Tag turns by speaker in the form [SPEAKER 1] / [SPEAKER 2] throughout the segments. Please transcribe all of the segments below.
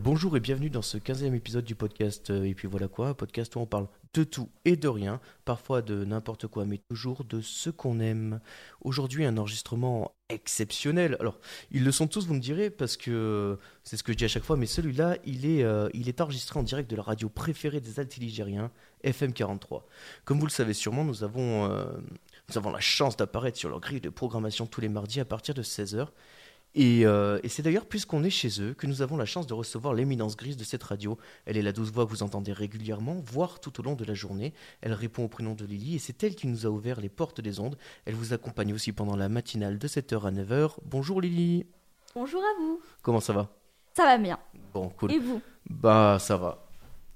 [SPEAKER 1] Bonjour et bienvenue dans ce 15e épisode du podcast euh, Et puis voilà quoi, un podcast où on parle de tout et de rien, parfois de n'importe quoi, mais toujours de ce qu'on aime. Aujourd'hui, un enregistrement exceptionnel. Alors, ils le sont tous, vous me direz, parce que euh, c'est ce que je dis à chaque fois, mais celui-là, il, est, euh, il est enregistré en direct de la radio préférée des Altiligériens, FM43. Comme vous le savez sûrement, nous avons, euh, nous avons la chance d'apparaître sur leur grille de programmation tous les mardis à partir de 16h. Et, euh, et c'est d'ailleurs puisqu'on est chez eux que nous avons la chance de recevoir l'éminence grise de cette radio. Elle est la douce voix que vous entendez régulièrement, voire tout au long de la journée. Elle répond au prénom de Lily et c'est elle qui nous a ouvert les portes des ondes. Elle vous accompagne aussi pendant la matinale de 7h à 9h. Bonjour Lily
[SPEAKER 2] Bonjour à vous.
[SPEAKER 1] Comment ça va
[SPEAKER 2] Ça va bien.
[SPEAKER 1] Bon, cool.
[SPEAKER 2] Et vous
[SPEAKER 1] Bah, ça va.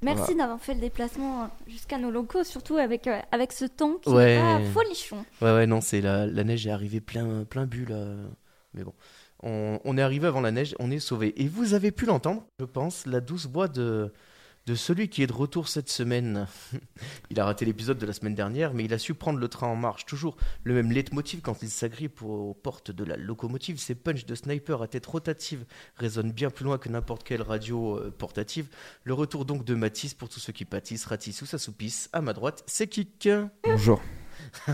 [SPEAKER 2] Merci d'avoir fait le déplacement euh, jusqu'à nos locaux, surtout avec, euh, avec ce temps qui
[SPEAKER 1] Ouais.
[SPEAKER 2] est pas folichon.
[SPEAKER 1] Ouais, ouais, non, c'est la, la neige est arrivée plein, plein but là. Mais bon, on, on est arrivé avant la neige, on est sauvé. Et vous avez pu l'entendre, je pense, la douce voix de, de celui qui est de retour cette semaine. il a raté l'épisode de la semaine dernière, mais il a su prendre le train en marche. Toujours le même leitmotiv quand il s'agrippe aux portes de la locomotive. Ses punchs de sniper à tête rotative résonnent bien plus loin que n'importe quelle radio euh, portative. Le retour donc de Matisse pour tous ceux qui pâtissent, ratissent ou s'assoupissent. À ma droite, c'est Kik.
[SPEAKER 3] Bonjour. Vous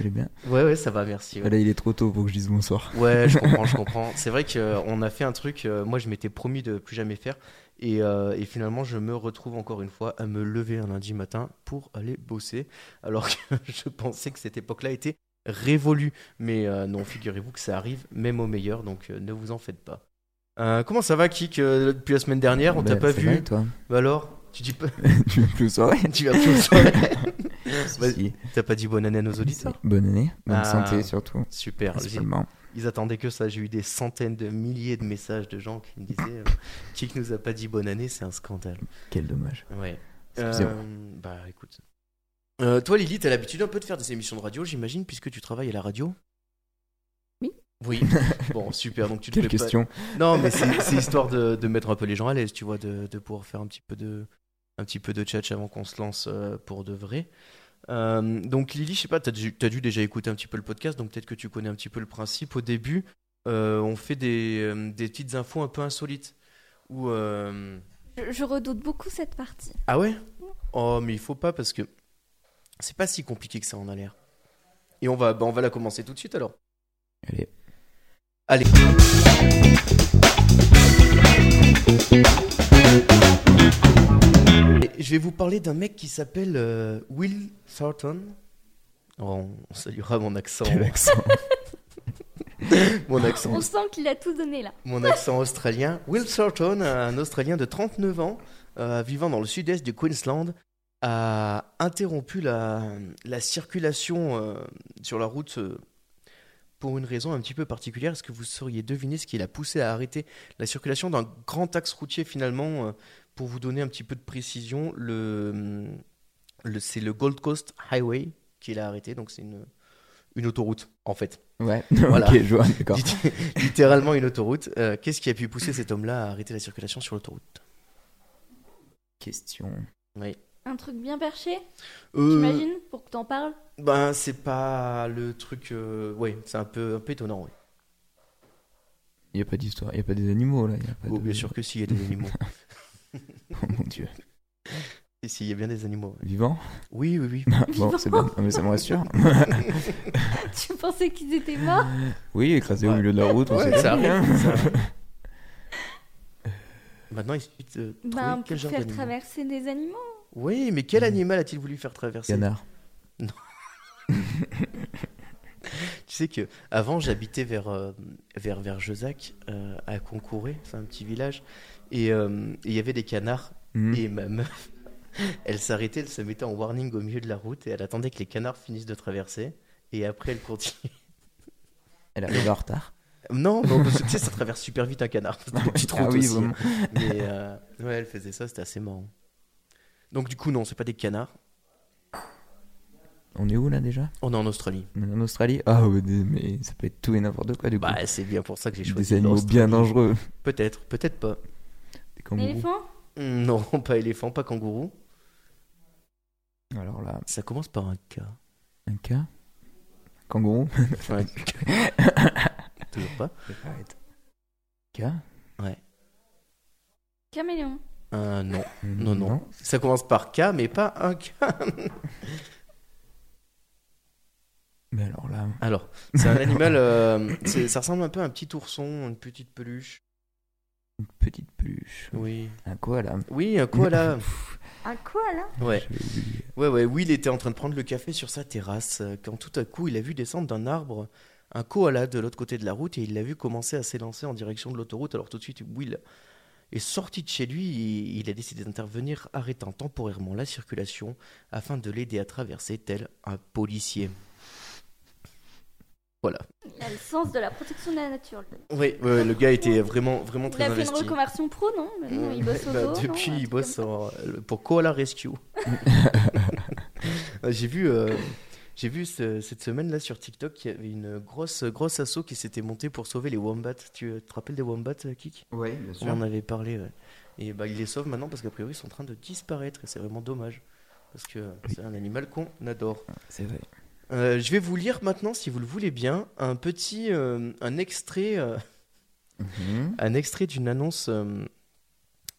[SPEAKER 3] allez bien Ah,
[SPEAKER 1] Ouais, ouais, ça va, merci. ouais.
[SPEAKER 3] Là, il est trop tôt pour que je dise bonsoir.
[SPEAKER 1] Ouais, je comprends, je comprends. C'est vrai qu'on a fait un truc, euh, moi je m'étais promis de plus jamais faire, et, euh, et finalement je me retrouve encore une fois à me lever un lundi matin pour aller bosser, alors que je pensais que cette époque-là était révolue. Mais euh, non, figurez-vous que ça arrive même au meilleur, donc euh, ne vous en faites pas. Euh, comment ça va, Kik, euh, depuis la semaine dernière On t'a
[SPEAKER 3] Bah,
[SPEAKER 1] pas
[SPEAKER 3] ça
[SPEAKER 1] vu
[SPEAKER 3] va, et toi
[SPEAKER 1] Bah Alors Tu dis pas...
[SPEAKER 3] Tu veux plus soirée
[SPEAKER 1] tu vas plus au soir. Vas-y.
[SPEAKER 3] Si.
[SPEAKER 1] T'as pas dit bonne année à nos auditeurs
[SPEAKER 3] Bonne année, bonne
[SPEAKER 1] Ah.
[SPEAKER 3] santé surtout.
[SPEAKER 1] Super, j'ai-
[SPEAKER 3] Principalement.
[SPEAKER 1] Ils attendaient que ça. J'ai eu des centaines de milliers de messages de gens qui me disaient euh, qui que nous a pas dit bonne année, c'est un scandale.
[SPEAKER 3] Quel dommage.
[SPEAKER 1] Ouais.
[SPEAKER 3] Excusez-moi.
[SPEAKER 1] Euh, bah écoute. Euh, toi Lily, t'as l'habitude un peu de faire des émissions de radio, j'imagine, puisque tu travailles à la radio.
[SPEAKER 2] Oui.
[SPEAKER 1] Oui. Bon, super. Donc tu te
[SPEAKER 3] Quelle
[SPEAKER 1] fais pas-
[SPEAKER 3] question
[SPEAKER 1] Non, mais c'est c'est histoire de, de mettre un peu les gens à l'aise, tu vois, de, de pouvoir faire un petit peu de un petit peu de tchatch avant qu'on se lance euh, pour de vrai. Euh, donc Lily, je sais pas, t'as dû, t'as dû déjà écouter un petit peu le podcast, donc peut-être que tu connais un petit peu le principe. Au début, euh, on fait des, euh, des petites infos un peu insolites. Ou euh,
[SPEAKER 2] Je, je redoute beaucoup cette partie.
[SPEAKER 1] ah ouais Oh, mais il faut pas parce que c'est pas si compliqué que ça en a l'air. Et on va, bah, on va la commencer tout de suite alors.
[SPEAKER 3] Allez.
[SPEAKER 1] Allez. Et Je vais vous parler d'un mec qui s'appelle euh, Will Thornton. Oh, on- on saluera mon accent,
[SPEAKER 3] Quel accent
[SPEAKER 1] mon accent
[SPEAKER 2] On sent qu'il a tout donné là.
[SPEAKER 1] mon accent australien. Will Thornton, un Australien de 39 ans, euh, vivant dans le sud-est du Queensland, a interrompu la, la circulation euh, sur la route euh, pour une raison un petit peu particulière. Est-ce que vous sauriez deviner ce qui l'a poussé à arrêter la circulation d'un grand axe routier finalement euh, Pour vous donner un petit peu de précision, le, le- c'est le Gold Coast Highway qui l'a arrêté, donc c'est une, une autoroute en fait.
[SPEAKER 3] Ouais,
[SPEAKER 1] Voilà.
[SPEAKER 3] ok, je vois, d'accord.
[SPEAKER 1] Litt- littéralement une autoroute. Euh, Qu'est-ce qui a pu pousser cet homme-là à arrêter la circulation sur l'autoroute
[SPEAKER 3] Question.
[SPEAKER 2] Un truc bien perché,
[SPEAKER 1] euh,
[SPEAKER 2] j'imagine, pour que t'en parles.
[SPEAKER 1] Ben, c'est pas le truc. euh, Ouais, c'est un peu, un peu étonnant. ouais.
[SPEAKER 3] Il n'y a pas d'histoire, il n'y a pas des animaux là. Y a pas
[SPEAKER 1] Oh,
[SPEAKER 3] de-
[SPEAKER 1] bien sûr que si, il y a des animaux.
[SPEAKER 3] Oh mon dieu.
[SPEAKER 1] si, si, il y a bien des animaux. ouais.
[SPEAKER 3] Vivant
[SPEAKER 1] Oui, oui, oui.
[SPEAKER 3] Bon, c'est bien, Ah, mais ça me rassure.
[SPEAKER 2] tu pensais qu'ils étaient morts
[SPEAKER 3] oui, écrasé
[SPEAKER 1] Ouais.
[SPEAKER 3] au milieu de la route, on sait
[SPEAKER 1] Ouais, ça
[SPEAKER 3] pas.
[SPEAKER 1] arrive. ça arrive. Maintenant, il suffit de trouver
[SPEAKER 2] Ben,
[SPEAKER 1] quel
[SPEAKER 2] pour
[SPEAKER 1] genre
[SPEAKER 2] faire
[SPEAKER 1] d'animal.
[SPEAKER 2] traverser des animaux.
[SPEAKER 1] Oui, mais
[SPEAKER 3] Mmh.
[SPEAKER 1] quel animal a-t-il voulu faire traverser
[SPEAKER 3] Canard.
[SPEAKER 1] Tu sais que avant j'habitais vers, euh, vers vers Jezac euh, à Concouré, c'est un petit village, et euh, et il y avait des canards
[SPEAKER 3] Hmm.
[SPEAKER 1] Et ma meuf, elle s'arrêtait, elle se mettait en warning au milieu de la route et elle attendait que les canards finissent de traverser. Et après, elle continue.
[SPEAKER 3] Elle arrive en retard.
[SPEAKER 1] Non, non, parce que tu sais, ça traverse super vite un canard. C'est une petite
[SPEAKER 3] Ah
[SPEAKER 1] route
[SPEAKER 3] oui,
[SPEAKER 1] aussi.
[SPEAKER 3] vraiment.
[SPEAKER 1] Mais euh, ouais, elle faisait ça, c'était assez marrant. Donc, du coup, non, c'est pas des canards.
[SPEAKER 3] On est où là déjà
[SPEAKER 1] On est en Australie.
[SPEAKER 3] On est en Australie Ah, ouais, des- mais ça peut être tout et n'importe quoi du coup.
[SPEAKER 1] Bah, c'est bien pour ça que j'ai choisi.
[SPEAKER 3] des animaux bien
[SPEAKER 1] l'Australie.
[SPEAKER 3] dangereux.
[SPEAKER 1] Peut-être, peut-être pas.
[SPEAKER 3] Des kangourous.
[SPEAKER 2] Éléphant
[SPEAKER 1] Hmm, Non, pas éléphant, pas kangourou.
[SPEAKER 3] Alors là,
[SPEAKER 1] Ça commence par un K.
[SPEAKER 3] un cas Kangourou
[SPEAKER 1] Ouais. Toujours pas.
[SPEAKER 3] Arrête. Cas
[SPEAKER 1] Ouais.
[SPEAKER 2] Caméléon.
[SPEAKER 1] Un Euh, non. Non, non. Ça commence par K, mais pas un K.
[SPEAKER 3] Mais alors là.
[SPEAKER 1] Alors, c'est un animal. euh, c'est- ça ressemble un peu à un petit ourson, une petite peluche.
[SPEAKER 3] Une petite peluche.
[SPEAKER 1] Oui.
[SPEAKER 3] Un koala.
[SPEAKER 1] Oui, un koala.
[SPEAKER 2] Un quoi là
[SPEAKER 1] Ouais.
[SPEAKER 3] J'avais oublié.
[SPEAKER 1] Ouais, ouais, Will était en train de prendre le café sur sa terrasse euh, quand tout à coup il a vu descendre d'un arbre un koala de l'autre côté de la route et il l'a vu commencer à s'élancer en direction de l'autoroute. Alors tout de suite, Will est sorti de chez lui et il a décidé d'intervenir, arrêtant temporairement la circulation afin de l'aider à traverser tel un policier. Voilà.
[SPEAKER 2] Il a le sens de la protection de la nature. lui.
[SPEAKER 1] Oui, le gars était vraiment, vraiment
[SPEAKER 2] Il
[SPEAKER 1] très
[SPEAKER 2] a fait une
[SPEAKER 1] investi.
[SPEAKER 2] reconversion pro, non Non, Mmh, il bosse au
[SPEAKER 1] Bah,
[SPEAKER 2] zoo, non
[SPEAKER 1] Depuis,
[SPEAKER 2] Un
[SPEAKER 1] il
[SPEAKER 2] truc
[SPEAKER 1] bosse
[SPEAKER 2] comme ça.
[SPEAKER 1] en- euh, pour Koala Rescue. j'ai vu, euh, j'ai vu ce- cette semaine là sur TikTok qu'il y avait une grosse, grosse asso qui s'était montée pour sauver les wombats. Tu euh, te rappelles des wombats, euh, Kik
[SPEAKER 3] Ouais, bien
[SPEAKER 1] On en avait parlé. ouais. Et bah, ils les sauvent maintenant parce qu'a priori ils sont en train de disparaître et c'est vraiment dommage. Parce que c'est un animal qu'on adore.
[SPEAKER 3] C'est vrai.
[SPEAKER 1] Euh, je vais vous lire maintenant, si vous le voulez bien, un petit euh, un extrait euh,
[SPEAKER 3] Mhm.
[SPEAKER 1] un extrait d'une annonce euh,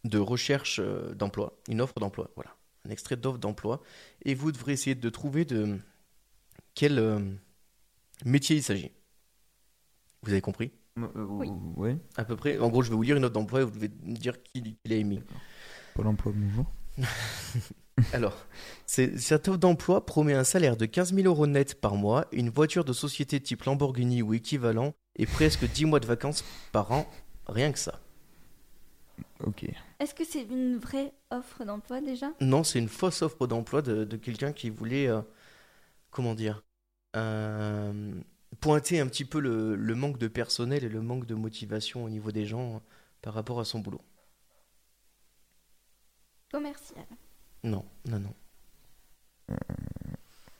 [SPEAKER 1] de recherche euh, d'emploi, une offre d'emploi, voilà. Un extrait d'offre d'emploi. Et vous devrez essayer de trouver de quel euh, métier il s'agit. Vous avez compris
[SPEAKER 3] Euh, euh,
[SPEAKER 2] Oui.
[SPEAKER 3] Ouais.
[SPEAKER 1] À peu près. En gros, je vais vous lire une offre d'emploi et vous devez me dire qui, qui l'a émis.
[SPEAKER 3] Pôle emploi, bonjour.
[SPEAKER 1] Alors, c'est- cette offre d'emploi promet un salaire de 15 000 euros net par mois, une voiture de société type Lamborghini ou équivalent, et presque 10 mois de vacances par an, rien que ça.
[SPEAKER 3] Ok.
[SPEAKER 2] Est-ce que c'est une vraie offre d'emploi déjà
[SPEAKER 1] Non, c'est une fausse offre d'emploi de, de quelqu'un qui voulait, euh, comment dire, euh, pointer un petit peu le, le manque de personnel et le manque de motivation au niveau des gens euh, par rapport à son boulot.
[SPEAKER 2] Commerciale.
[SPEAKER 1] Non, non, non.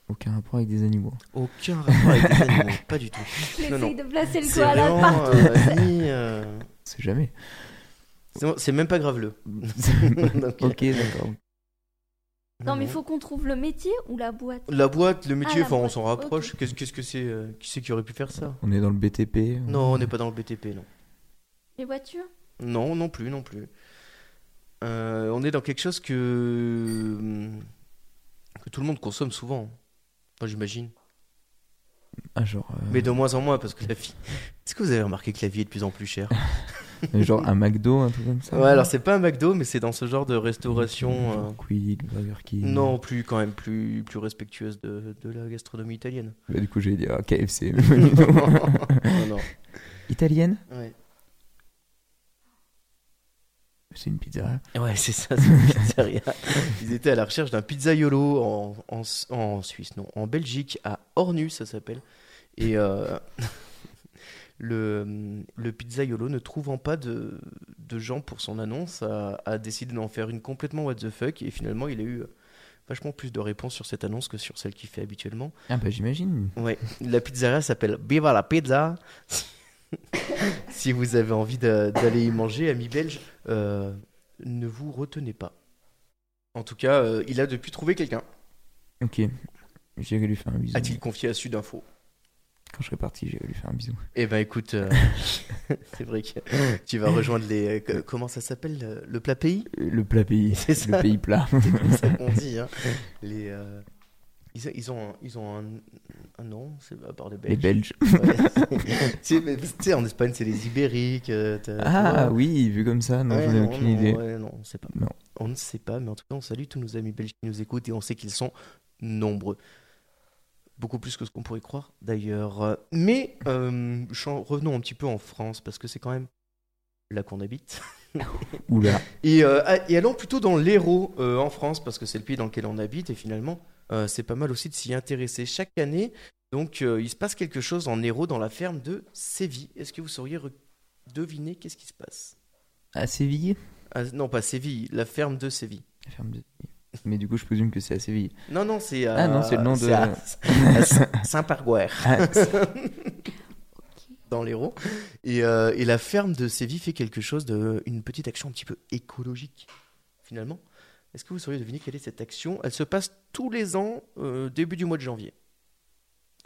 [SPEAKER 3] Aucun rapport avec des animaux.
[SPEAKER 1] Aucun rapport avec des animaux, pas du tout. Non, non.
[SPEAKER 2] J'essaye de placer le
[SPEAKER 1] C'est
[SPEAKER 2] koala
[SPEAKER 1] vraiment,
[SPEAKER 2] partout.
[SPEAKER 1] euh, ni, euh,
[SPEAKER 3] C'est jamais.
[SPEAKER 1] c'est- C'est même pas graveleux. Donc,
[SPEAKER 3] ok, d'accord.
[SPEAKER 2] Non,
[SPEAKER 1] euh,
[SPEAKER 2] mais il faut qu'on trouve le métier ou la boîte.
[SPEAKER 1] La boîte, le métier,
[SPEAKER 2] la
[SPEAKER 1] enfin, on
[SPEAKER 2] boîte,
[SPEAKER 1] s'en rapproche. Qu'est-ce qu'est-ce que c'est euh, Qui c'est qui aurait pu faire ça
[SPEAKER 3] On est dans le BTP.
[SPEAKER 1] Non, on n'est pas dans le BTP, non.
[SPEAKER 2] Les voitures
[SPEAKER 1] Non, non plus, non plus. Euh, on est dans quelque chose que... hum, que tout le monde consomme souvent. Enfin, j'imagine.
[SPEAKER 3] Ah, genre, euh,
[SPEAKER 1] Mais de moins en moins, parce que la vie. Est-ce que vous avez remarqué que la vie est de plus en plus chère
[SPEAKER 3] genre un McDo, un truc comme ça.
[SPEAKER 1] Ouais, alors c'est pas un McDo, mais c'est dans ce genre de restauration. euh,
[SPEAKER 3] Genre Quick, Burger King.
[SPEAKER 1] Non, plus quand même, plus, plus respectueuse de, de la gastronomie italienne.
[SPEAKER 3] Bah, du coup, j'ai dit ah, KFC.
[SPEAKER 1] non, non.
[SPEAKER 3] Italienne
[SPEAKER 1] Ouais,
[SPEAKER 3] C'est une pizza.
[SPEAKER 1] Ouais, c'est ça, c'est une pizzeria. Ils étaient à la recherche d'un pizzaiolo en, en, en Suisse, non, en Belgique, à Ornu, ça s'appelle. Et euh, le, le pizzaiolo, ne trouvant pas de, de gens pour son annonce, a, a décidé d'en faire une complètement what the fuck. Et finalement, il a eu euh, vachement plus de réponses sur cette annonce que sur celle qu'il fait habituellement.
[SPEAKER 3] Ah, bah, j'imagine.
[SPEAKER 1] Ouais, la pizzeria s'appelle Viva la Pizza. si vous avez envie d'a- d'aller y manger, amis belges, euh, ne vous retenez pas. En tout cas, euh, il a depuis trouvé quelqu'un,
[SPEAKER 3] Ok. J'ai lui faire un bisou.
[SPEAKER 1] a-t-il confié à Sud Info.
[SPEAKER 3] Quand je serai parti, j'ai lui faire un bisou.
[SPEAKER 1] Eh ben écoute, euh, c'est vrai que tu vas rejoindre les. euh, co- comment ça s'appelle euh, Le plat pays
[SPEAKER 3] Euh, Le plat pays.
[SPEAKER 1] C'est ça.
[SPEAKER 3] Le pays plat.
[SPEAKER 1] C'est comme ça qu'on dit. hein. Les, euh, ils, ils ont, ils ont un, un nom, c'est à part des
[SPEAKER 3] Les
[SPEAKER 1] Belges.
[SPEAKER 3] Belges.
[SPEAKER 1] Ouais. tu sais, mais- tu sais, en Espagne, c'est les Ibériques. euh, t'as- tu vois.
[SPEAKER 3] Ah, oui, vu comme ça, non,
[SPEAKER 1] Ouais,
[SPEAKER 3] j'en ai
[SPEAKER 1] non,
[SPEAKER 3] aucune
[SPEAKER 1] non,
[SPEAKER 3] idée.
[SPEAKER 1] ouais, non, on sait pas.
[SPEAKER 3] Non.
[SPEAKER 1] On ne sait pas, mais en tout cas, on salue tous nos amis belges qui nous écoutent et on sait qu'ils sont nombreux. Beaucoup plus que ce qu'on pourrait croire d'ailleurs. Euh, Mais euh, chan- revenons un petit peu en France parce que c'est quand même là qu'on habite.
[SPEAKER 3] Oula.
[SPEAKER 1] Et, euh, a- et allons plutôt dans l'Hérault euh, en France parce que c'est le pays dans lequel on habite et finalement euh, c'est pas mal aussi de s'y intéresser chaque année. Donc euh, il se passe quelque chose en Hérault dans la ferme de Séville. Est-ce que vous sauriez re- deviner qu'est-ce qui se passe
[SPEAKER 3] À Séville
[SPEAKER 1] Ah, Non, pas Séville, la ferme de Séville.
[SPEAKER 3] La ferme de- Mais du coup, je présume que c'est à Séville.
[SPEAKER 1] Non, non, c'est.
[SPEAKER 3] Ah
[SPEAKER 1] euh,
[SPEAKER 3] non, c'est le nom de-
[SPEAKER 1] à- à Saint- Saint-Pargoire,
[SPEAKER 3] Ah, c'est-
[SPEAKER 1] dans l'Hérault. Et, euh, et la ferme de Séville fait quelque chose de. une petite action un petit peu écologique, finalement. Est-ce que vous sauriez deviner quelle est cette action Elle se passe tous les ans, euh, début du mois de janvier.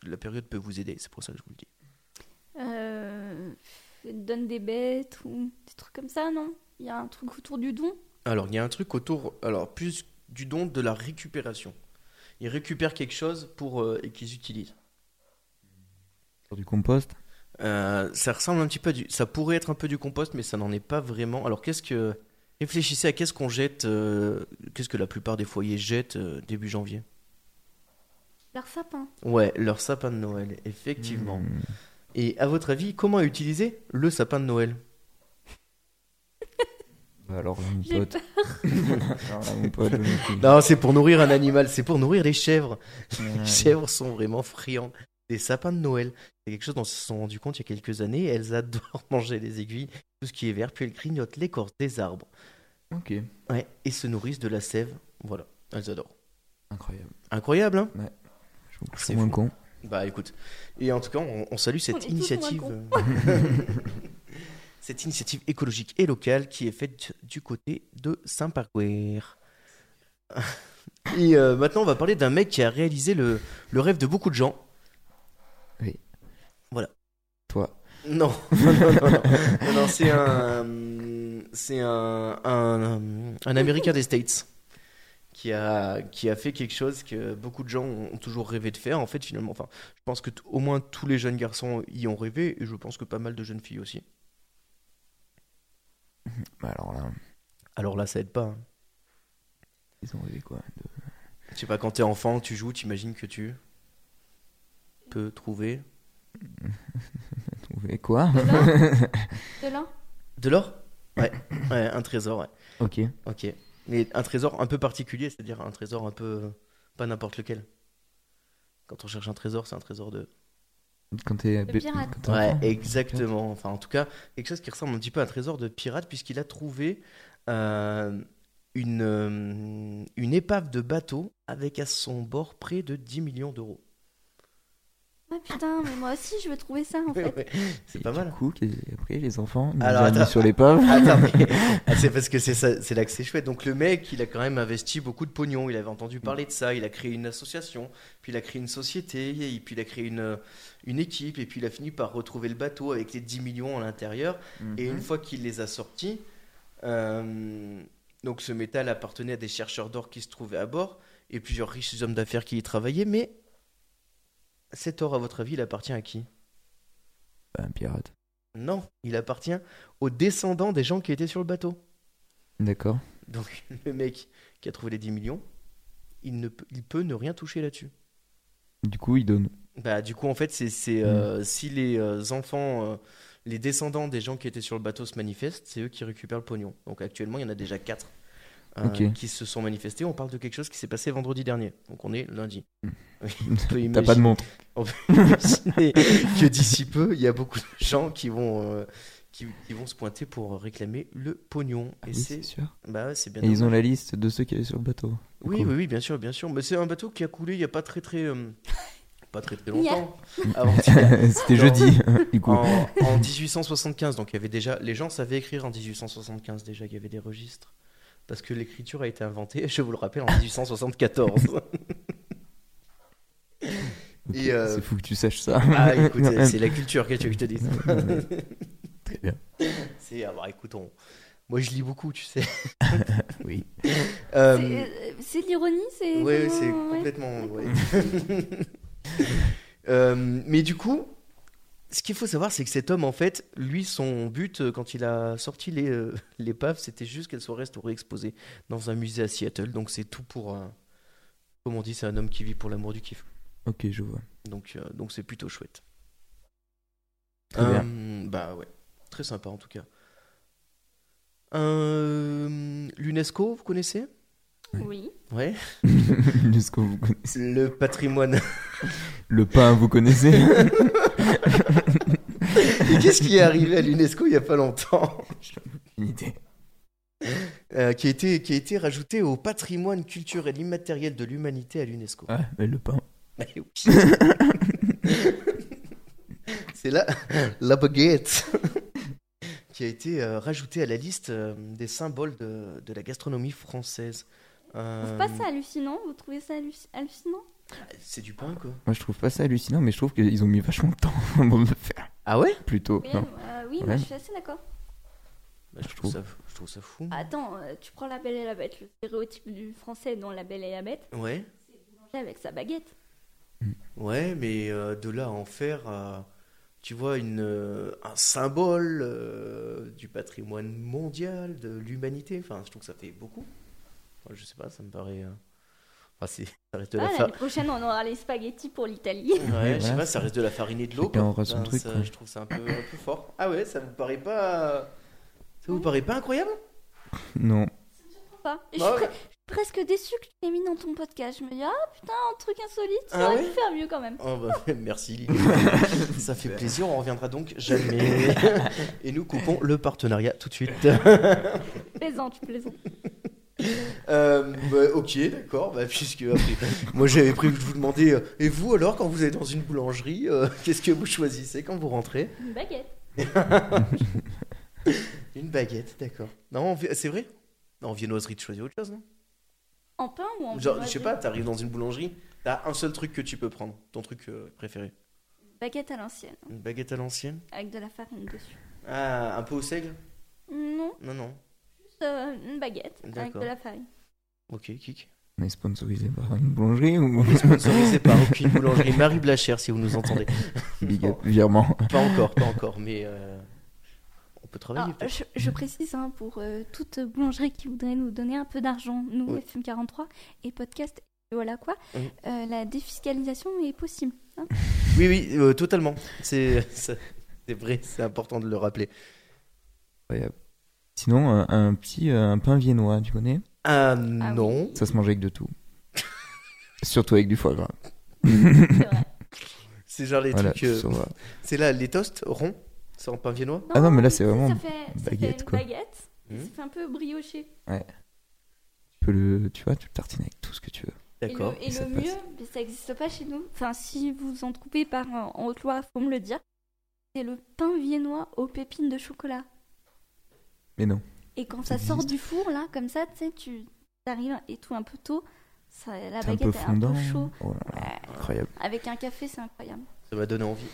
[SPEAKER 1] La période peut vous aider, c'est pour ça que je vous le dis.
[SPEAKER 2] Euh, Donne des bêtes ou des trucs comme ça, non Il y a un truc autour du don.
[SPEAKER 1] Alors, il y a un truc autour, alors plus du don de la récupération. Ils récupèrent quelque chose pour euh, et qu'ils utilisent.
[SPEAKER 3] Sur du compost.
[SPEAKER 1] Euh, ça ressemble un petit peu à du, ça pourrait être un peu du compost, mais ça n'en est pas vraiment. Alors, qu'est-ce que réfléchissez à qu'est-ce qu'on jette, euh, qu'est-ce que la plupart des foyers jettent euh, début janvier.
[SPEAKER 2] Leur sapin.
[SPEAKER 1] Ouais, leur sapin de Noël, effectivement.
[SPEAKER 3] Hmm.
[SPEAKER 1] Et à votre avis, comment utiliser le sapin de Noël
[SPEAKER 3] Bah alors, mon
[SPEAKER 2] J'ai
[SPEAKER 3] pote. Alors là, mon pote, je me
[SPEAKER 1] Non, c'est pour nourrir un animal, c'est pour nourrir les chèvres.
[SPEAKER 3] suis-
[SPEAKER 1] Les chèvres sont vraiment friandes des sapins de Noël. C'est quelque chose dont elles se sont rendues compte il y a quelques années. Elles adorent manger les aiguilles, tout ce qui est vert, puis elles grignotent l'écorce des arbres.
[SPEAKER 3] Ok,
[SPEAKER 1] Ouais, et se nourrissent de la sève. Voilà, elles adorent.
[SPEAKER 3] incroyable.
[SPEAKER 1] Incroyable, hein
[SPEAKER 3] Je vous- je
[SPEAKER 1] C'est
[SPEAKER 3] suis moins
[SPEAKER 1] fou.
[SPEAKER 3] con.
[SPEAKER 1] Bah écoute. Et en tout cas, on, on salue
[SPEAKER 2] On est
[SPEAKER 1] cette
[SPEAKER 2] tous
[SPEAKER 1] initiative.
[SPEAKER 2] moins
[SPEAKER 1] euh, cette initiative écologique et locale qui est faite du côté de Saint-Parcours. et euh, maintenant, on va parler d'un mec qui a réalisé le, le rêve de beaucoup de gens.
[SPEAKER 3] Toi.
[SPEAKER 1] Non, non, non, non, non, non, c'est un, euh, c'est un, un, un Américain des States qui a, qui a fait quelque chose que beaucoup de gens ont ont toujours rêvé de faire. En fait, finalement, enfin, je pense que t- au moins tous les jeunes garçons y ont rêvé, et je pense que pas mal de jeunes filles aussi.
[SPEAKER 3] Bah alors là,
[SPEAKER 1] Alors là, ça aide pas. hein.
[SPEAKER 3] ils ont rêvé quoi de-
[SPEAKER 1] Je sais pas, quand t'es enfant, tu joues, t'imagines que tu peux trouver
[SPEAKER 3] trouver quoi
[SPEAKER 2] De l'or.
[SPEAKER 1] de
[SPEAKER 2] de l'or.
[SPEAKER 1] l'or. Ouais. ouais, un trésor. Ouais.
[SPEAKER 3] Ok.
[SPEAKER 1] Ok. Mais un trésor un peu particulier, c'est-à-dire un trésor un peu. pas n'importe lequel. Quand on cherche un trésor, c'est un trésor de.
[SPEAKER 3] Quand t'es bé-
[SPEAKER 2] pirate.
[SPEAKER 3] quand t'es
[SPEAKER 1] Ouais,
[SPEAKER 3] enfant.
[SPEAKER 1] exactement. Enfin, en tout cas, quelque chose qui ressemble un petit peu à un trésor de pirate, puisqu'il a trouvé euh, une, euh, une épave de bateau avec à son bord près de 10 millions d'euros.
[SPEAKER 2] Ah putain, mais moi aussi je veux trouver ça
[SPEAKER 1] Euh,
[SPEAKER 2] en fait.
[SPEAKER 1] Ouais, c'est
[SPEAKER 3] Et
[SPEAKER 1] pas
[SPEAKER 3] du
[SPEAKER 1] mal. hein.
[SPEAKER 3] coup, qu'est- après, les enfants, ils
[SPEAKER 1] Alors,
[SPEAKER 3] les ont mis
[SPEAKER 1] attends.
[SPEAKER 3] sur l'épave.
[SPEAKER 1] Attends, mais- ah, c'est parce que c'est ça- c'est là que c'est chouette. Donc le mec, il a quand même investi beaucoup de pognon. Il avait entendu parler de ça. Il a créé une association, puis il a créé une société, et puis il a créé une, une équipe, et puis il a fini par retrouver le bateau avec les 10 millions à l'intérieur. Et
[SPEAKER 3] Mhm.
[SPEAKER 1] une fois qu'il les a sortis, euh, donc ce métal appartenait à des chercheurs d'or qui se trouvaient à bord et plusieurs riches hommes d'affaires qui y travaillaient. Mais cet or, à votre avis, il appartient à qui
[SPEAKER 3] Bah, un pirate.
[SPEAKER 1] Non, il appartient aux descendants des gens qui étaient sur le bateau.
[SPEAKER 3] D'accord.
[SPEAKER 1] Donc le mec qui a trouvé les 10 millions, il, ne, peut- il peut ne rien toucher là-dessus.
[SPEAKER 3] Du coup, ils donnent.
[SPEAKER 1] Bah du coup en fait c'est c'est,
[SPEAKER 3] Mm.
[SPEAKER 1] euh, si les euh, enfants, euh, les descendants des gens qui étaient sur le bateau se manifestent, c'est eux qui récupèrent le pognon. Donc actuellement il y en a déjà 4
[SPEAKER 3] Ok.
[SPEAKER 1] qui se sont manifestés. On parle de quelque chose qui s'est passé vendredi dernier. Donc on est lundi.
[SPEAKER 3] Mm.
[SPEAKER 1] On peut
[SPEAKER 3] T'as pas de montre.
[SPEAKER 1] imaginer que d'ici peu il y a beaucoup de gens qui vont euh, qui, qui vont se pointer pour réclamer le pognon.
[SPEAKER 3] Ah
[SPEAKER 1] Et
[SPEAKER 3] oui,
[SPEAKER 1] c'est
[SPEAKER 3] c'est sûr.
[SPEAKER 1] bah ouais, c'est bien.
[SPEAKER 3] Et ils
[SPEAKER 1] dommage.
[SPEAKER 3] ont la liste de ceux qui allaient sur le bateau.
[SPEAKER 1] Oui,
[SPEAKER 3] Cool.
[SPEAKER 1] oui, oui, bien sûr, bien sûr. Mais c'est un bateau qui a coulé il n'y a pas très très, euh, pas très très
[SPEAKER 2] Hier.
[SPEAKER 1] longtemps. Avant-hier.
[SPEAKER 3] C'était
[SPEAKER 1] Non.
[SPEAKER 3] jeudi, du coup.
[SPEAKER 1] en, en 1875, donc il y avait déjà, les gens savaient écrire en 1875 déjà, il y avait des registres. Parce que l'écriture a été inventée, je vous le rappelle, en 1874.
[SPEAKER 3] Ok,
[SPEAKER 1] et, euh,
[SPEAKER 3] C'est fou que tu saches ça.
[SPEAKER 1] ah, écoute,
[SPEAKER 3] Non,
[SPEAKER 1] c'est la culture, qu'est-ce que je te dis
[SPEAKER 3] non, non, Très bien.
[SPEAKER 1] C'est, ah bah écoute, on- moi je lis beaucoup, tu sais.
[SPEAKER 3] Oui.
[SPEAKER 1] Euh,
[SPEAKER 2] C'est- euh, C'est de l'ironie, c'est.
[SPEAKER 1] Ouais,
[SPEAKER 2] vraiment-
[SPEAKER 1] c'est
[SPEAKER 2] ouais.
[SPEAKER 1] complètement. ouais. Euh, mais du coup, ce qu'il faut savoir, c'est que cet homme, en fait, lui, son but euh, quand il a sorti les euh, l'épave, c'était juste qu'elle soit restaurée, exposée dans un musée à Seattle. Donc c'est tout pour. un- Comment on dit, c'est un homme qui vit pour l'amour du kiff.
[SPEAKER 3] Ok, je vois.
[SPEAKER 1] Donc euh, donc c'est plutôt chouette.
[SPEAKER 3] Très
[SPEAKER 1] Euh,
[SPEAKER 3] bien.
[SPEAKER 1] Bah ouais, très sympa en tout cas. Euh, L'UNESCO, vous connaissez
[SPEAKER 2] Oui.
[SPEAKER 1] Ouais.
[SPEAKER 3] Jusqu'au vous connaissez.
[SPEAKER 1] Le patrimoine
[SPEAKER 3] Le pain, vous connaissez
[SPEAKER 1] Et qu'est-ce qui est arrivé à l'UNESCO il n'y a pas longtemps
[SPEAKER 3] Une idée.
[SPEAKER 1] Euh, qui, a été, qui a été rajouté au patrimoine culturel immatériel de l'humanité à l'UNESCO.
[SPEAKER 3] Ah, mais le pain.
[SPEAKER 1] Mais oui. C'est là la baguette qui a été euh, rajoutée à la liste euh, des symboles de, de la gastronomie française.
[SPEAKER 2] Vous
[SPEAKER 1] Euh,
[SPEAKER 2] trouvez pas ça hallucinant Vous trouvez ça halluc- hallucinant
[SPEAKER 1] C'est du pain quoi.
[SPEAKER 3] Moi, je trouve pas ça hallucinant, mais je trouve qu'ils ont mis vachement de temps pour me le faire.
[SPEAKER 1] Ah ouais
[SPEAKER 3] Plutôt.
[SPEAKER 2] Oui,
[SPEAKER 3] Non.
[SPEAKER 2] euh, oui
[SPEAKER 3] Ouais.
[SPEAKER 2] moi, je suis assez d'accord.
[SPEAKER 1] Bah, je, trouve ça, je trouve ça fou.
[SPEAKER 2] Attends, euh, tu prends la belle et la bête, le stéréotype du français dans la belle et la bête,
[SPEAKER 1] Ouais,
[SPEAKER 2] manger avec sa baguette.
[SPEAKER 1] ouais, mais euh, de là à en faire, euh, tu vois, une, euh, un symbole euh, du patrimoine mondial, de l'humanité, enfin, je trouve que ça fait beaucoup. Enfin, je sais pas, ça me paraît. euh, Enfin, c'est- ça reste de la
[SPEAKER 2] Ah,
[SPEAKER 1] fa-
[SPEAKER 2] l'année prochaine, on aura les spaghettis pour l'Italie.
[SPEAKER 1] Ouais, je sais
[SPEAKER 3] voilà.
[SPEAKER 1] pas, ça reste de la farine et de l'eau.
[SPEAKER 3] Chacun
[SPEAKER 1] quoi.
[SPEAKER 3] aura son truc,
[SPEAKER 1] ça-
[SPEAKER 3] quoi.
[SPEAKER 1] Je trouve ça un peu, un peu fort. Ah ouais, ça vous paraît pas. Ça vous paraît pas incroyable
[SPEAKER 3] Non.
[SPEAKER 2] Pas. Je
[SPEAKER 1] Bah
[SPEAKER 2] suis
[SPEAKER 1] ouais.
[SPEAKER 2] pre- presque déçue que tu l'aies mis dans ton podcast. Je me dis, ah putain, un truc insolite, tu
[SPEAKER 1] Ah
[SPEAKER 2] aurais
[SPEAKER 1] ouais
[SPEAKER 2] pu faire mieux quand même.
[SPEAKER 1] Oh bah, merci Lily. ça fait plaisir, on reviendra donc jamais. Et nous coupons le partenariat tout de suite.
[SPEAKER 2] Plaisante, plaisante.
[SPEAKER 1] Euh, bah, ok, d'accord, bah, puisque après, moi j'avais prévu de vous demander, euh, et vous alors quand vous êtes dans une boulangerie, euh, qu'est-ce que vous choisissez quand vous rentrez
[SPEAKER 2] Une baguette.
[SPEAKER 1] Une baguette, d'accord. Non, en vi- c'est vrai En viennoiserie, tu choisis autre chose, non
[SPEAKER 2] En pain ou en
[SPEAKER 1] Genre, je
[SPEAKER 2] viennoiserie
[SPEAKER 1] sais pas, t'arrives dans une boulangerie, t'as un seul truc que tu peux prendre, ton truc euh, préféré.
[SPEAKER 2] Baguette à l'ancienne,
[SPEAKER 1] Une baguette à l'ancienne
[SPEAKER 2] avec de la farine dessus.
[SPEAKER 1] Ah, un peu au seigle
[SPEAKER 2] Non,
[SPEAKER 1] Non, non.
[SPEAKER 2] juste euh, une baguette avec
[SPEAKER 1] D'accord.
[SPEAKER 2] de la farine.
[SPEAKER 1] Ok, kick.
[SPEAKER 3] On est sponsorisé par une boulangerie ou
[SPEAKER 1] Sponsorisé par aucune boulangerie. Marie Blachère, si vous nous entendez.
[SPEAKER 3] Big up, virement.
[SPEAKER 1] Pas encore, pas encore, mais euh, on peut travailler.
[SPEAKER 2] Alors, Ah, je, je précise hein, pour euh, toute boulangerie qui voudrait nous donner un peu d'argent, nous,
[SPEAKER 1] Oui.
[SPEAKER 2] FM43 et podcast, et voilà quoi,
[SPEAKER 1] Oui.
[SPEAKER 2] euh, la défiscalisation est possible. hein.
[SPEAKER 1] Oui, oui, euh, totalement. C'est ça- c'est vrai, c'est important de le rappeler.
[SPEAKER 3] Sinon, un, un petit euh, un pain viennois, tu connais
[SPEAKER 1] Ah
[SPEAKER 2] Ah
[SPEAKER 1] non.
[SPEAKER 2] oui,
[SPEAKER 3] Ça se mange avec de tout. Surtout avec du foie gras.
[SPEAKER 2] c'est vrai.
[SPEAKER 1] C'est genre les
[SPEAKER 3] voilà,
[SPEAKER 1] trucs. euh,
[SPEAKER 3] ça va.
[SPEAKER 1] c'est là, les toasts ronds, c'est en pain viennois.
[SPEAKER 3] Ah non, mais là, c'est vraiment
[SPEAKER 2] Ça fait, ça fait
[SPEAKER 3] baguette,
[SPEAKER 2] une
[SPEAKER 3] quoi.
[SPEAKER 2] baguette,
[SPEAKER 1] Hmm.
[SPEAKER 2] ça fait un peu brioché.
[SPEAKER 3] Tu, peux le, tu vois, tu le tartines avec tout ce que tu veux.
[SPEAKER 2] Et
[SPEAKER 1] D'accord.
[SPEAKER 2] le, et
[SPEAKER 3] ça
[SPEAKER 2] le
[SPEAKER 3] passe.
[SPEAKER 2] mieux, mais ça n'existe pas chez nous. Enfin, si vous en trouvez par en en Haute-Loire, faut me le dire. C'est le pain viennois aux pépines de chocolat.
[SPEAKER 3] Mais non.
[SPEAKER 2] Et quand
[SPEAKER 3] Ça
[SPEAKER 2] ça sort
[SPEAKER 3] existe.
[SPEAKER 2] du four, là, comme ça, tu sais, tu arrives et tout un peu tôt, ça, la
[SPEAKER 3] C'est un
[SPEAKER 2] baguette
[SPEAKER 3] peu
[SPEAKER 2] est
[SPEAKER 3] fondant.
[SPEAKER 2] un peu chaud.
[SPEAKER 3] Oh là là,
[SPEAKER 2] Ouais.
[SPEAKER 3] incroyable.
[SPEAKER 2] Avec un café, c'est incroyable.
[SPEAKER 1] Ça m'a donné envie.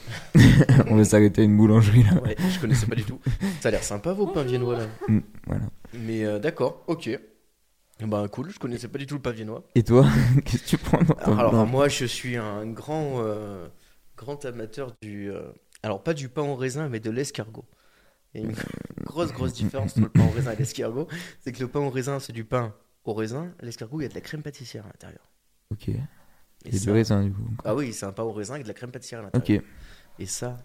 [SPEAKER 3] On va s'arrêter à une boulangerie là.
[SPEAKER 1] Ouais, je connaissais pas du tout. Ça a l'air sympa vos pains
[SPEAKER 2] Bonjour.
[SPEAKER 1] viennois là.
[SPEAKER 3] Mm, voilà.
[SPEAKER 1] Mais euh, d'accord, ok. Ben cool, je connaissais pas du tout le pain viennois.
[SPEAKER 3] Et toi, qu'est-ce que tu prends dans ton
[SPEAKER 1] Alors, alors,
[SPEAKER 3] blanc
[SPEAKER 1] moi, je suis un grand, euh, grand amateur du. euh, alors, pas du pain au raisin, mais de l'escargot. Il y a une grosse, grosse différence entre le pain au raisin et l'escargot. C'est que le pain au raisin, c'est du pain au raisin. L'escargot, il y a de la crème pâtissière à l'intérieur.
[SPEAKER 3] Ok. Et
[SPEAKER 1] Et
[SPEAKER 3] du
[SPEAKER 1] ça-
[SPEAKER 3] raisin du coup.
[SPEAKER 1] Ah oui, c'est un pain au raisin avec de la crème pâtissière à l'intérieur.
[SPEAKER 3] Ok.
[SPEAKER 1] Et ça.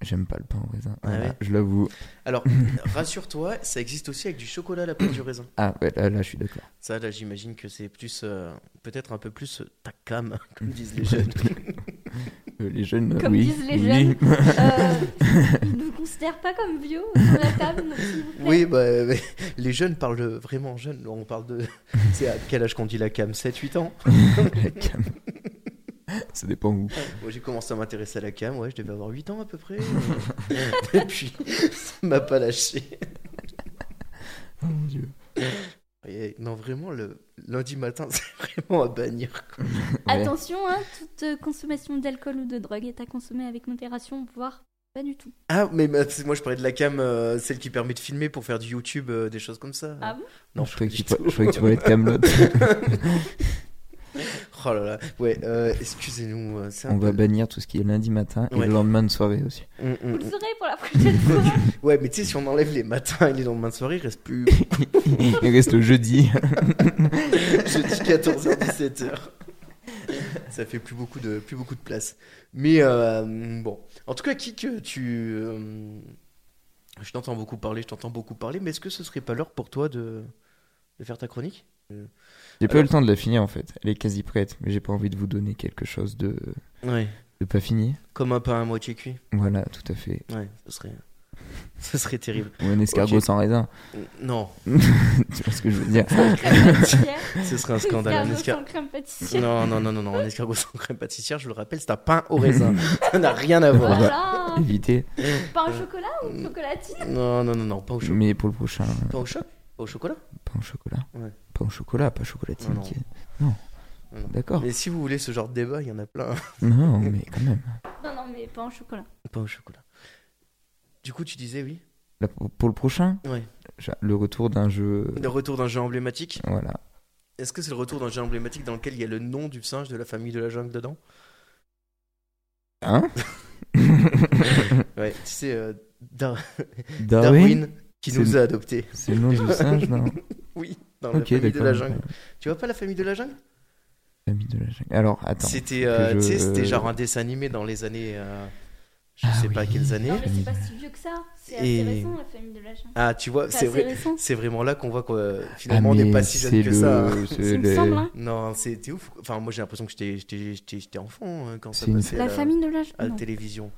[SPEAKER 3] J'aime pas le pain au raisin.
[SPEAKER 1] Ah
[SPEAKER 3] Voilà,
[SPEAKER 1] ouais
[SPEAKER 3] Je l'avoue.
[SPEAKER 1] Alors, rassure-toi, ça existe aussi avec du chocolat à la place du raisin.
[SPEAKER 3] Ah ouais, là, là, je suis d'accord.
[SPEAKER 1] Ça, là, j'imagine que c'est plus. euh, Peut-être un peu plus euh, ta cam, comme disent les jeunes.
[SPEAKER 3] Euh, Les jeunes, euh,
[SPEAKER 2] Comme
[SPEAKER 3] oui.
[SPEAKER 2] disent les
[SPEAKER 3] oui.
[SPEAKER 2] jeunes. Euh, ils ne nous considèrent pas comme vieux sur la table, donc s'il vous plaît.
[SPEAKER 1] Oui, bah, mais les jeunes parlent vraiment jeunes. On parle de. C'est à quel âge qu'on dit la cam 7-8 ans
[SPEAKER 3] La cam. Ça dépend où.
[SPEAKER 1] Moi, j'ai commencé à m'intéresser à la cam, ouais, je devais avoir 8 ans à peu près. Et puis, ça m'a pas lâché.
[SPEAKER 3] Oh mon dieu.
[SPEAKER 1] Et non, vraiment, le lundi matin, c'est vraiment à bannir. quoi.
[SPEAKER 3] Ouais.
[SPEAKER 2] Attention, hein, toute euh, consommation d'alcool ou de drogue est à consommer avec modération, voire pas du tout.
[SPEAKER 1] Ah, mais bah, c'est- moi, je parlais de la cam, euh, celle qui permet de filmer pour faire du YouTube, euh, des choses comme ça.
[SPEAKER 2] Ah bon
[SPEAKER 1] Non,
[SPEAKER 3] je, croyais que
[SPEAKER 1] du
[SPEAKER 3] tu par-
[SPEAKER 1] tout.
[SPEAKER 3] je croyais que tu parlais de Camelot.
[SPEAKER 1] Oh là là, ouais, euh, excusez-nous. euh, c'est un
[SPEAKER 3] On va
[SPEAKER 1] peu-
[SPEAKER 3] bannir tout ce qui est lundi matin et
[SPEAKER 1] Ouais.
[SPEAKER 3] le lendemain de soirée aussi.
[SPEAKER 1] Mm, mm,
[SPEAKER 2] Vous le
[SPEAKER 1] mm.
[SPEAKER 2] saurez pour la prochaine fois.
[SPEAKER 1] Ouais, mais tu sais, si on enlève les matins et les lendemains de soirée, il reste plus
[SPEAKER 3] Il reste le jeudi.
[SPEAKER 1] Jeudi 14h, 17h. Ça fait plus beaucoup de, plus beaucoup de place. Mais euh, bon. En tout cas, Kik, tu. euh, je t'entends beaucoup parler, je t'entends beaucoup parler, mais est-ce que ce serait pas l'heure pour toi de, de faire ta chronique
[SPEAKER 3] J'ai pas eu le temps de la finir en fait. Elle est quasi prête, mais j'ai pas envie de vous donner quelque chose de,
[SPEAKER 1] Ouais.
[SPEAKER 3] de pas fini.
[SPEAKER 1] Comme un pain à moitié cuit
[SPEAKER 3] Voilà, tout à fait.
[SPEAKER 1] Ouais, ce serait. Ce serait terrible.
[SPEAKER 3] Ou un escargot
[SPEAKER 1] Ok.
[SPEAKER 3] sans raisin.
[SPEAKER 1] Non,
[SPEAKER 3] tu vois ce que je veux dire
[SPEAKER 2] Crème pâtissière,
[SPEAKER 1] ce serait un scandale. Un
[SPEAKER 2] escargot
[SPEAKER 1] escar-
[SPEAKER 2] sans crème pâtissière.
[SPEAKER 1] Non, non, non, non, non, un escargot sans crème pâtissière, je le rappelle, c'est un pain au raisin. Ça n'a rien à voir.
[SPEAKER 2] Voilà,
[SPEAKER 3] Éviter.
[SPEAKER 2] pain au chocolat
[SPEAKER 1] Mm.
[SPEAKER 2] ou chocolatine
[SPEAKER 1] Non, non, non, non, pas au chocolat.
[SPEAKER 3] Mais pour le prochain, euh,
[SPEAKER 1] Pas au choc Pas au chocolat
[SPEAKER 3] pas au chocolat.
[SPEAKER 1] Ouais.
[SPEAKER 3] Pas au chocolat, pas chocolatine.
[SPEAKER 1] Non, non.
[SPEAKER 3] qui est- non.
[SPEAKER 1] Non, non.
[SPEAKER 3] D'accord.
[SPEAKER 1] Mais si vous voulez ce genre de débat, il y en a plein.
[SPEAKER 3] Non, mais quand même.
[SPEAKER 2] Non, non, mais pain au chocolat.
[SPEAKER 1] Pas au chocolat. Du coup, tu disais oui
[SPEAKER 3] la- pour le prochain,
[SPEAKER 1] Ouais.
[SPEAKER 3] j'ai- le retour d'un jeu.
[SPEAKER 1] Le retour d'un jeu emblématique.
[SPEAKER 3] Voilà.
[SPEAKER 1] Est-ce que c'est le retour d'un jeu emblématique dans lequel il y a le nom du singe de la famille de la jungle dedans
[SPEAKER 3] Hein
[SPEAKER 1] Ouais, tu sais, euh, Dar-
[SPEAKER 3] Darwin,
[SPEAKER 1] Darwin qui
[SPEAKER 3] Ah C'est
[SPEAKER 1] nous
[SPEAKER 3] le-
[SPEAKER 1] a adoptés.
[SPEAKER 3] C'est le nom du singe, non
[SPEAKER 1] Oui, dans
[SPEAKER 3] Ok,
[SPEAKER 1] la famille de
[SPEAKER 3] d'accord.
[SPEAKER 1] la jungle. Tu vois pas la famille de la jungle
[SPEAKER 3] Famille de la jungle. Alors, attends.
[SPEAKER 1] C'était
[SPEAKER 3] que
[SPEAKER 1] euh, tu sais,
[SPEAKER 3] je-
[SPEAKER 1] c'était genre un dessin animé dans les années. euh, je
[SPEAKER 3] Ah
[SPEAKER 1] sais pas
[SPEAKER 3] oui.
[SPEAKER 1] quelles
[SPEAKER 2] Non,
[SPEAKER 1] années.
[SPEAKER 2] mais c'est pas si vieux que ça. C'est
[SPEAKER 1] Et-
[SPEAKER 2] assez récent, la famille de la jungle.
[SPEAKER 1] Ah, tu vois,
[SPEAKER 2] Bah, C'est
[SPEAKER 1] c'est
[SPEAKER 2] assez
[SPEAKER 1] vrai.
[SPEAKER 2] récent.
[SPEAKER 1] C'est vraiment là qu'on voit que euh,
[SPEAKER 3] Ah,
[SPEAKER 1] finalement on n'est
[SPEAKER 3] mais
[SPEAKER 1] pas si
[SPEAKER 3] c'est
[SPEAKER 1] jeune que
[SPEAKER 3] le-
[SPEAKER 1] ça. hein.
[SPEAKER 3] c'est
[SPEAKER 2] Il me
[SPEAKER 3] le-
[SPEAKER 2] semble, hein.
[SPEAKER 1] Non, c'était ouf. Enfin, moi j'ai l'impression que j'étais- j'étais j'étais- j'étais enfant hein, quand ça
[SPEAKER 3] C'est une-
[SPEAKER 1] passait à
[SPEAKER 2] La
[SPEAKER 1] la-
[SPEAKER 2] famille de la jungle.
[SPEAKER 1] à la
[SPEAKER 2] non.
[SPEAKER 1] télévision.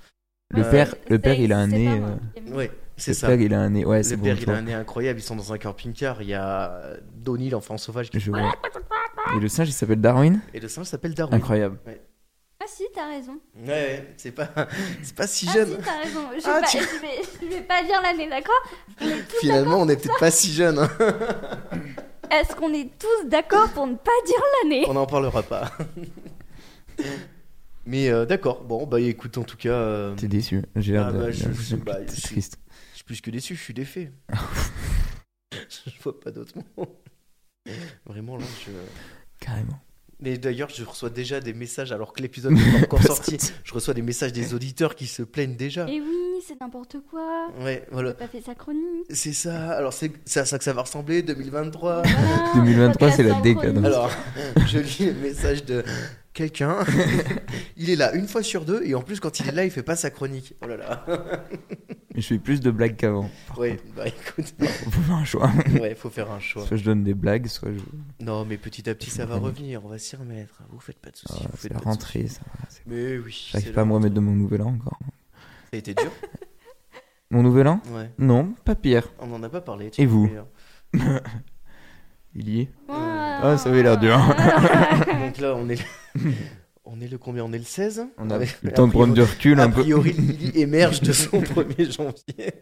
[SPEAKER 3] Le
[SPEAKER 1] Euh,
[SPEAKER 3] père, le père,
[SPEAKER 2] Ça
[SPEAKER 3] il a un
[SPEAKER 2] existait
[SPEAKER 3] nez.
[SPEAKER 2] pas, moi,
[SPEAKER 3] euh,
[SPEAKER 2] Ah, il y avait-
[SPEAKER 1] Ouais, c'est
[SPEAKER 3] le
[SPEAKER 1] ça.
[SPEAKER 3] père, il a un nez. Ouais, c'est
[SPEAKER 1] Le
[SPEAKER 3] bon.
[SPEAKER 1] père,
[SPEAKER 3] je
[SPEAKER 1] il a
[SPEAKER 3] vois.
[SPEAKER 1] un nez incroyable, ils sont dans un camping-car. Il y a euh, Donnie, l'enfant sauvage, qui-
[SPEAKER 3] Je vois. Et le singe, il s'appelle Darwin.
[SPEAKER 1] et le singe s'appelle Darwin.
[SPEAKER 3] Incroyable.
[SPEAKER 2] Ah si, t'as raison.
[SPEAKER 1] Ouais, ouais, c'est pas, c'est pas si
[SPEAKER 2] Ah
[SPEAKER 1] jeune.
[SPEAKER 2] si, t'as raison. Je, vais
[SPEAKER 1] Ah,
[SPEAKER 2] pas-
[SPEAKER 1] tu-
[SPEAKER 2] je vais, je vais pas dire l'année, d'accord
[SPEAKER 1] Finalement, on n'est peut-être pas si jeune. hein.
[SPEAKER 2] Est-ce qu'on est tous d'accord pour ne pas dire l'année
[SPEAKER 1] On n'en parlera pas. Mais euh, d'accord, bon, bah écoute, en tout cas, euh,
[SPEAKER 3] T'es déçu. J'ai l'air
[SPEAKER 1] Ah,
[SPEAKER 3] de.
[SPEAKER 1] bah, je-
[SPEAKER 3] de-
[SPEAKER 1] je- bah,
[SPEAKER 3] t'es
[SPEAKER 1] je-
[SPEAKER 3] triste.
[SPEAKER 1] je suis plus que déçu, je suis défait. je vois pas d'autre mot. Vraiment, là, je.
[SPEAKER 3] Carrément.
[SPEAKER 1] Mais d'ailleurs, je reçois déjà des messages, alors que l'épisode n'est pas encore
[SPEAKER 3] Pas
[SPEAKER 1] sorti, je reçois des messages des auditeurs qui se plaignent déjà.
[SPEAKER 2] Et Eh oui, c'est n'importe quoi.
[SPEAKER 1] Ouais, voilà.
[SPEAKER 2] T'as pas fait sa chronique.
[SPEAKER 1] C'est ça, alors c'est c'est à ça que ça va ressembler, 2023.
[SPEAKER 2] Voilà,
[SPEAKER 3] 2023, c'est la
[SPEAKER 2] podcast en
[SPEAKER 3] décadence.
[SPEAKER 2] chronique.
[SPEAKER 1] Alors, je lis le message de quelqu'un. Il est là une fois sur deux, et en plus, quand il est là, il fait pas sa chronique. Oh là là.
[SPEAKER 3] Je fais plus de blagues qu'avant. par
[SPEAKER 1] Ouais,
[SPEAKER 3] contre.
[SPEAKER 1] bah écoute,
[SPEAKER 3] Faut faire un choix.
[SPEAKER 1] ouais, faut faire un choix.
[SPEAKER 3] Soit je donne des blagues, soit je.
[SPEAKER 1] Non, mais petit à petit, ça va
[SPEAKER 3] Chronique.
[SPEAKER 1] revenir, on va s'y remettre. Vous faites pas de
[SPEAKER 3] Ah,
[SPEAKER 1] soucis. vous
[SPEAKER 3] c'est
[SPEAKER 1] faites
[SPEAKER 3] la
[SPEAKER 1] pas de
[SPEAKER 3] rentrée, ça. va, c'est-
[SPEAKER 1] soucis. Mais oui. c'est
[SPEAKER 3] J'arrive
[SPEAKER 1] la
[SPEAKER 3] pas à me
[SPEAKER 1] rentrée.
[SPEAKER 3] remettre de mon nouvel an encore.
[SPEAKER 1] Ça a été dur.
[SPEAKER 3] Mon nouvel an
[SPEAKER 1] Ouais,
[SPEAKER 3] Non, pas pire.
[SPEAKER 1] on en a pas parlé.
[SPEAKER 3] Et vous
[SPEAKER 1] d'ailleurs.
[SPEAKER 3] Il y est.
[SPEAKER 2] Voilà.
[SPEAKER 3] Ah, ça avait l'air dur.
[SPEAKER 1] euh, Donc là, on est. On est le combien On est le 16
[SPEAKER 3] On a
[SPEAKER 1] Ah Ouais,
[SPEAKER 3] eu le temps de prendre du recul
[SPEAKER 1] A
[SPEAKER 3] un peu.
[SPEAKER 1] priori, Lily émerge de son 1er janvier.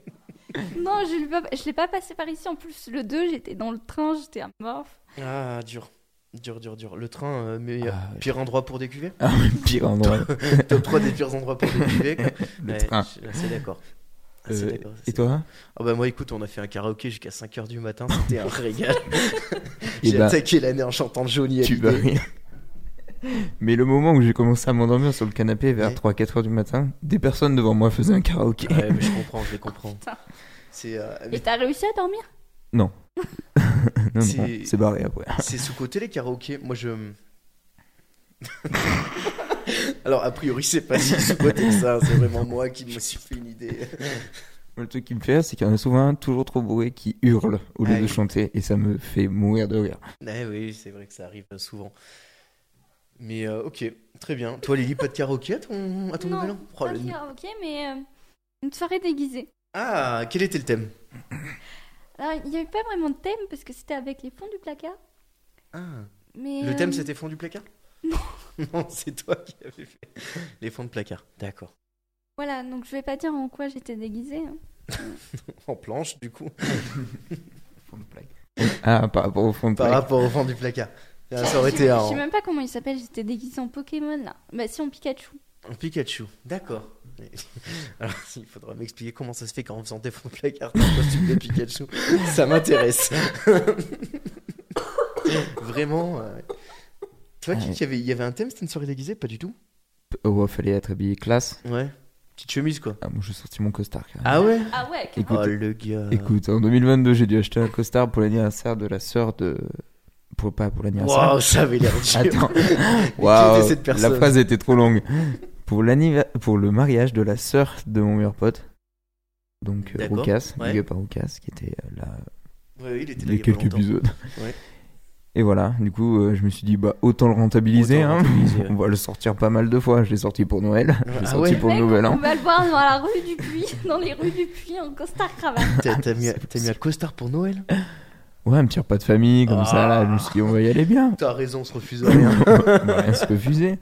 [SPEAKER 2] non, je l'ai pas, je l'ai pas passé par ici. En plus, le 2, j'étais dans le train, j'étais à morph.
[SPEAKER 1] Ah, dur. Dur, dur, dur. Le train, euh, mais euh,
[SPEAKER 3] Ah, ouais.
[SPEAKER 1] pire endroit pour des cuvées
[SPEAKER 3] Ah, ouais, pire endroit.
[SPEAKER 1] Top 3 des pires endroits pour des cuvées. quoi.
[SPEAKER 3] Le
[SPEAKER 1] Ouais,
[SPEAKER 3] train.
[SPEAKER 1] je suis assez d'accord. Assez
[SPEAKER 3] Euh,
[SPEAKER 1] d'accord, assez
[SPEAKER 3] Et toi
[SPEAKER 1] d'accord. Ah bah moi écoute, on a fait un karaoké jusqu'à 5h du matin, c'était un régal.
[SPEAKER 3] Eh
[SPEAKER 1] J'ai
[SPEAKER 3] bah,
[SPEAKER 1] attaqué l'année en chantant Johnny
[SPEAKER 3] Tu vas
[SPEAKER 1] Hallyday.
[SPEAKER 3] rien. Mais le moment où j'ai commencé à m'endormir sur le canapé vers
[SPEAKER 1] Ouais.
[SPEAKER 3] 3-4 heures du matin, des personnes devant moi faisaient un karaoké.
[SPEAKER 1] Ouais, mais je comprends, je les comprends. C'est euh,
[SPEAKER 2] Et t'as réussi à dormir
[SPEAKER 3] Non,
[SPEAKER 1] C'est-
[SPEAKER 3] non, c'est barré après.
[SPEAKER 1] C'est sous-côté les karaokés. Moi, je. Alors, a priori, c'est pas si sous-côté que ça. C'est vraiment moi qui me suis fait une idée.
[SPEAKER 3] Le truc qui me fait rire, c'est qu'il y en a souvent un toujours trop bourré qui hurle au lieu
[SPEAKER 1] Ah
[SPEAKER 3] de
[SPEAKER 1] oui.
[SPEAKER 3] chanter et ça me fait mourir de rire.
[SPEAKER 1] Eh oui, c'est vrai que ça arrive souvent. Mais euh, ok, très bien. Toi, Lily, pas de karaoké à ton, à ton
[SPEAKER 2] Non,
[SPEAKER 1] nouvel an Oh,
[SPEAKER 2] Pas
[SPEAKER 1] le-
[SPEAKER 2] de karaoké, mais euh, une soirée déguisée.
[SPEAKER 1] Ah, quel était le thème
[SPEAKER 2] Alors, il n'y avait pas vraiment de thème parce que c'était avec les fonds du placard.
[SPEAKER 1] Ah,
[SPEAKER 2] Mais
[SPEAKER 1] Le thème,
[SPEAKER 2] euh,
[SPEAKER 1] c'était fond du placard Non, c'est toi qui avais fait les fonds de placard. D'accord.
[SPEAKER 2] euh, Voilà, donc je vais pas dire en quoi j'étais déguisée. hein.
[SPEAKER 1] En planche, du coup,
[SPEAKER 3] Ah, par rapport au fond de
[SPEAKER 1] par
[SPEAKER 3] plaque.
[SPEAKER 1] rapport au fond du placard. Ah, Ça aurait
[SPEAKER 2] Je-
[SPEAKER 1] été
[SPEAKER 2] Je
[SPEAKER 1] un,
[SPEAKER 2] sais même pas comment il s'appelle, j'étais déguisée en Pokémon là. Bah si, en Pikachu.
[SPEAKER 1] Un Pikachu, d'accord. Mais- Alors, il faudra m'expliquer comment ça se fait qu'en faisant des fonds de placard, t'as un costume de Pikachu. Ça m'intéresse. Vraiment. euh, Toi, qui,
[SPEAKER 3] Ouais.
[SPEAKER 1] qui avait- il y avait un thème, c'était une soirée déguisée Pas du tout
[SPEAKER 3] Oh, ouais, fallait être habillé classe.
[SPEAKER 1] Ouais. Petite chemise, quoi.
[SPEAKER 3] Ah, moi, j'ai sorti mon costard. carrément.
[SPEAKER 1] Ah ouais
[SPEAKER 2] Ah ouais,
[SPEAKER 3] Écoute,
[SPEAKER 1] Oh, le gars.
[SPEAKER 3] Écoute, en 2022, j'ai dû acheter un costard pour l'anniversaire de la sœur de. Pour, pas pour l'anniversaire.
[SPEAKER 1] Waouh, ça avait l'air dur.
[SPEAKER 3] Attends.
[SPEAKER 1] était
[SPEAKER 3] Waouh,
[SPEAKER 1] cette personne
[SPEAKER 3] la phrase était trop longue. pour, l'anniver- pour le mariage de la sœur de mon meilleur pote. Donc, euh,
[SPEAKER 1] D'accord,
[SPEAKER 3] Roucas,
[SPEAKER 1] ouais.
[SPEAKER 3] big up à Roucas, qui était euh, là
[SPEAKER 1] Ouais, il était
[SPEAKER 3] il
[SPEAKER 1] là il y
[SPEAKER 3] y a
[SPEAKER 1] a pas
[SPEAKER 3] quelques
[SPEAKER 1] longtemps.
[SPEAKER 3] épisodes.
[SPEAKER 1] Ouais.
[SPEAKER 3] Et voilà, du coup, euh, je me suis dit, bah, autant le rentabiliser.
[SPEAKER 1] Autant
[SPEAKER 3] hein.
[SPEAKER 1] le rentabiliser, ouais.
[SPEAKER 3] On va le sortir pas mal de fois. Je l'ai sorti pour Noël, je l'ai
[SPEAKER 1] Ah
[SPEAKER 3] sorti
[SPEAKER 1] ouais
[SPEAKER 3] pour le Nouvel
[SPEAKER 2] on
[SPEAKER 3] An.
[SPEAKER 2] va le voir dans la rue du Puy, dans les rues du Puy en costard cravate.
[SPEAKER 1] T'as t'as mis,
[SPEAKER 3] c'est
[SPEAKER 1] t'as mis un costard pour Noël
[SPEAKER 3] Ouais, un petit repas de famille, comme ça, là, je me suis dit, on va y aller bien.
[SPEAKER 1] T'as raison, on se refuse à rien.
[SPEAKER 3] on va rien se refuser.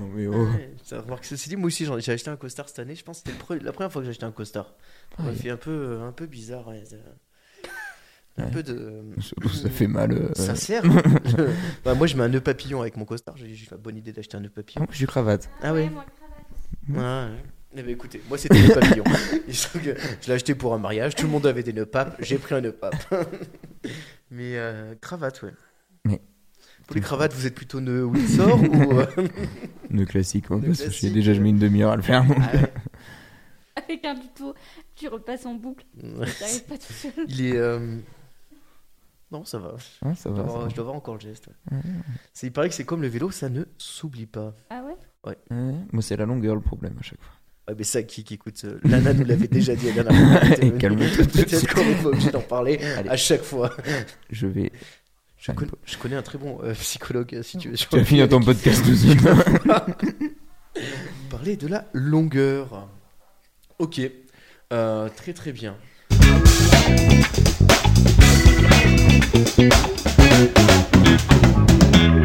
[SPEAKER 3] Non, mais oh.
[SPEAKER 1] Ouais, Ça remarque ceci dit, moi aussi j'en- j'ai acheté un costard cette année. Je pense que c'était le pre- la première fois que j'ai acheté un costard. Ça m'a
[SPEAKER 3] Ouais.
[SPEAKER 1] fait un peu, un peu bizarre. ouais, ça- Un
[SPEAKER 3] Ouais.
[SPEAKER 1] peu de.
[SPEAKER 3] Surtout, ça fait mal. euh,
[SPEAKER 1] Sincère. Bah, moi je mets un nœud papillon avec mon costard. J'ai j'ai eu la bonne idée d'acheter un nœud
[SPEAKER 3] Ah,
[SPEAKER 1] papillon.
[SPEAKER 3] moi, j'ai cravate.
[SPEAKER 1] Ah ouais.
[SPEAKER 2] moi, cravate.
[SPEAKER 3] ouais.
[SPEAKER 1] Ouais, ouais. Eh ben, écoutez, moi c'était le papillon. Il se trouve que je l'ai acheté pour un mariage, tout le monde avait des nœuds papes, j'ai pris un nœud pape. Mais euh, cravate, ouais.
[SPEAKER 3] Mais-
[SPEAKER 1] Pour les cravates, vous êtes plutôt nœud Windsor ou. euh,
[SPEAKER 3] Le classique, ouais,
[SPEAKER 1] Le
[SPEAKER 3] parce que j'ai
[SPEAKER 1] classique.
[SPEAKER 3] déjà je mets une demi-heure à le faire.
[SPEAKER 1] ah ouais.
[SPEAKER 2] Avec un tuto, tu repasses en boucle. T'arrives pas tout seul.
[SPEAKER 1] Il est. euh, Non, ça va.
[SPEAKER 3] Ouais,
[SPEAKER 1] Je
[SPEAKER 3] ça va.
[SPEAKER 1] dois
[SPEAKER 3] ça
[SPEAKER 1] avoir-
[SPEAKER 3] va.
[SPEAKER 1] je dois avoir encore le geste. ouais.
[SPEAKER 3] Ouais.
[SPEAKER 1] C'est- Il paraît que c'est comme le vélo, ça ne s'oublie pas.
[SPEAKER 2] Ah ouais
[SPEAKER 3] Ouais, Moi, c'est la longueur le problème à chaque fois.
[SPEAKER 1] Ouais, Ah, mais ça, qui, qui écoute, euh, Lana nous l'avait déjà dit la dernière fois.
[SPEAKER 3] Et calme-toi tout de
[SPEAKER 1] Peut-être
[SPEAKER 3] suite.
[SPEAKER 1] qu'on est pas obligé d'en parler
[SPEAKER 3] Allez.
[SPEAKER 1] à chaque fois.
[SPEAKER 3] Je vais.
[SPEAKER 1] Je,
[SPEAKER 3] Allez,
[SPEAKER 1] con-
[SPEAKER 3] po-
[SPEAKER 1] je connais un très bon euh, psychologue euh, si tu veux.
[SPEAKER 3] Tu as fini ton podcast tout seul.
[SPEAKER 1] Parler de la longueur. Ok. Euh, très très bien.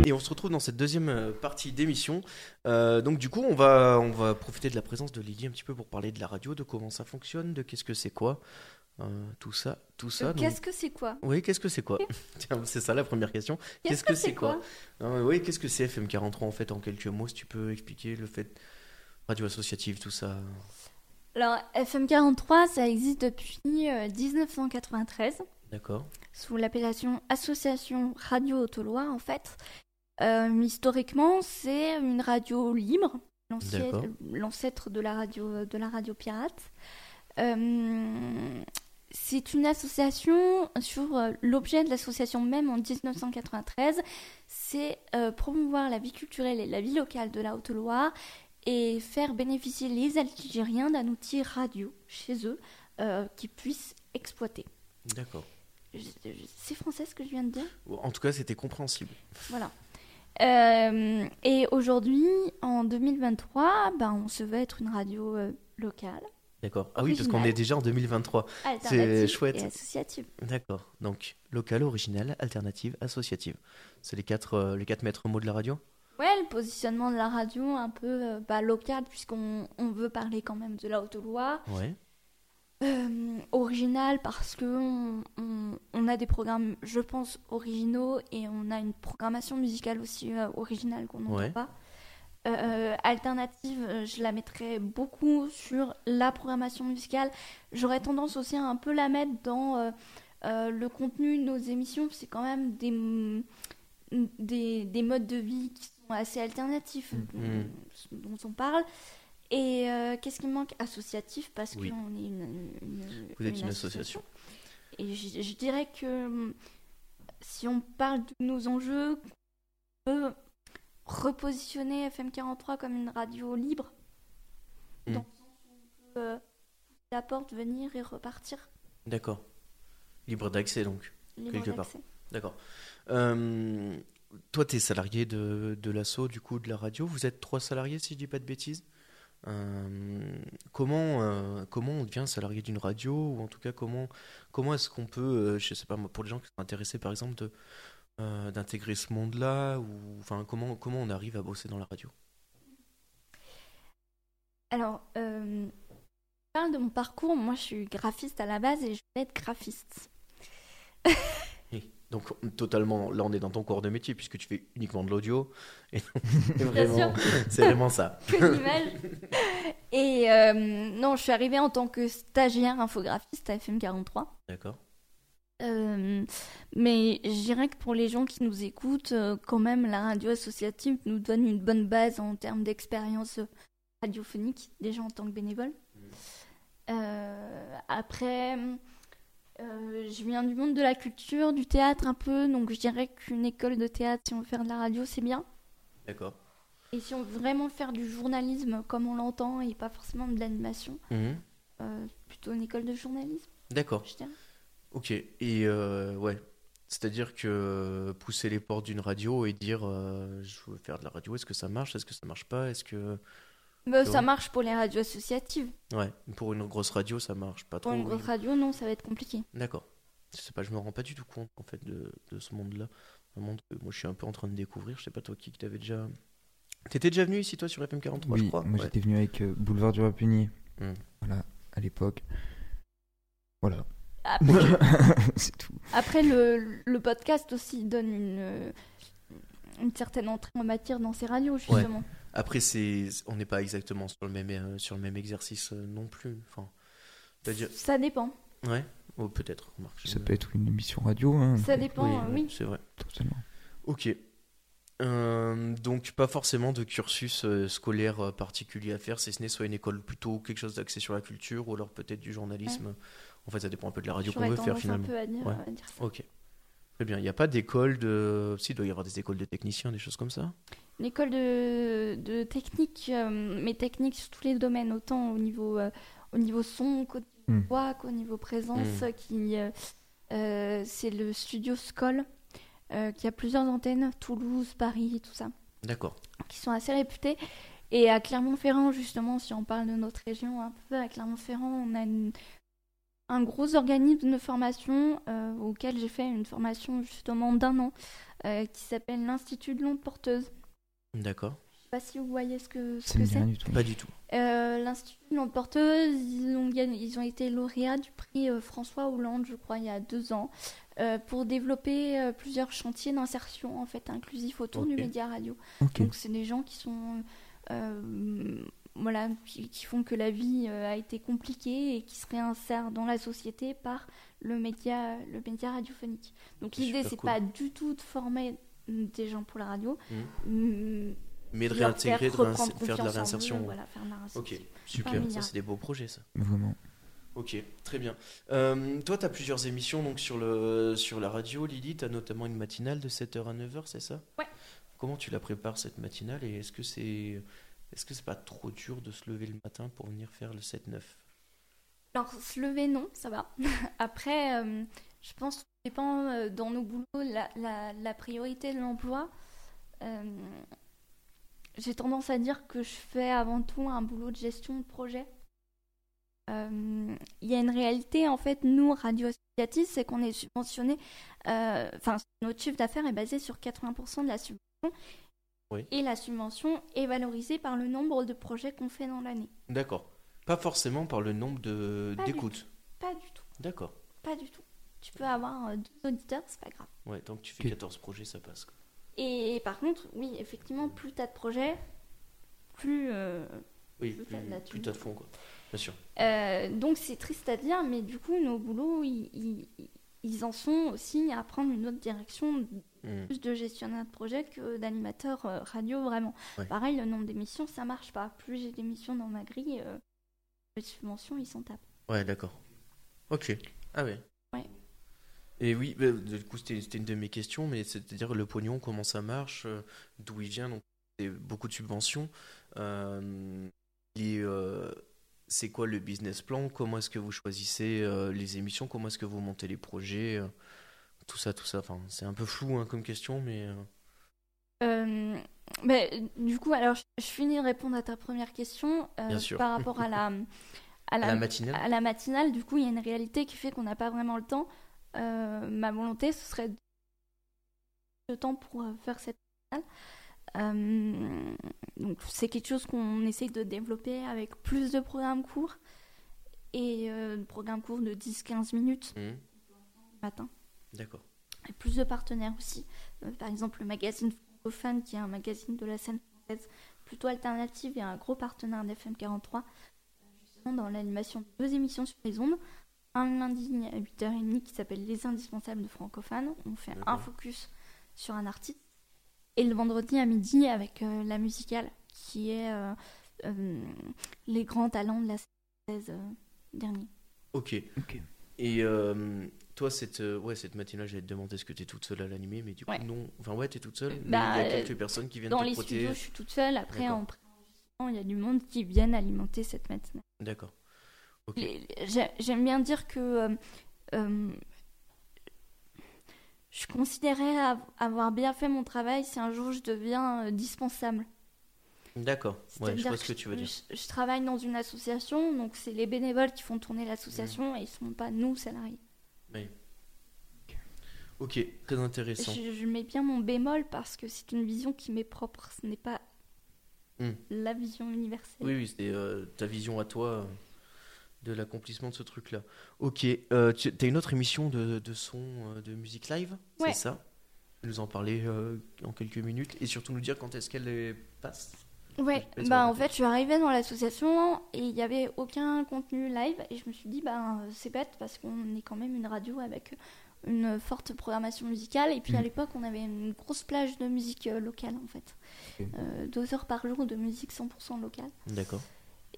[SPEAKER 1] Et on se retrouve dans cette deuxième euh, partie d'émission. Euh, donc du coup, on va, on va profiter de la présence de Lily un petit peu pour parler de la radio, de comment ça fonctionne, de qu'est-ce que c'est quoi, euh, tout ça, tout ça.
[SPEAKER 2] Euh,
[SPEAKER 1] donc-
[SPEAKER 2] Qu'est-ce que c'est quoi
[SPEAKER 1] Oui, qu'est-ce que c'est quoi Tiens, C'est ça la première question. Qu'est-ce que c'est quoi Non, mais oui, qu'est-ce que c'est FM43 en fait en quelques mots si tu peux expliquer le fait radio associative tout ça.
[SPEAKER 2] Alors, FM43, ça existe depuis euh, 1993,
[SPEAKER 1] D'accord.
[SPEAKER 2] sous l'appellation Association Radio Autolois, en fait. Euh, historiquement, c'est une radio libre, l'ancien-
[SPEAKER 1] D'accord.
[SPEAKER 2] l'ancêtre de la radio, de la radio pirate. Euh, c'est une association, sur euh, l'objet de l'association même en 1993, c'est euh, promouvoir la vie culturelle et la vie locale de la Haute-Loire et faire bénéficier les Algériens d'un outil radio chez eux euh, qu'ils puissent exploiter.
[SPEAKER 1] D'accord.
[SPEAKER 2] Je- je- C'est français ce que je viens de dire
[SPEAKER 1] En tout cas, c'était compréhensible.
[SPEAKER 2] voilà. Euh, et aujourd'hui, en 2023, ben, on se veut être une radio euh, locale.
[SPEAKER 1] D'accord. Ah oui, parce qu'on
[SPEAKER 2] Original.
[SPEAKER 1] est déjà en 2023.
[SPEAKER 2] alternative
[SPEAKER 1] chouette.
[SPEAKER 2] Et associative.
[SPEAKER 1] D'accord. Donc local, original, alternative, associative. C'est les quatre euh, les quatre maîtres mots de la radio.
[SPEAKER 2] Ouais, le positionnement de la radio un peu euh, bah, local, puisqu'on on veut parler quand même de la Haute-Loire.
[SPEAKER 1] Ouais.
[SPEAKER 2] Euh, original parce que on, on- on a des programmes, je pense, originaux et on a une programmation musicale aussi euh, originale qu'on n'entend
[SPEAKER 1] Ouais.
[SPEAKER 2] pas. Euh, alternative, euh, je la mettrais beaucoup sur la programmation musicale. J'aurais tendance aussi à un peu la mettre dans euh, euh, le contenu de nos émissions. C'est quand même des, m- des, des modes de vie qui sont assez alternatifs
[SPEAKER 1] Mhm.
[SPEAKER 2] dont, dont on parle. Et euh, qu'est-ce qui manque Associatif, parce
[SPEAKER 1] Oui.
[SPEAKER 2] qu'on est une, une-
[SPEAKER 1] Vous êtes une association.
[SPEAKER 2] Et je, je dirais que hum, si on parle de nos enjeux, on peut repositionner FM43 comme une radio libre,
[SPEAKER 1] Mm.
[SPEAKER 2] dans le sens où on peut euh, ouvrir la porte, venir et repartir
[SPEAKER 1] D'accord. Libre d'accès donc.
[SPEAKER 2] libre
[SPEAKER 1] Quelque part.
[SPEAKER 2] d'accès.
[SPEAKER 1] D'accord. Euh, toi, tu es salarié de, de l'assaut, du coup, de la radio. Vous êtes trois salariés, si je dis pas de bêtises. Euh, comment, euh, comment on devient salarié d'une radio Ou en tout cas, comment, comment est-ce qu'on peut, euh, je sais pas, moi, pour les gens qui sont intéressés, par exemple, de, euh, d'intégrer ce monde-là ou enfin comment, comment on arrive à bosser dans la radio
[SPEAKER 2] Alors, euh, je parle de mon parcours. Moi, je suis graphiste à la base et je voulais être graphiste.
[SPEAKER 1] donc totalement, là on est dans ton corps de métier puisque tu fais uniquement de l'audio et c'est
[SPEAKER 2] Bien sûr.
[SPEAKER 1] vraiment, c'est vraiment ça.
[SPEAKER 2] que d'image. Et euh, non, je suis arrivée en tant que stagiaire infographiste à FM43.
[SPEAKER 1] D'accord.
[SPEAKER 2] Euh, mais je dirais que pour les gens qui nous écoutent, euh, quand même, la radio associative nous donne une bonne base en termes d'expérience radiophonique, déjà en tant que bénévole. Euh, après, euh, je viens du monde de la culture, du théâtre un peu, donc je dirais qu'une école de théâtre, si on veut faire de la radio, c'est bien.
[SPEAKER 1] D'accord.
[SPEAKER 2] Et si on veut vraiment faire du journalisme comme on l'entend et pas forcément de l'animation,
[SPEAKER 1] Mhm.
[SPEAKER 2] euh, plutôt une école de journalisme,
[SPEAKER 1] D'accord.
[SPEAKER 2] je dirais.
[SPEAKER 1] Ok, et euh, ouais, c'est-à-dire que pousser les portes d'une radio et dire euh, je veux faire de la radio, est-ce que ça marche, est-ce que ça marche pas, est-ce que...
[SPEAKER 2] Mais
[SPEAKER 1] C'est
[SPEAKER 2] Bah, ça
[SPEAKER 1] bon.
[SPEAKER 2] marche pour les radios associatives.
[SPEAKER 1] Ouais, pour une grosse radio, ça marche pas
[SPEAKER 2] Pour
[SPEAKER 1] trop.
[SPEAKER 2] une
[SPEAKER 1] oui.
[SPEAKER 2] grosse radio, non, ça va être compliqué.
[SPEAKER 1] D'accord. Je sais pas, je me rends pas du tout compte en fait de, de ce monde-là. Un monde que moi je suis un peu en train de découvrir, je sais pas toi qui que t'avais déjà... T'étais déjà venu ici toi sur FM43 je
[SPEAKER 3] Oui,
[SPEAKER 1] crois
[SPEAKER 3] moi
[SPEAKER 1] Ouais.
[SPEAKER 3] j'étais venu avec euh, Boulevard du Rapunier.
[SPEAKER 1] Hmm.
[SPEAKER 3] Voilà, à l'époque. Voilà.
[SPEAKER 2] Après,
[SPEAKER 3] c'est tout.
[SPEAKER 2] après, le, le podcast aussi donne une, une certaine entrée en matière dans ces radios, justement.
[SPEAKER 1] Après, c'est, on n'est pas exactement sur le même, euh, sur le même exercice euh, non plus. Enfin, c'est-à-dire-
[SPEAKER 2] Ça dépend.
[SPEAKER 1] ouais, oh, peut-être. remarque, je
[SPEAKER 3] Ça
[SPEAKER 1] me-
[SPEAKER 3] peut être une émission radio, hein,
[SPEAKER 2] Ça dépend,
[SPEAKER 1] oui,
[SPEAKER 2] euh,
[SPEAKER 1] oui,
[SPEAKER 2] oui.
[SPEAKER 1] c'est vrai.
[SPEAKER 3] totalement.
[SPEAKER 1] Ok. Euh, donc pas forcément de cursus euh, scolaire euh, particulier à faire, si ce n'est soit une école plutôt quelque chose d'axé sur la culture ou alors peut-être du journalisme. En fait, ça dépend un peu de la radio qu'on
[SPEAKER 2] J'aurais
[SPEAKER 1] veut
[SPEAKER 2] tendance
[SPEAKER 1] faire finalement.
[SPEAKER 2] un peu à dire,
[SPEAKER 1] Ouais.
[SPEAKER 2] à dire ça.
[SPEAKER 1] Ok. Très bien. Il n'y a pas d'école de. Si, il doit y avoir des écoles de techniciens, des choses comme ça.
[SPEAKER 2] L'école de, de technique, euh, mais technique sur tous les domaines, autant au niveau, euh, au niveau son qu'au niveau
[SPEAKER 3] Mm.
[SPEAKER 2] voix, qu'au niveau présence,
[SPEAKER 1] Mm.
[SPEAKER 2] euh, qui, euh, euh, c'est le studio Skoll, euh, qui a plusieurs antennes, Toulouse, Paris, tout ça,
[SPEAKER 1] D'accord.
[SPEAKER 2] qui sont assez réputées. Et à Clermont-Ferrand, justement, si on parle de notre région un peu, à Clermont-Ferrand, on a une- un gros organisme de formation euh, auquel j'ai fait une formation justement d'un an, euh, qui s'appelle l'Institut de l'onde porteuse
[SPEAKER 1] D'accord.
[SPEAKER 2] sais pas si vous voyez ce que ce
[SPEAKER 3] Ça me
[SPEAKER 2] que
[SPEAKER 3] dit
[SPEAKER 2] c'est.
[SPEAKER 3] rien du tout.
[SPEAKER 1] Pas du tout.
[SPEAKER 2] Euh, L'Institut de Lampe Porteuse, ils ont, gagné- ils ont été lauréats du prix euh, François Hollande, je crois, il y a deux ans, euh, pour développer euh, plusieurs chantiers d'insertion en fait inclusif autour
[SPEAKER 1] Ok.
[SPEAKER 2] du média radio.
[SPEAKER 3] Ok.
[SPEAKER 2] Donc c'est des gens qui sont euh, voilà qui, qui font que la vie euh, a été compliquée et qui se réinsèrent dans la société par le média le média radiophonique. Donc
[SPEAKER 1] C'est
[SPEAKER 2] l'idée
[SPEAKER 1] super
[SPEAKER 2] c'est
[SPEAKER 1] cool. Mmh.
[SPEAKER 2] pas du tout de former euh, des gens pour la radio, mm,
[SPEAKER 1] Mais de
[SPEAKER 2] leur
[SPEAKER 1] réintégrer, de
[SPEAKER 2] faire,
[SPEAKER 1] réins-
[SPEAKER 2] reprendre
[SPEAKER 1] faire de la
[SPEAKER 2] confiance en
[SPEAKER 1] réinsertion.
[SPEAKER 2] eux, voilà, faire de la réinsertion.
[SPEAKER 1] Ok. Super. Ça,
[SPEAKER 2] milliard.
[SPEAKER 1] c'est des beaux projets, ça.
[SPEAKER 3] Vraiment.
[SPEAKER 1] Ok, très bien. Euh, toi, tu as plusieurs émissions donc, sur, le, sur la radio, Lily. Tu as notamment une matinale de 7h à 9h, c'est ça
[SPEAKER 2] Ouais.
[SPEAKER 1] Comment tu la prépares, cette matinale Et est-ce que c'est est-ce que c'est pas trop dur de se lever le matin pour venir faire le 7-9
[SPEAKER 2] Alors, se lever, non, ça va. Après, euh, je pense que ça dépend euh, dans nos boulots, la, la- la priorité de l'emploi. Euh, J'ai tendance à dire que je fais avant tout un boulot de gestion de projet. Euh, Il y a une réalité, en fait, nous, Radio Associative, c'est qu'on est subventionné, euh, enfin, notre chiffre d'affaires est basé sur 80% de la subvention.
[SPEAKER 1] Oui.
[SPEAKER 2] Et la subvention est valorisée par le nombre de projets qu'on fait dans l'année.
[SPEAKER 1] D'accord. Pas forcément par le nombre de-
[SPEAKER 2] Pas du
[SPEAKER 1] d'écoutes.
[SPEAKER 2] Pas du tout.
[SPEAKER 1] D'accord.
[SPEAKER 2] Pas du tout. Tu peux avoir euh, deux auditeurs, c'est pas grave.
[SPEAKER 1] Ouais, tant que tu fais
[SPEAKER 3] Ok.
[SPEAKER 1] 14 projets, ça passe. quoi.
[SPEAKER 2] Et par contre, oui, effectivement, plus t'as de projets, plus. euh,
[SPEAKER 1] Oui,
[SPEAKER 2] Plus
[SPEAKER 1] plus,
[SPEAKER 2] t'as de la
[SPEAKER 1] plus
[SPEAKER 2] thune.
[SPEAKER 1] t'as de fonds, quoi. Bien sûr.
[SPEAKER 2] euh, donc c'est triste à dire, mais du coup, nos boulots, ils, ils- ils en sont aussi à prendre une autre direction,
[SPEAKER 1] Hmm.
[SPEAKER 2] plus de gestionnaire de projet que d'animateur euh, radio, vraiment.
[SPEAKER 1] Ouais.
[SPEAKER 2] Pareil, le nombre d'émissions, ça marche pas. Plus j'ai d'émissions dans ma grille, euh, les subventions, ils s'en tapent.
[SPEAKER 1] Ouais, d'accord. Ok. Ah ouais.
[SPEAKER 2] Ouais.
[SPEAKER 1] Et oui, bah, du coup, c'était c'était une de mes questions, mais c'est-à-dire le pognon, comment ça marche, euh, d'où il vient, donc c'est beaucoup de subventions. Euh, et, euh, c'est quoi le business plan? Comment est-ce que vous choisissez euh, les émissions? Comment est-ce que vous montez les projets? euh, tout ça, tout ça. Enfin, c'est un peu flou hein, comme question, mais euh,
[SPEAKER 2] Euh, ben, du coup, alors je, je finis de répondre à ta première question euh,
[SPEAKER 1] Bien sûr.
[SPEAKER 2] par rapport à la, à
[SPEAKER 1] à la
[SPEAKER 2] la,
[SPEAKER 1] matinale.
[SPEAKER 2] à la matinale. Du coup, il y a une réalité qui fait qu'on n'a pas vraiment le temps. Euh, ma volonté, ce serait de- de temps pour euh, faire cette matinale. Euh, donc, c'est quelque chose qu'on essaye de développer avec plus de programmes courts et euh, de programmes courts de 10-15 minutes
[SPEAKER 1] Mhm,
[SPEAKER 2] le matin
[SPEAKER 1] d'accord.
[SPEAKER 2] et plus de partenaires aussi. Euh, par exemple, le magazine Francophone, qui est un magazine de la scène française plutôt alternative et un gros partenaire d'FM 43, justement dans l'animation de deux émissions sur les ondes. Un lundi à 8h30 qui s'appelle Les Indispensables de Francophone. On fait un
[SPEAKER 1] D'accord.
[SPEAKER 2] focus sur un artiste. Et le vendredi à midi avec euh, la musicale, qui est euh, euh, les grands talents de la scène française euh, dernier.
[SPEAKER 1] Ok.
[SPEAKER 3] Ok.
[SPEAKER 1] Et euh, toi, cette, euh, ouais, cette matinale, j'allais te demander ce que tu es toute seule à l'animer, mais du coup,
[SPEAKER 2] Ouais.
[SPEAKER 1] non. Enfin, ouais, t'es toute seule, mais
[SPEAKER 2] Bah,
[SPEAKER 1] il y a
[SPEAKER 2] euh,
[SPEAKER 1] quelques personnes qui viennent
[SPEAKER 2] Dans
[SPEAKER 1] te
[SPEAKER 2] les
[SPEAKER 1] protéger.
[SPEAKER 2] studios, je suis toute seule. Après,
[SPEAKER 1] D'accord.
[SPEAKER 2] en préenregistrement, il y a du monde qui viennent alimenter cette matinale.
[SPEAKER 1] D'accord. Ok.
[SPEAKER 2] Les- les- j'ai- J'aime bien dire que euh, euh, je considérais av- avoir bien fait mon travail si un jour je deviens euh, dispensable.
[SPEAKER 1] D'accord. Ouais, je
[SPEAKER 2] C'est-à-dire
[SPEAKER 1] vois ce que tu veux dire.
[SPEAKER 2] Je, je travaille dans une association, donc c'est les bénévoles qui font tourner l'association
[SPEAKER 1] Mmh.
[SPEAKER 2] et ils ne sont pas nous salariés.
[SPEAKER 1] Ok, très intéressant.
[SPEAKER 2] Je, je mets bien mon bémol parce que c'est une vision qui m'est propre, ce n'est pas
[SPEAKER 1] Hmm.
[SPEAKER 2] la vision universelle.
[SPEAKER 1] Oui, oui, c'est euh, ta vision à toi euh, de l'accomplissement de ce truc-là. Ok, euh, tu as une autre émission de, de son, euh, de musique live,
[SPEAKER 2] Ouais.
[SPEAKER 1] c'est ça nous en parler euh, en quelques minutes et surtout nous dire quand est-ce qu'elle euh, passe.
[SPEAKER 2] Ouais,
[SPEAKER 1] Je sais pas si on
[SPEAKER 2] bah en
[SPEAKER 1] raconte.
[SPEAKER 2] fait, je suis arrivée dans l'association et il n'y avait aucun contenu live et je me suis dit, bah euh, c'est bête parce qu'on est quand même une radio avec une forte programmation musicale et puis à
[SPEAKER 3] Mhm.
[SPEAKER 2] l'époque, on avait une grosse plage de musique euh, locale en fait.
[SPEAKER 3] Ok.
[SPEAKER 2] Euh, deux heures par jour de musique 100% locale
[SPEAKER 1] D'accord.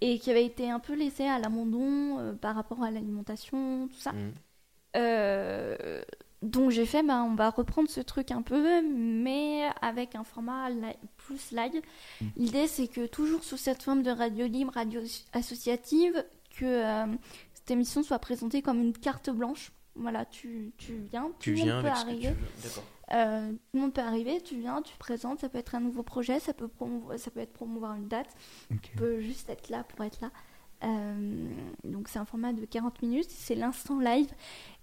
[SPEAKER 2] et qui avait été un peu laissée à l'abandon euh, par rapport à l'alimentation, tout ça.
[SPEAKER 1] Mm.
[SPEAKER 2] Euh, donc j'ai fait, bah, on va reprendre ce truc un peu, mais avec un format li- plus live.
[SPEAKER 3] Mm.
[SPEAKER 2] L'idée, c'est que toujours sous cette forme de radio libre, radio as- associative, que euh, cette émission soit présentée comme une carte blanche. Voilà, tu, tu viens, tout
[SPEAKER 1] Tu
[SPEAKER 2] le monde
[SPEAKER 1] viens
[SPEAKER 2] peut
[SPEAKER 1] avec ce que tu
[SPEAKER 2] arriver.
[SPEAKER 1] veux. D'accord.
[SPEAKER 2] Euh, tout le monde peut arriver, tu viens, tu présentes, ça peut être un nouveau projet, ça peut, promouvoir- ça peut être promouvoir une date
[SPEAKER 3] Ok.
[SPEAKER 2] peut juste être là pour être là. Euh, donc c'est un format de 40 minutes, c'est l'instant live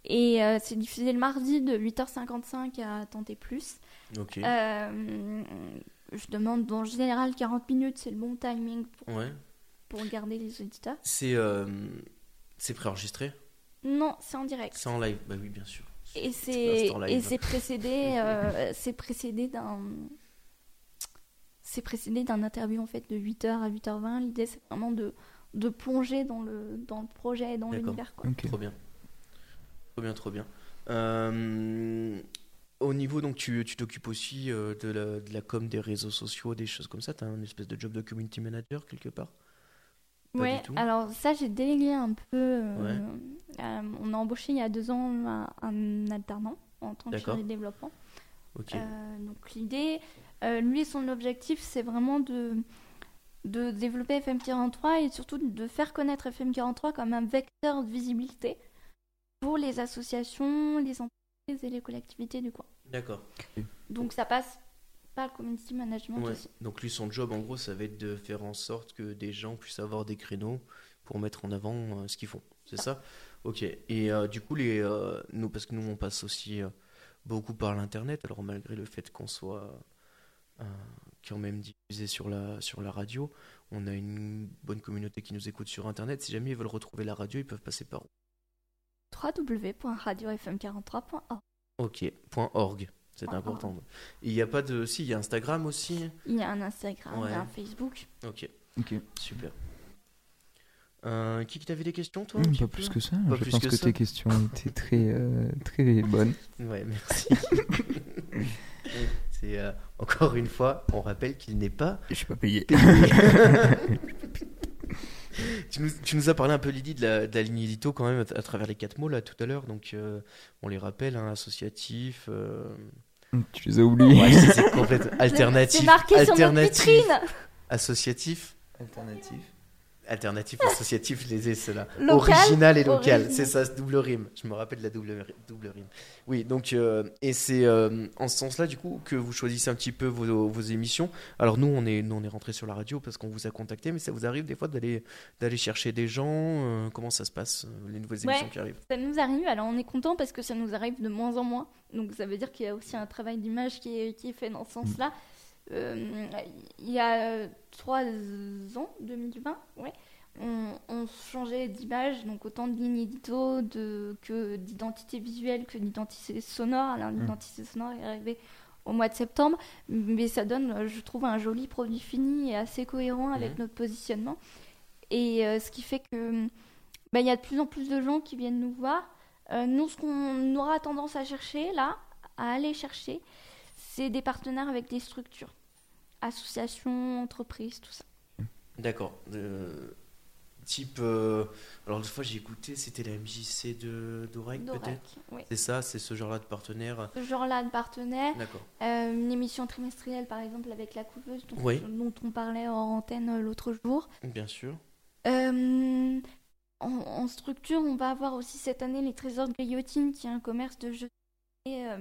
[SPEAKER 2] et euh, c'est diffusé le mardi de 8h55 à Tenter Plus.
[SPEAKER 1] Ok.
[SPEAKER 2] Euh, je demande en général 40 minutes, c'est le bon timing pour,
[SPEAKER 1] Ouais.
[SPEAKER 2] pour garder les auditeurs.
[SPEAKER 1] C'est euh, c'est préenregistré
[SPEAKER 2] Non, c'est en direct.
[SPEAKER 1] C'est en live Bah oui, bien sûr.
[SPEAKER 2] Et
[SPEAKER 1] C'est
[SPEAKER 2] c'est
[SPEAKER 1] l'instant live.
[SPEAKER 2] et c'est précédé euh, c'est précédé d'un c'est précédé d'un interview en fait de 8h à 8h20. L'idée c'est vraiment de de plonger dans le dans le projet et dans
[SPEAKER 1] D'accord.
[SPEAKER 2] l'univers quoi.
[SPEAKER 3] Ok.
[SPEAKER 1] Trop bien. Trop bien, trop bien. Euh, au niveau, donc, tu tu t'occupes aussi euh, de, la, de la com, des réseaux sociaux, des choses comme ça. Tu as une espèce de job de community manager quelque part Pas
[SPEAKER 2] ouais,
[SPEAKER 1] du tout.
[SPEAKER 2] alors ça j'ai délégué un peu. euh, euh, on a embauché il y a deux ans un, un alternant en tant que
[SPEAKER 1] D'accord.
[SPEAKER 2] chargé de développement.
[SPEAKER 1] Ok.
[SPEAKER 2] Euh, donc l'idée, euh, lui son objectif c'est vraiment de, de développer FM43 et surtout de faire connaître FM43 comme un vecteur de visibilité pour les associations, les entreprises et les collectivités du coin.
[SPEAKER 1] D'accord.
[SPEAKER 2] Donc ça passe par le community management
[SPEAKER 1] Ouais.
[SPEAKER 2] aussi.
[SPEAKER 1] Donc lui, son job, en gros, ça va être de faire en sorte que des gens puissent avoir des créneaux pour mettre en avant euh, ce qu'ils font. C'est ça Ok. Et euh, du coup, les, euh, nous, parce que nous, on passe aussi euh, beaucoup par l'Internet, alors malgré le fait qu'on soit euh, quand même diffusé sur la, sur la radio, on a une bonne communauté qui nous écoute sur Internet. Si jamais ils veulent retrouver la radio, ils peuvent passer par
[SPEAKER 2] www.radiofm43.org.
[SPEAKER 1] ok.org. C'est
[SPEAKER 2] Point org.
[SPEAKER 1] important. Il n'y a pas de... Si, il y a Instagram aussi.
[SPEAKER 2] Il y a un Instagram, il y
[SPEAKER 1] Ouais.
[SPEAKER 2] a un Facebook.
[SPEAKER 1] Ok.
[SPEAKER 3] Ok. Hmm,
[SPEAKER 1] Super. Euh, qui t'avait des questions, toi
[SPEAKER 3] Hmm,
[SPEAKER 1] un petit
[SPEAKER 3] pas
[SPEAKER 1] peu
[SPEAKER 3] plus que ça.
[SPEAKER 1] Pas
[SPEAKER 3] je
[SPEAKER 1] plus
[SPEAKER 3] pense
[SPEAKER 1] que
[SPEAKER 3] que,
[SPEAKER 1] ça.
[SPEAKER 3] tes questions étaient très, euh, très bonnes.
[SPEAKER 1] Ouais, merci. C'est euh, encore une fois, on rappelle qu'il n'est pas.
[SPEAKER 3] Je suis pas payé.
[SPEAKER 1] tu, nous, tu nous as parlé un peu, Lydie, de la, de la ligne édito quand même à, à travers les quatre mots là tout à l'heure. Donc, euh, on les rappelle hein, associatif, euh,
[SPEAKER 3] tu les as oubliés.
[SPEAKER 1] ouais, c'est- c'est complète- alternatif,
[SPEAKER 2] C'est marqué sur notre
[SPEAKER 1] alternatif,
[SPEAKER 2] vitrine.
[SPEAKER 1] associatif,
[SPEAKER 3] Alternatif.
[SPEAKER 1] alternatif, associatif, les ai ceux-là.
[SPEAKER 2] Local,
[SPEAKER 1] original et local,
[SPEAKER 2] original.
[SPEAKER 1] c'est ça, ce double rime. Je me rappelle de la double, ri- double rime. Oui, donc, euh, et c'est euh, en ce sens-là, du coup, que vous choisissez un petit peu vos, vos émissions. Alors, nous, on est, nous, on est rentré sur la radio parce qu'on vous a contacté, mais ça vous arrive des fois d'aller d'aller chercher des gens euh, Comment ça se passe, euh, les nouvelles
[SPEAKER 2] Ouais.
[SPEAKER 1] émissions qui arrivent
[SPEAKER 2] Ça nous arrive, alors on est content parce que ça nous arrive de moins en moins. Donc ça veut dire qu'il y a aussi un travail d'image qui est, qui est fait dans ce sens-là. Euh, il y a euh, trois ans, 2020, ouais, on, on changeait d'image, donc autant de lignes édito de, que d'identité visuelle que d'identité sonore. Alors l'identité sonore est arrivée au mois de septembre, mais ça donne, euh, je trouve, un joli produit fini et assez cohérent avec
[SPEAKER 1] Mhm.
[SPEAKER 2] notre positionnement. Et euh, ce qui fait que bah, il y a de plus en plus de gens qui viennent nous voir. Euh, nous, ce qu'on aura tendance à chercher, là, à aller chercher, c'est des partenaires avec des structures, associations, entreprises, tout ça.
[SPEAKER 1] D'accord. Euh, type. euh, alors, une fois, j'ai écouté, c'était la MJC de- d'Orec,
[SPEAKER 2] Dorac,
[SPEAKER 1] peut-être
[SPEAKER 2] oui.
[SPEAKER 1] C'est ça, c'est ce genre-là de partenaire.
[SPEAKER 2] Ce genre-là de partenaires,
[SPEAKER 1] D'accord.
[SPEAKER 2] euh, une émission trimestrielle par exemple avec la couveuse dont,
[SPEAKER 1] Oui.
[SPEAKER 2] dont on parlait en antenne euh, l'autre jour.
[SPEAKER 1] Bien sûr.
[SPEAKER 2] Euh, en, en structure, on va avoir aussi cette année les Trésors de Guillotine, qui est un commerce de jeux et, euh,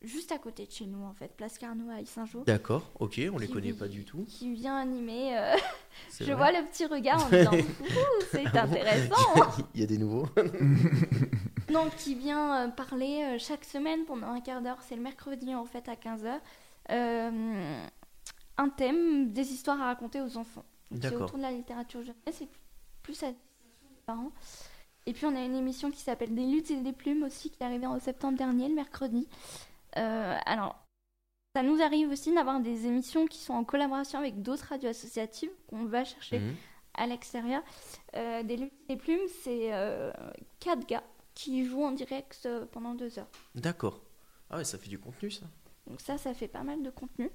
[SPEAKER 2] juste à côté de chez nous en fait, Place Carnot à Saint-Jean.
[SPEAKER 1] D'accord, ok, on les
[SPEAKER 2] qui
[SPEAKER 1] connaît
[SPEAKER 2] vi-
[SPEAKER 1] pas du tout.
[SPEAKER 2] Qui vient animer. euh,
[SPEAKER 1] c'est
[SPEAKER 2] je
[SPEAKER 1] vrai.
[SPEAKER 2] vois le petit regard en disant Ouh, c'est
[SPEAKER 1] Ah bon
[SPEAKER 2] intéressant.
[SPEAKER 1] Il y a des nouveaux.
[SPEAKER 2] non, qui vient euh, parler euh, chaque semaine pendant un quart d'heure. C'est le mercredi en fait à 15h. un thème, des histoires à raconter aux enfants. Donc, C'est
[SPEAKER 1] D'accord.
[SPEAKER 2] autour de la littérature jeunesse et plus à destination des parents. Et puis on a une émission qui s'appelle Des luttes et des plumes aussi qui est arrivée en septembre dernier, le mercredi. Euh, alors, Ça nous arrive aussi d'avoir des émissions qui sont en collaboration avec d'autres radios associatives qu'on va chercher
[SPEAKER 1] Mhm.
[SPEAKER 2] à l'extérieur. Euh, des Lunes et plumes, c'est euh, quatre gars qui jouent en direct euh, pendant deux heures.
[SPEAKER 1] D'accord. Ah ouais, ça fait du contenu, ça.
[SPEAKER 2] Donc ça, ça fait pas mal de contenu.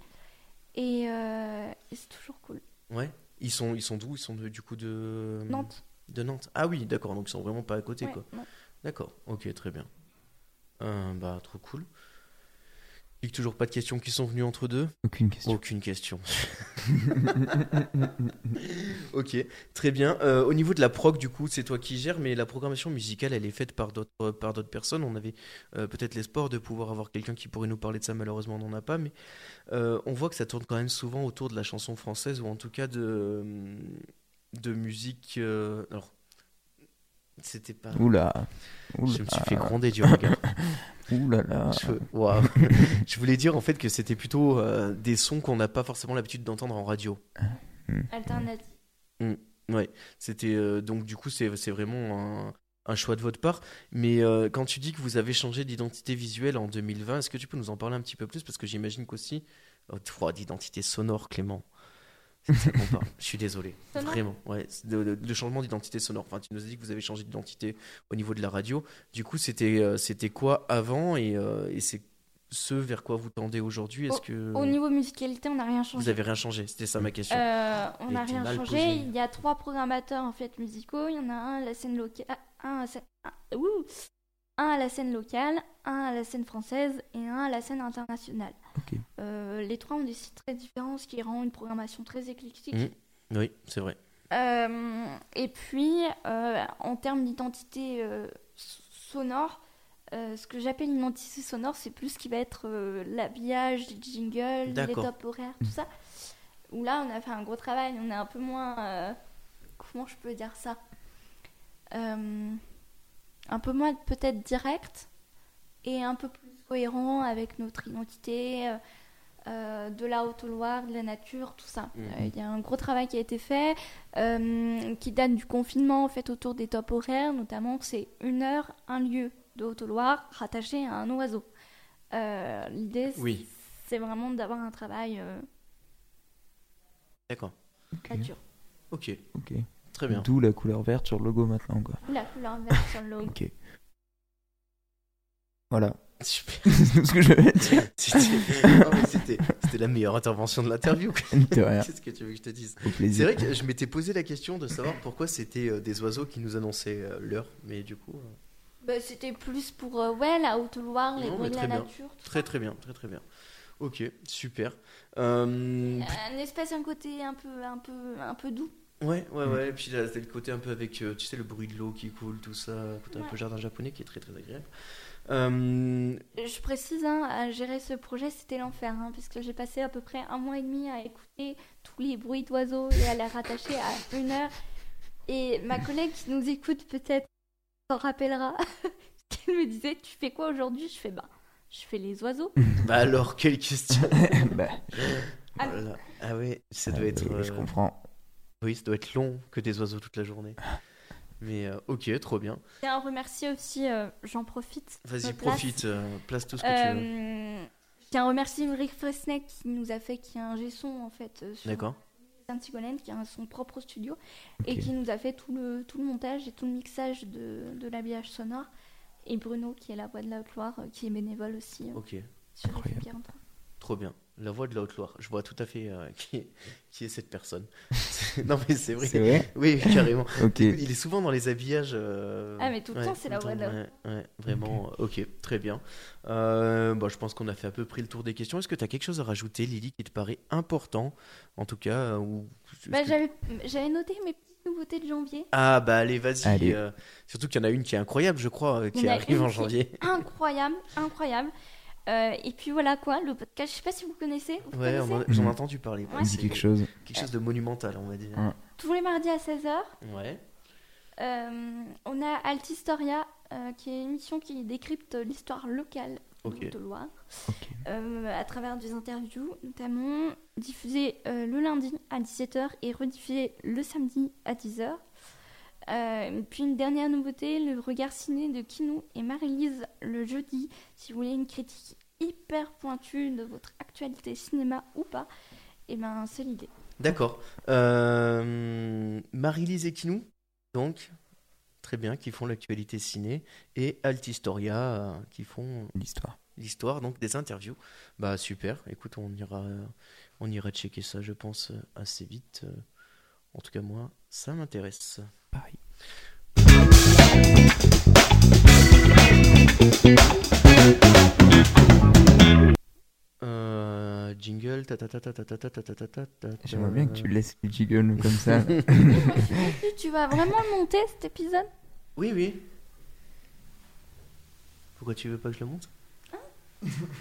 [SPEAKER 2] Et, euh, et c'est toujours cool.
[SPEAKER 1] Ouais. Ils sont, ils sont d'où Ils sont de- du coup de
[SPEAKER 2] Nantes.
[SPEAKER 1] De Nantes. Ah oui, d'accord. Donc ils sont vraiment pas à côté,
[SPEAKER 2] ouais,
[SPEAKER 1] Mmh. quoi.
[SPEAKER 2] Nantes.
[SPEAKER 1] D'accord. Ok, très bien. Euh, bah, trop cool. Et que toujours pas de questions qui sont venues entre deux.
[SPEAKER 3] Aucune question.
[SPEAKER 1] Aucune question. ok, très bien. Euh, au niveau de la prog, du coup, c'est toi qui gères, mais la programmation musicale, elle est faite par d'autres par d'autres personnes. On avait euh, peut-être l'espoir de pouvoir avoir quelqu'un qui pourrait nous parler de ça. Malheureusement, on n'en a pas, mais euh, on voit que ça tourne quand même souvent autour de la chanson française ou en tout cas de de musique. euh, alors, c'était pas.
[SPEAKER 3] Oula. Oula.
[SPEAKER 1] Je me suis fait gronder du regard.
[SPEAKER 3] Oula là.
[SPEAKER 1] Je, Waouh. Je voulais dire en fait que c'était plutôt euh, des sons qu'on n'a pas forcément l'habitude d'entendre en radio.
[SPEAKER 2] Alternative.
[SPEAKER 1] C'était euh, donc du coup c'est c'est vraiment un, un choix de votre part. Mais euh, quand tu dis que vous avez changé d'identité visuelle en 2020, est-ce que tu peux nous en parler un petit peu plus parce que j'imagine qu'aussi oh, tu vois, d'identité sonore, Clément. C'est de ça qu'on parle. Je suis désolé.
[SPEAKER 2] Sonore
[SPEAKER 1] Vraiment. Ouais. c'est de- de- le changement d'identité sonore. Enfin, tu nous as dit que vous avez changé d'identité au niveau de la radio. Du coup, c'était euh, c'était quoi avant et, euh, et c'est ce vers quoi vous tendez aujourd'hui Est-ce que
[SPEAKER 2] Au niveau musicalité, on n'a rien
[SPEAKER 1] vous
[SPEAKER 2] changé.
[SPEAKER 1] avez rien changé C'était ça ma question.
[SPEAKER 2] Euh, on
[SPEAKER 1] Elle
[SPEAKER 2] n'a
[SPEAKER 1] était
[SPEAKER 2] rien
[SPEAKER 1] mal
[SPEAKER 2] changé.
[SPEAKER 1] posée.
[SPEAKER 2] Il y a trois programmateurs en fait musicaux. Il y en a un à la scène locale, un, à la scè- un- ouh. Un à la scène locale, un à la scène française et un à la scène internationale.
[SPEAKER 3] Ok.
[SPEAKER 2] Euh, les trois ont des sites très différents, ce qui rend une programmation très éclectique.
[SPEAKER 1] Mm. Oui, c'est vrai.
[SPEAKER 2] Euh, et puis, euh, en termes d'identité euh, s- sonore, euh, ce que j'appelle une identité sonore, c'est plus ce qui va être euh, l'habillage, les jingles, les
[SPEAKER 1] D'accord.
[SPEAKER 2] top horaires, tout ça. Où là, on a fait un gros travail, on est un peu moins. euh, comment je peux dire ça Euh, Un peu moins peut-être direct et un peu plus cohérent avec notre identité. euh, euh, de la Haute-Loire, de la nature, tout ça.
[SPEAKER 1] Mhm.
[SPEAKER 2] Euh, Il y a un gros travail qui a été fait, euh, qui date du confinement, en fait, autour des tops horaires, notamment, c'est une heure, un lieu de Haute-Loire rattaché à un oiseau. Euh, L'idée, c'est-
[SPEAKER 1] Oui.
[SPEAKER 2] c'est vraiment d'avoir un travail euh,
[SPEAKER 1] D'accord.
[SPEAKER 3] Ok,
[SPEAKER 2] nature.
[SPEAKER 1] Ok.
[SPEAKER 3] ok.
[SPEAKER 1] Très bien.
[SPEAKER 3] D'où la couleur verte sur le logo maintenant quoi.
[SPEAKER 2] La couleur verte sur le logo.
[SPEAKER 3] Ok. Voilà.
[SPEAKER 1] Super.
[SPEAKER 3] C'est tout ce que je vais dire.
[SPEAKER 1] C'était non, mais c'était- c'était la meilleure intervention de l'interview. quoi.
[SPEAKER 3] De rien.
[SPEAKER 1] Qu'est-ce que tu veux que je te dise
[SPEAKER 3] Au
[SPEAKER 1] C'est
[SPEAKER 3] plaisir.
[SPEAKER 1] vrai que je m'étais posé la question de savoir pourquoi c'était euh, des oiseaux qui nous annonçaient euh, l'heure, mais du coup, euh,
[SPEAKER 2] Bah, C'était plus pour euh, ouais, la Haute-Loire, les
[SPEAKER 1] Non, mais
[SPEAKER 2] bruits de la
[SPEAKER 1] très bien.
[SPEAKER 2] nature. tout
[SPEAKER 1] très
[SPEAKER 2] ça.
[SPEAKER 1] très bien, très très bien. Ok, super. Euh,
[SPEAKER 2] Un espèce, un côté un peu, un peu, un peu doux.
[SPEAKER 1] ouais, ouais, ouais. Et puis là, c'était le côté un peu avec, euh, tu sais, le bruit de l'eau qui coule, tout ça, côté un
[SPEAKER 2] Ouais.
[SPEAKER 1] peu jardin japonais qui est très très agréable. Euh,
[SPEAKER 2] Je précise, hein, à gérer ce projet, c'était l'enfer, hein, parce que j'ai passé à peu près un mois et demi à écouter tous les bruits d'oiseaux et à les rattacher à une heure. Et ma collègue qui nous écoute peut-être s'en rappellera, qu'elle me disait Tu fais quoi aujourd'hui Je fais Bah, je fais les oiseaux.
[SPEAKER 1] bah alors, quelle question
[SPEAKER 3] Bah,
[SPEAKER 2] Ah.
[SPEAKER 1] Voilà. Ah ouais, ça doit
[SPEAKER 3] euh,
[SPEAKER 1] être.
[SPEAKER 3] Je
[SPEAKER 1] euh,
[SPEAKER 3] comprends.
[SPEAKER 1] Oui, ça doit être long que des oiseaux toute la journée. Mais euh, ok, trop bien.
[SPEAKER 2] Je tiens à remercier aussi, euh, j'en profite.
[SPEAKER 1] Vas-y,
[SPEAKER 2] me place.
[SPEAKER 1] profite, euh, place tout ce que tu veux.
[SPEAKER 2] Euh, je tiens à remercier Rick Fresnec qui nous a fait, qui a un G-son en fait euh, sur
[SPEAKER 1] D'accord.
[SPEAKER 2] Saint-Sigolène, qui a son propre studio. et
[SPEAKER 3] Ok.
[SPEAKER 2] qui nous a fait tout le, tout le montage et tout le mixage de, de l'habillage sonore. Et Bruno, qui est la voix de la Haute-Loire, euh, qui est bénévole aussi euh,
[SPEAKER 1] Ok,
[SPEAKER 2] sur les
[SPEAKER 3] Incroyable.
[SPEAKER 2] 43.
[SPEAKER 1] trop bien. La voix de la Haute-Loire. Je vois tout à fait euh, qui, est, qui est cette personne. non, mais c'est vrai.
[SPEAKER 3] C'est vrai
[SPEAKER 1] Oui, carrément.
[SPEAKER 3] Ok.
[SPEAKER 1] Il est souvent dans les habillages. euh,
[SPEAKER 2] Ah, mais tout le temps, c'est la
[SPEAKER 1] tout le
[SPEAKER 2] voix de
[SPEAKER 1] temps, Ouais, ouais, vraiment. euh, Ok, très bien. Euh, bah, je pense qu'on a fait à peu près le tour des questions. Est-ce que tu as quelque chose à rajouter, Lily, qui te paraît important En tout cas, euh, ou... est-ce
[SPEAKER 2] Bah,
[SPEAKER 1] que-
[SPEAKER 2] J'avais j'avais noté mes petites nouveautés de janvier.
[SPEAKER 1] Ah, bah allez, vas-y.
[SPEAKER 3] Allez.
[SPEAKER 1] euh, surtout qu'il y en a une qui est incroyable, je crois, euh,
[SPEAKER 2] Il
[SPEAKER 1] qui
[SPEAKER 2] y en a
[SPEAKER 1] arrive
[SPEAKER 2] une
[SPEAKER 1] en
[SPEAKER 2] qui-
[SPEAKER 1] janvier.
[SPEAKER 2] Incroyable, incroyable. Euh, et puis voilà quoi, le podcast, je sais pas si vous connaissez. Vous
[SPEAKER 1] Ouais,
[SPEAKER 2] connaissez
[SPEAKER 1] on en- j'en ai entendu parler.
[SPEAKER 2] Ouais.
[SPEAKER 3] Mm. Il dit
[SPEAKER 1] C'est
[SPEAKER 3] quelque chose.
[SPEAKER 1] quelque chose de monumental, on va dire.
[SPEAKER 3] Ouais.
[SPEAKER 2] Tous les mardis à 16h,
[SPEAKER 1] Ouais.
[SPEAKER 2] on a Altistoria, euh, qui est une émission qui décrypte l'histoire locale
[SPEAKER 1] Ok.
[SPEAKER 2] de Loire.
[SPEAKER 3] Ok.
[SPEAKER 2] euh, à travers des interviews, notamment diffusées euh, le lundi à 17h et rediffusées le samedi à 10h. Euh, puis une dernière nouveauté, le regard ciné de Kinou et Marie-Lise le jeudi, si vous voulez une critique hyper pointu de votre actualité cinéma ou pas, et ben c'est l'idée.
[SPEAKER 1] D'accord. Euh, Marie-Lise Equinou, donc, très bien, qui font l'actualité ciné, et Altistoria, euh, qui font
[SPEAKER 3] l'histoire.
[SPEAKER 1] l'histoire, donc des interviews. Bah super, écoute, on ira, on ira checker ça, je pense, euh, assez vite. En tout cas, moi, ça m'intéresse.
[SPEAKER 3] Pareil.
[SPEAKER 1] Euh, jingle, ta ta ta ta ta ta ta ta ta ta ta ta.
[SPEAKER 3] J'aimerais bien que
[SPEAKER 1] Euh.
[SPEAKER 3] tu laisses le jiggle comme ça.
[SPEAKER 2] Tu vas vraiment le monter cet épisode
[SPEAKER 1] Oui, oui. Pourquoi tu veux pas que je le monte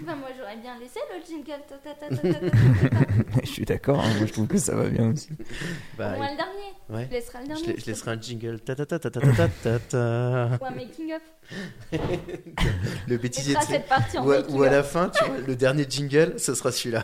[SPEAKER 2] Ben moi j'aurais bien laissé le jingle. ta ta ta ta ta ta ta ta.
[SPEAKER 3] je suis d'accord, hein, moi je trouve que ça va bien aussi.
[SPEAKER 2] Au moins
[SPEAKER 1] Bah,
[SPEAKER 2] le dernier.
[SPEAKER 1] ouais.
[SPEAKER 2] Tu laisseras le
[SPEAKER 1] Je,
[SPEAKER 2] dernier.
[SPEAKER 1] la- je laisserai un jingle. Ta ta ta ta ta ta ta ta.
[SPEAKER 2] Ou un making up.
[SPEAKER 1] Le
[SPEAKER 2] Tu
[SPEAKER 1] bêtisier.
[SPEAKER 2] laisseras
[SPEAKER 1] tu sais.
[SPEAKER 2] cette partie en Ah
[SPEAKER 1] Ou à,
[SPEAKER 2] making
[SPEAKER 1] ou à
[SPEAKER 2] up.
[SPEAKER 1] la fin, tu vois, le dernier jingle, ce sera celui-là.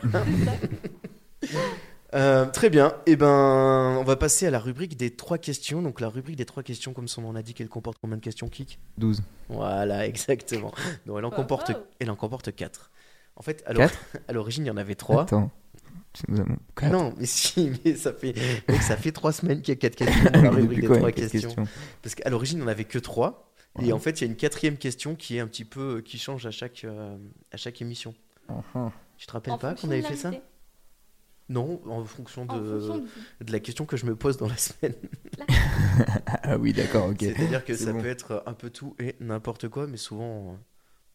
[SPEAKER 1] Euh, très bien. Eh ben, on va passer à la rubrique des trois questions. Donc la rubrique des trois questions, comme son nom l'indique, elle comporte combien de questions, Kik
[SPEAKER 3] 12.
[SPEAKER 1] Voilà, exactement. Donc, elle en
[SPEAKER 2] Oh,
[SPEAKER 1] comporte,
[SPEAKER 2] oh.
[SPEAKER 1] elle en comporte 4. En fait, à l'or- à l'origine, il y en avait 3.
[SPEAKER 3] Attends. Tu nous as mon- quatre.
[SPEAKER 1] Ah Non, mais si, mais ça fait, mec, ça fait 3 semaines qu'il y a 4 questions dans
[SPEAKER 3] Mais
[SPEAKER 1] la rubrique
[SPEAKER 3] depuis
[SPEAKER 1] des
[SPEAKER 3] quand,
[SPEAKER 1] 3
[SPEAKER 3] il y a quatre
[SPEAKER 1] questions. Parce qu'à l'origine, on n'avait que 3. Et
[SPEAKER 3] Ouais.
[SPEAKER 1] en fait, il y a une quatrième question qui est un petit peu, qui change à chaque, euh, à chaque émission.
[SPEAKER 3] Enfin.
[SPEAKER 1] Tu te rappelles
[SPEAKER 2] En
[SPEAKER 1] pas
[SPEAKER 2] fonction
[SPEAKER 1] qu'on
[SPEAKER 2] de
[SPEAKER 1] avait fait ça
[SPEAKER 2] l'invité.
[SPEAKER 1] Non, en fonction, de,
[SPEAKER 2] Ah, En fonction de-
[SPEAKER 1] de la question que je me pose dans la semaine.
[SPEAKER 3] Ah oui, d'accord, ok.
[SPEAKER 1] C'est-à-dire que
[SPEAKER 3] C'est
[SPEAKER 1] ça
[SPEAKER 3] bon.
[SPEAKER 1] peut être un peu tout et n'importe quoi, mais souvent euh,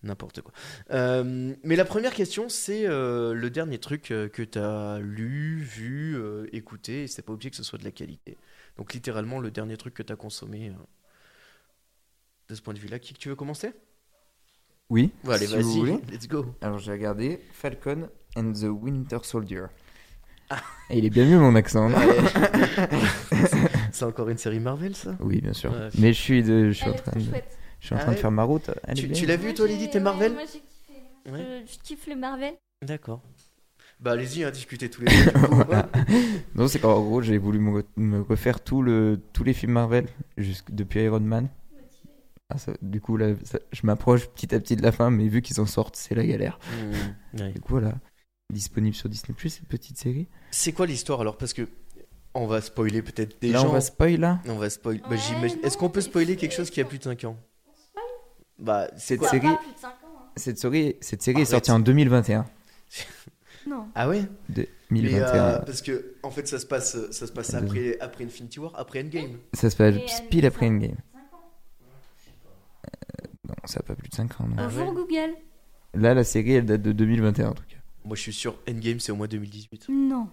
[SPEAKER 1] n'importe quoi. Euh, mais la première question, c'est euh, le dernier truc euh, que tu as lu, vu, euh, écouté, et c'est pas obligé que ce soit de la qualité. Donc littéralement, le dernier truc que tu as consommé. euh, de ce point de vue-là, qui que tu veux commencer
[SPEAKER 3] Oui,
[SPEAKER 1] Ouais, Bah, Allez,
[SPEAKER 3] si vous voulez.
[SPEAKER 1] vas-y, let's go.
[SPEAKER 3] Alors j'ai regardé Falcon and the Winter Soldier.
[SPEAKER 1] Ah.
[SPEAKER 3] Et il est bien mieux mon accent. hein. non
[SPEAKER 1] C'est encore une série Marvel, ça
[SPEAKER 3] oui, bien sûr.
[SPEAKER 1] Ouais.
[SPEAKER 3] Mais je suis, de, je suis
[SPEAKER 2] Elle
[SPEAKER 3] en
[SPEAKER 2] est
[SPEAKER 3] train,
[SPEAKER 2] trop
[SPEAKER 3] de,
[SPEAKER 2] chouette.
[SPEAKER 3] je suis en
[SPEAKER 1] Ah
[SPEAKER 3] train de
[SPEAKER 1] ouais.
[SPEAKER 3] faire ma route. Elle est
[SPEAKER 1] Tu,
[SPEAKER 3] bien.
[SPEAKER 1] tu l'as vu,
[SPEAKER 2] Moi,
[SPEAKER 1] toi,
[SPEAKER 2] j'ai-
[SPEAKER 1] Lydie T'es
[SPEAKER 2] ouais,
[SPEAKER 1] Marvel
[SPEAKER 2] Moi j'ai kiffé.
[SPEAKER 1] Ouais.
[SPEAKER 2] Je, je kiffe les Marvel.
[SPEAKER 1] D'accord. Bah, allez-y, hein, discutez tous les deux. du coup.
[SPEAKER 3] Voilà. Non, c'est qu'en gros, j'ai voulu me, re- me refaire tout le, tous les films Marvel jusqu- depuis Iron Man. Ah, ça- du coup, là, ça- je m'approche petit à petit de la fin, mais vu qu'ils en sortent, c'est la galère.
[SPEAKER 1] Hmm, ouais.
[SPEAKER 3] Du coup, voilà. Disponible sur Disney Plus, cette petite série.
[SPEAKER 1] C'est quoi l'histoire alors Parce que on va spoiler peut-être des
[SPEAKER 3] là,
[SPEAKER 1] gens.
[SPEAKER 3] on va spoil hein. là.
[SPEAKER 1] On va spoil. bah,
[SPEAKER 2] Ouais,
[SPEAKER 1] j'imagine-
[SPEAKER 2] non,
[SPEAKER 1] Est-ce qu'on peut
[SPEAKER 2] mais
[SPEAKER 1] spoiler
[SPEAKER 2] c'est-
[SPEAKER 1] quelque chose qui a plus de 5 ans Bah, c'est
[SPEAKER 3] Cette
[SPEAKER 1] quoi
[SPEAKER 2] Ça
[SPEAKER 3] série-
[SPEAKER 2] va, plus de 5 ans. hein.
[SPEAKER 3] Cette série, cette série est
[SPEAKER 1] Arrête.
[SPEAKER 3] sortie en 2021.
[SPEAKER 2] Non.
[SPEAKER 1] Ah ouais Mais,
[SPEAKER 3] 2021.
[SPEAKER 1] euh, Parce que en fait, ça se passe, euh, ça se passe
[SPEAKER 3] Deux ans.
[SPEAKER 1] après, après Infinity War, après Endgame.
[SPEAKER 3] Ça se passe
[SPEAKER 2] Et elle-
[SPEAKER 3] pile après
[SPEAKER 2] ça-
[SPEAKER 3] Endgame.
[SPEAKER 2] Cinq ans.
[SPEAKER 3] Non, ça n'a pas plus de 5 ans. non.
[SPEAKER 1] Ah
[SPEAKER 2] Bonjour
[SPEAKER 1] ouais.
[SPEAKER 2] Google.
[SPEAKER 3] Là, la série, elle date de 2021 en tout cas.
[SPEAKER 1] Moi, je suis sûr, Endgame, c'est au moins 2018.
[SPEAKER 2] Non.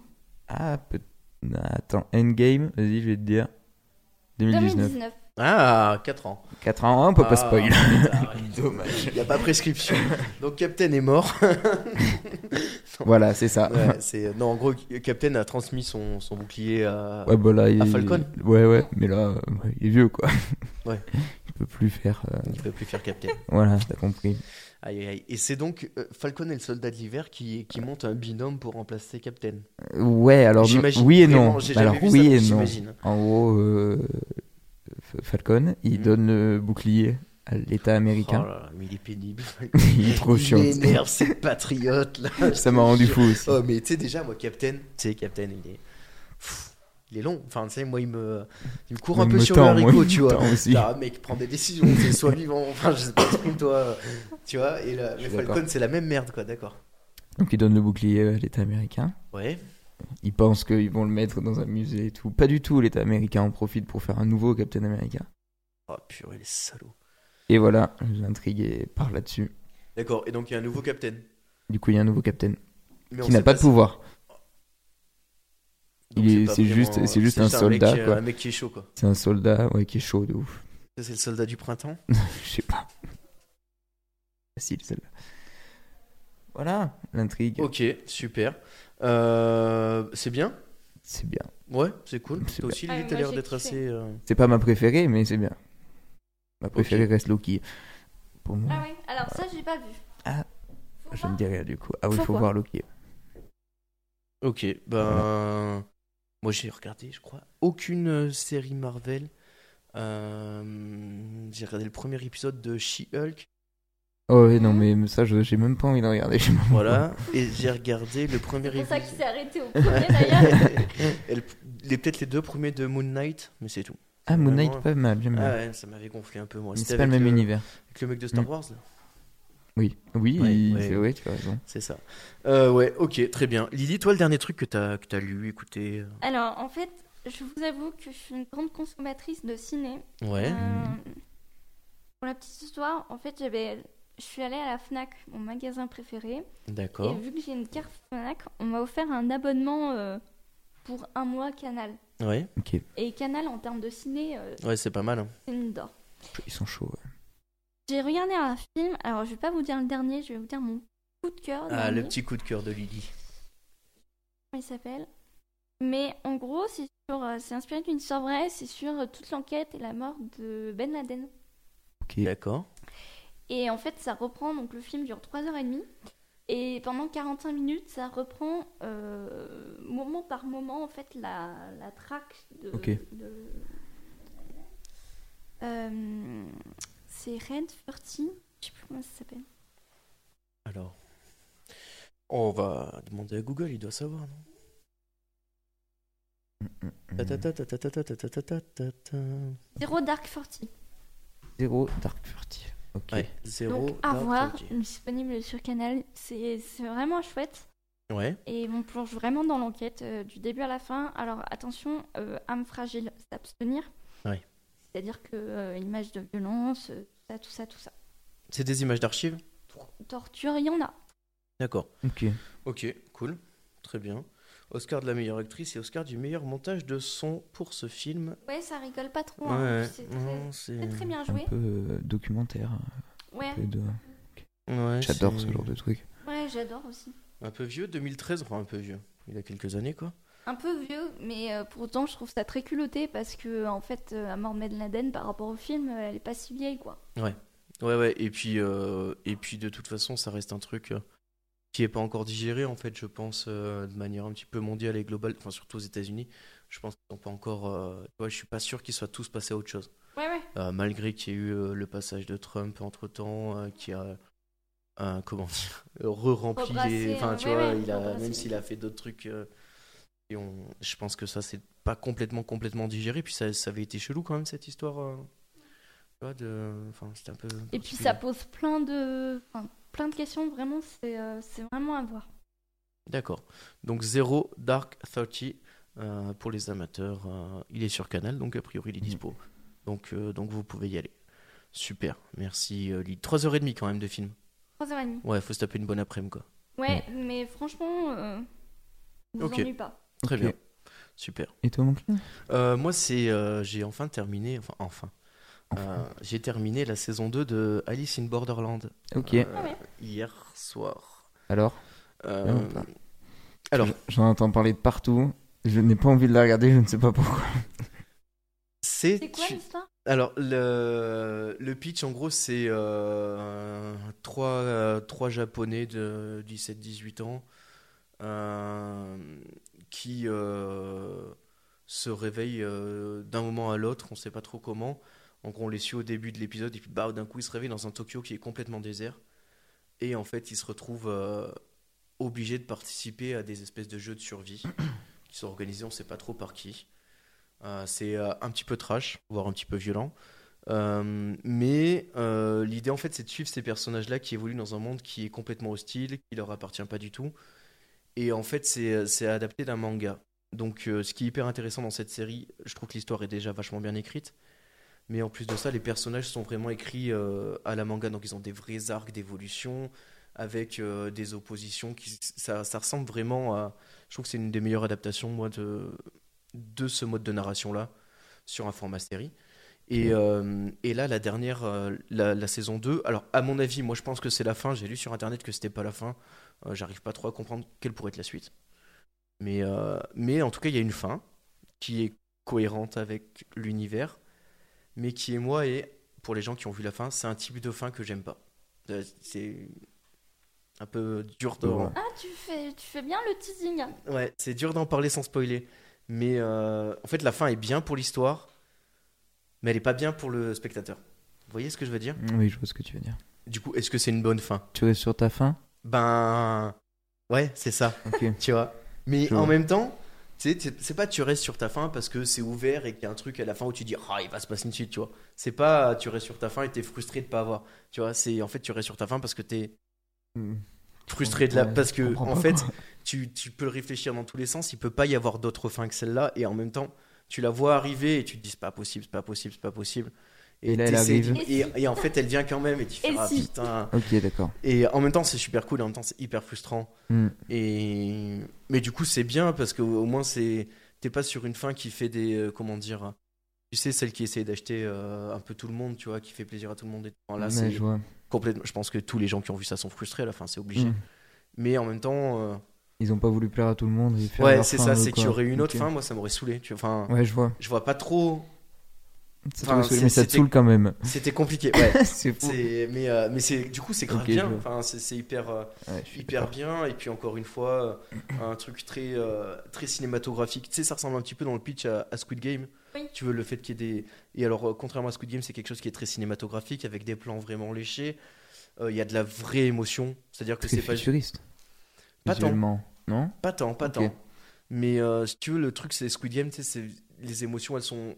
[SPEAKER 3] Ah, peut... non, attends, Endgame, vas-y, je vais te dire. 2019.
[SPEAKER 2] 2019.
[SPEAKER 1] Ah, 4 ans.
[SPEAKER 3] 4 ans, on peut
[SPEAKER 1] Ah,
[SPEAKER 3] pas spoil.
[SPEAKER 1] putain, arrête.
[SPEAKER 3] Dommage.
[SPEAKER 1] Il n'y a pas prescription. Donc, Captain est mort.
[SPEAKER 3] Voilà, c'est ça. Ouais,
[SPEAKER 1] Ouais, c'est... euh, Non, en gros, Captain a transmis son, son bouclier à.
[SPEAKER 3] bah là, il...
[SPEAKER 1] À Ah, Falcon
[SPEAKER 3] Ouais, ouais, mais là, euh, ouais, il est vieux quoi.
[SPEAKER 1] Ouais.
[SPEAKER 3] Il peut plus faire. euh,
[SPEAKER 1] Il ne peut plus faire Captain.
[SPEAKER 3] Voilà, t'as compris.
[SPEAKER 1] Aïe, aïe, aïe. Et c'est donc euh, Falcon et le soldat de l'hiver qui, qui monte un binôme pour remplacer Captain.
[SPEAKER 3] Ouais, alors non-
[SPEAKER 1] J'imagine
[SPEAKER 3] oui et
[SPEAKER 1] vraiment,
[SPEAKER 3] non.
[SPEAKER 1] j'ai jamais
[SPEAKER 3] Alors
[SPEAKER 1] vu ça,
[SPEAKER 3] oui
[SPEAKER 1] mais
[SPEAKER 3] et non.
[SPEAKER 1] j'imagine.
[SPEAKER 3] En gros, euh, F- Falcon, il
[SPEAKER 1] Mhm.
[SPEAKER 3] donne le bouclier à l'État
[SPEAKER 1] Oh
[SPEAKER 3] américain.
[SPEAKER 1] là là, mais il est pénible.
[SPEAKER 3] il est trop
[SPEAKER 1] il
[SPEAKER 3] chiant.
[SPEAKER 1] m'énerve, ces patriotes là.
[SPEAKER 3] Ça m'a rendu fou aussi.
[SPEAKER 1] Oh, mais tu sais, déjà, moi, Captain, tu sais, Captain, il est. Pff, Il est long. Enfin, tu sais, moi, il me, il me court un
[SPEAKER 3] Il
[SPEAKER 1] peu
[SPEAKER 3] me
[SPEAKER 1] sur
[SPEAKER 3] tend,
[SPEAKER 1] le
[SPEAKER 3] moi,
[SPEAKER 1] haricot,
[SPEAKER 3] il
[SPEAKER 1] tu
[SPEAKER 3] me
[SPEAKER 1] vois.
[SPEAKER 3] tend aussi.
[SPEAKER 1] Ah, mec, prends des décisions, c'est sois vivant. Enfin, je sais pas, toi Tu vois, et là,
[SPEAKER 3] Je
[SPEAKER 1] mais
[SPEAKER 3] suis
[SPEAKER 1] Falcon,
[SPEAKER 3] d'accord.
[SPEAKER 1] c'est la même merde, quoi, d'accord.
[SPEAKER 3] Donc il donne le bouclier à l'État américain.
[SPEAKER 1] Ouais.
[SPEAKER 3] Ils pensent qu'ils vont le mettre dans un musée et tout. Pas du tout, l'État américain en profite pour faire un nouveau Captain America.
[SPEAKER 1] Oh, purée, les salauds.
[SPEAKER 3] Et voilà, l'intrigue est- part là-dessus.
[SPEAKER 1] D'accord, et donc, il y a un nouveau Captain.
[SPEAKER 3] Du coup, il y a un nouveau Captain
[SPEAKER 1] Mais on
[SPEAKER 3] qui n'a
[SPEAKER 1] sait
[SPEAKER 3] pas de
[SPEAKER 1] si-
[SPEAKER 3] pouvoir.
[SPEAKER 1] donc
[SPEAKER 3] Il est-
[SPEAKER 1] pas
[SPEAKER 3] c'est juste-
[SPEAKER 1] vraiment-
[SPEAKER 3] c'est juste un soldat,
[SPEAKER 1] mec, euh,
[SPEAKER 3] quoi.
[SPEAKER 1] Un mec qui est chaud, quoi.
[SPEAKER 3] C'est un soldat ouais, qui est chaud de ouf.
[SPEAKER 1] Ça, C'est le soldat du printemps.
[SPEAKER 3] Je sais pas. Facile celle-là. Voilà, l'intrigue.
[SPEAKER 1] Ok, super. Euh, c'est bien.
[SPEAKER 3] C'est bien.
[SPEAKER 1] Ouais, c'est cool.
[SPEAKER 3] C'est
[SPEAKER 1] Toi aussi,
[SPEAKER 2] bien.
[SPEAKER 1] Lily,
[SPEAKER 2] Ah,
[SPEAKER 1] t'as
[SPEAKER 2] moi,
[SPEAKER 1] l'air
[SPEAKER 2] j'ai
[SPEAKER 1] d'être
[SPEAKER 2] kiffé.
[SPEAKER 1] assez. euh,
[SPEAKER 3] C'est pas ma préférée, mais c'est bien. Ma préférée reste Loki. Pour moi.
[SPEAKER 2] Ah oui. Alors ça j'ai pas vu.
[SPEAKER 3] Ah.
[SPEAKER 2] Faut
[SPEAKER 3] Je
[SPEAKER 2] voir.
[SPEAKER 3] ne dis rien du coup. Ah oui, faut
[SPEAKER 2] Pourquoi
[SPEAKER 3] voir Loki.
[SPEAKER 1] Ok, ben. Moi, j'ai regardé, je crois, aucune euh, série Marvel. Euh, J'ai regardé le premier épisode de She-Hulk.
[SPEAKER 3] Oh, ouais,
[SPEAKER 2] Ah
[SPEAKER 3] non, mais ça, je- j'ai même pas envie de regarder. j'ai même pas-
[SPEAKER 1] Voilà. Et j'ai regardé le premier
[SPEAKER 2] C'est pour ça
[SPEAKER 1] épisode.
[SPEAKER 2] qu'il s'est arrêté au premier d'ailleurs.
[SPEAKER 1] Et le- les- Peut-être les deux premiers de Moon Knight, mais c'est tout.
[SPEAKER 3] Ah, Moon
[SPEAKER 1] Vraiment.
[SPEAKER 3] Knight, pas mal, j'aime
[SPEAKER 1] Ah
[SPEAKER 3] bien.
[SPEAKER 1] ouais, ça m'avait gonflé un peu moi.
[SPEAKER 3] Mais
[SPEAKER 1] C'était
[SPEAKER 3] c'est pas le
[SPEAKER 1] avec euh,
[SPEAKER 3] même
[SPEAKER 1] le-
[SPEAKER 3] univers.
[SPEAKER 1] avec le mec de Star
[SPEAKER 3] Mm.
[SPEAKER 1] Wars, là.
[SPEAKER 3] Oui, oui,
[SPEAKER 1] Ouais,
[SPEAKER 3] il-
[SPEAKER 1] ouais.
[SPEAKER 3] c'est ouais, tu as raison.
[SPEAKER 1] c'est ça. Euh, ouais, ok, très bien. Lily, toi, le dernier truc que t'as que t'as lu, écouté. euh,
[SPEAKER 2] Alors, en fait, je vous avoue que je suis une grande consommatrice de ciné.
[SPEAKER 1] Ouais.
[SPEAKER 2] Euh, pour la petite histoire, en fait, j'avais, je suis allée à la Fnac, mon magasin préféré, et
[SPEAKER 1] D'accord.
[SPEAKER 2] vu que j'ai une carte Fnac, on m'a offert un abonnement euh, pour un mois Canal.
[SPEAKER 1] Ouais.
[SPEAKER 3] Ok,
[SPEAKER 2] Et Canal, en termes de ciné, euh,
[SPEAKER 1] Ouais, c'est pas mal. hein.
[SPEAKER 2] c'est une d'or.
[SPEAKER 3] ils sont chauds. ouais.
[SPEAKER 2] J'ai regardé un film, alors je vais pas vous dire le dernier, je vais vous dire mon coup de cœur.
[SPEAKER 1] Ah, le
[SPEAKER 2] dernier.
[SPEAKER 1] petit coup de cœur de Lily.
[SPEAKER 2] comment il s'appelle. Mais en gros, c'est sur, euh, c'est inspiré d'une histoire vraie, c'est sur euh, toute l'enquête et la mort de Ben Laden.
[SPEAKER 3] Ok,
[SPEAKER 1] D'accord.
[SPEAKER 2] Et en fait, ça reprend, donc le film dure 3h30. Et pendant 45 minutes, ça reprend euh, moment par moment, en fait, la, la traque de...
[SPEAKER 3] Ok.
[SPEAKER 2] de- Euh, c'est Red 30, je sais plus comment ça s'appelle.
[SPEAKER 1] Alors. On va demander à Google, il doit savoir, non
[SPEAKER 3] Mm,
[SPEAKER 1] Ta-ta-ta-ta-ta-ta-ta-ta-ta-ta-ta.
[SPEAKER 2] Zero Dark 40.
[SPEAKER 3] mm. Zéro Dark Furtif. Ok.
[SPEAKER 1] Ouais, zéro.
[SPEAKER 2] Donc à
[SPEAKER 1] Dark
[SPEAKER 2] voir,
[SPEAKER 1] Forty.
[SPEAKER 2] disponible sur Canal. C'est c'est vraiment chouette.
[SPEAKER 1] Ouais,
[SPEAKER 2] Et on plonge vraiment dans l'enquête euh, du début à la fin. Alors attention, euh, âme fragile, s'abstenir.
[SPEAKER 1] Ouais.
[SPEAKER 2] C'est-à-dire que euh, images de violence, euh, tout ça, tout ça, tout ça.
[SPEAKER 1] c'est des images d'archives.
[SPEAKER 2] Torture, il y en a.
[SPEAKER 1] D'accord.
[SPEAKER 3] Ok.
[SPEAKER 1] Ok, cool, très bien. Oscar de la meilleure actrice et Oscar du meilleur montage de son pour ce film.
[SPEAKER 2] Ouais, ça rigole pas trop. hein. C'est très,
[SPEAKER 1] non, c'est-
[SPEAKER 2] très, très bien
[SPEAKER 3] Un
[SPEAKER 2] joué.
[SPEAKER 3] peu euh, documentaire.
[SPEAKER 2] Ouais,
[SPEAKER 3] un peu de-
[SPEAKER 1] Ouais,
[SPEAKER 3] J'adore
[SPEAKER 1] c'est
[SPEAKER 3] ce genre de truc.
[SPEAKER 2] ouais j'adore aussi.
[SPEAKER 1] Un peu vieux, 2013, enfin un peu vieux. Il a quelques années quoi.
[SPEAKER 2] Un peu vieux, mais euh, pour autant, je trouve ça très culotté parce que, en fait, euh, à mort de Ben Laden, par rapport au film, euh, elle est pas si vieille, quoi.
[SPEAKER 1] Ouais, ouais, et puis, euh, et puis de toute façon, ça reste un truc euh, qui est pas encore digéré en fait, je pense, euh, de manière un petit peu mondiale et globale, enfin surtout aux États-Unis. Je pense qu'ils sont pas encore. euh, tu vois, je suis pas sûr qu'ils soient tous passés à autre chose.
[SPEAKER 2] Ouais, ouais.
[SPEAKER 1] Euh, malgré qu'il y ait eu euh, le passage de Trump entre temps, qui a euh, comment dire, re-rempli les.
[SPEAKER 2] Rebrassé,
[SPEAKER 1] Enfin,
[SPEAKER 2] hein,
[SPEAKER 1] tu
[SPEAKER 2] ouais,
[SPEAKER 1] vois,
[SPEAKER 2] ouais,
[SPEAKER 1] il a,
[SPEAKER 2] rebrassé.
[SPEAKER 1] même s'il a fait d'autres trucs. euh, et on, je pense que ça, c'est pas complètement, complètement digéré. Puis ça, ça avait été chelou quand même, cette histoire. euh, tu vois, de. Enfin, c'était un peu.
[SPEAKER 2] Et puis ça pose plein de, enfin, plein de questions, vraiment, c'est euh, c'est vraiment à voir.
[SPEAKER 1] D'accord. Donc, Zero Dark 30 euh, pour les amateurs. euh, il est sur Canal, donc a priori, il est
[SPEAKER 3] Mhm.
[SPEAKER 1] dispo. Donc, euh, donc vous pouvez y aller. Super, merci euh, Lily. 3h30 quand même de film.
[SPEAKER 2] 3h30.
[SPEAKER 1] Ouais, faut se taper une bonne après-midi, quoi.
[SPEAKER 2] Ouais, mais franchement, euh, vous
[SPEAKER 1] Mm. Ok.
[SPEAKER 2] ennuyez pas.
[SPEAKER 1] Très
[SPEAKER 3] Ok.
[SPEAKER 1] bien. Super.
[SPEAKER 3] Et toi, mon client
[SPEAKER 1] Euh, moi, c'est, euh, j'ai enfin terminé, enfin, enfin,
[SPEAKER 3] Enfin.
[SPEAKER 1] Euh, j'ai terminé la saison 2 de Alice in Borderland
[SPEAKER 3] Ok.
[SPEAKER 1] euh,
[SPEAKER 2] Ah ouais.
[SPEAKER 1] hier soir.
[SPEAKER 3] Alors
[SPEAKER 1] Euh,
[SPEAKER 3] Bien ou pas
[SPEAKER 1] alors,
[SPEAKER 3] J'en entends parler de partout. Je n'ai pas envie de la regarder, je ne sais pas pourquoi.
[SPEAKER 1] c'est
[SPEAKER 2] C'est quoi
[SPEAKER 1] tu-
[SPEAKER 2] l'histoire
[SPEAKER 1] Alors, le, le pitch, en gros, c'est euh, trois, euh, trois Japonais de 17-18 ans euh, qui euh, se réveillent euh, d'un moment à l'autre, on ne sait pas trop comment. En gros, on les suit au début de l'épisode, et puis bah, d'un coup, ils se réveillent dans un Tokyo qui est complètement désert. Et en fait, ils se retrouvent euh, obligés de participer à des espèces de jeux de survie qui sont organisés, on ne sait pas trop par qui. Euh, c'est euh, un petit peu trash, voire un petit peu violent. Euh, mais euh, l'idée en fait c'est de suivre ces personnages-là qui évoluent dans un monde qui est complètement hostile, qui leur appartient pas du tout. Et en fait c'est euh, c'est adapté d'un manga. Donc euh, ce qui est hyper intéressant dans cette série, je trouve que l'histoire est déjà vachement bien écrite. Mais en plus de ça, les personnages sont vraiment écrits euh, à la manga, donc ils ont des vrais arcs d'évolution avec euh, des oppositions. Qui, ça, ça ressemble vraiment à... Je trouve que c'est une des meilleures adaptations moi de, de ce mode de narration là sur un format série. Et, euh, et là, la dernière, euh, la, la saison 2, alors à mon avis, moi je pense que c'est la fin. J'ai lu sur internet que c'était pas la fin. Euh, J'arrive pas trop à comprendre quelle pourrait être la suite. Mais, euh, mais en tout cas, il y a une fin qui est cohérente avec l'univers, mais qui est moi, et pour les gens qui ont vu la fin, c'est un type de fin que j'aime pas. Euh, C'est un peu dur de,
[SPEAKER 3] Ouais.
[SPEAKER 2] Ah, tu fais, tu fais bien le teasing. hein.
[SPEAKER 1] Ouais, c'est dur d'en parler sans spoiler. Mais euh, en fait, la fin est bien pour l'histoire, mais elle est pas bien pour le spectateur. Vous voyez ce que je veux dire
[SPEAKER 3] Oui, je vois ce que tu veux dire.
[SPEAKER 1] Du coup, est-ce que c'est une bonne fin
[SPEAKER 3] Tu restes sur ta fin
[SPEAKER 1] Ben. Ouais, c'est ça,
[SPEAKER 3] Ok.
[SPEAKER 1] tu vois. Mais
[SPEAKER 3] Je
[SPEAKER 1] en
[SPEAKER 3] vois.
[SPEAKER 1] même temps, tu sais, c'est c'est pas tu restes sur ta fin parce que c'est ouvert et qu'il y a un truc à la fin où tu dis Ah, il va se passer une suite, tu vois. C'est pas tu restes sur ta fin et t'es frustré de pas avoir. Tu vois, c'est en fait tu restes sur ta fin parce que t'es Hmm.
[SPEAKER 3] Mm.
[SPEAKER 1] frustré de la.
[SPEAKER 3] Ouais,
[SPEAKER 1] Parce
[SPEAKER 3] je
[SPEAKER 1] que,
[SPEAKER 3] comprends
[SPEAKER 1] en
[SPEAKER 3] pas,
[SPEAKER 1] fait,
[SPEAKER 3] quoi.
[SPEAKER 1] tu, tu peux le réfléchir dans tous les sens, il peut pas y avoir d'autre fin que celle-là, et en même temps, tu la vois arriver et tu te dis c'est pas possible, c'est pas possible, c'est pas possible.
[SPEAKER 3] Et là, elle
[SPEAKER 1] t'essaies-
[SPEAKER 3] arrive.
[SPEAKER 1] Et, et en fait, elle vient quand même, et tu fais
[SPEAKER 2] Et
[SPEAKER 1] ah
[SPEAKER 2] si.
[SPEAKER 1] putain.
[SPEAKER 3] Ok, d'accord.
[SPEAKER 1] Et en même temps, c'est super cool, et en même temps, c'est hyper frustrant.
[SPEAKER 3] Mm.
[SPEAKER 1] Et... Mais du coup, c'est bien parce que au moins, c'est t'es pas sur une fin qui fait des. euh, comment dire Tu sais, celle qui essaie d'acheter euh, un peu tout le monde, tu vois, qui fait plaisir à tout le monde. Et... tout. Enfin, là,
[SPEAKER 3] Ouais,
[SPEAKER 1] c'est
[SPEAKER 3] je vois.
[SPEAKER 1] complètement. Je pense que tous les gens qui ont vu ça sont frustrés à la fin, c'est obligé.
[SPEAKER 3] Mm.
[SPEAKER 1] Mais en même temps. euh,
[SPEAKER 3] Ils ont pas voulu plaire à tout le monde. et faire
[SPEAKER 1] Ouais,
[SPEAKER 3] leur
[SPEAKER 1] c'est
[SPEAKER 3] fin,
[SPEAKER 1] ça,
[SPEAKER 3] eux,
[SPEAKER 1] c'est qu'il y
[SPEAKER 3] quoi.
[SPEAKER 1] aurait une autre
[SPEAKER 3] Ok.
[SPEAKER 1] fin, moi ça m'aurait saoulé. Tu vois. Enfin,
[SPEAKER 3] Ouais, je vois.
[SPEAKER 1] je vois pas trop.
[SPEAKER 3] Ça
[SPEAKER 1] Enfin,
[SPEAKER 3] te saoule,
[SPEAKER 1] c'est-
[SPEAKER 3] mais ça te
[SPEAKER 1] c'était-
[SPEAKER 3] saoule quand même.
[SPEAKER 1] C'était compliqué, ouais.
[SPEAKER 3] c'est fou.
[SPEAKER 1] C'est- mais euh, mais c'est du coup c'est grave
[SPEAKER 3] Ok, je
[SPEAKER 1] bien.
[SPEAKER 3] vois.
[SPEAKER 1] Enfin, c'est c'est hyper euh,
[SPEAKER 3] Ouais, je suis
[SPEAKER 1] hyper
[SPEAKER 3] d'accord.
[SPEAKER 1] bien et puis encore une fois euh, un truc très euh, très cinématographique. Tu sais, ça ressemble un petit peu dans le pitch à, à Squid Game.
[SPEAKER 2] Oui.
[SPEAKER 1] Tu veux le fait qu'il y ait des et alors euh, contrairement à Squid Game, c'est quelque chose qui est très cinématographique avec des plans vraiment léchés. Euh, Il y a de la vraie émotion, c'est-à-dire que
[SPEAKER 3] Très
[SPEAKER 1] c'est pas
[SPEAKER 3] futuriste.
[SPEAKER 1] Pas tant.
[SPEAKER 3] visuellement, non
[SPEAKER 1] Pas tant, pas
[SPEAKER 3] Ok.
[SPEAKER 1] tant. Mais euh, si tu veux, le truc, c'est Squid Game, tu sais, c'est- les émotions, elles sont.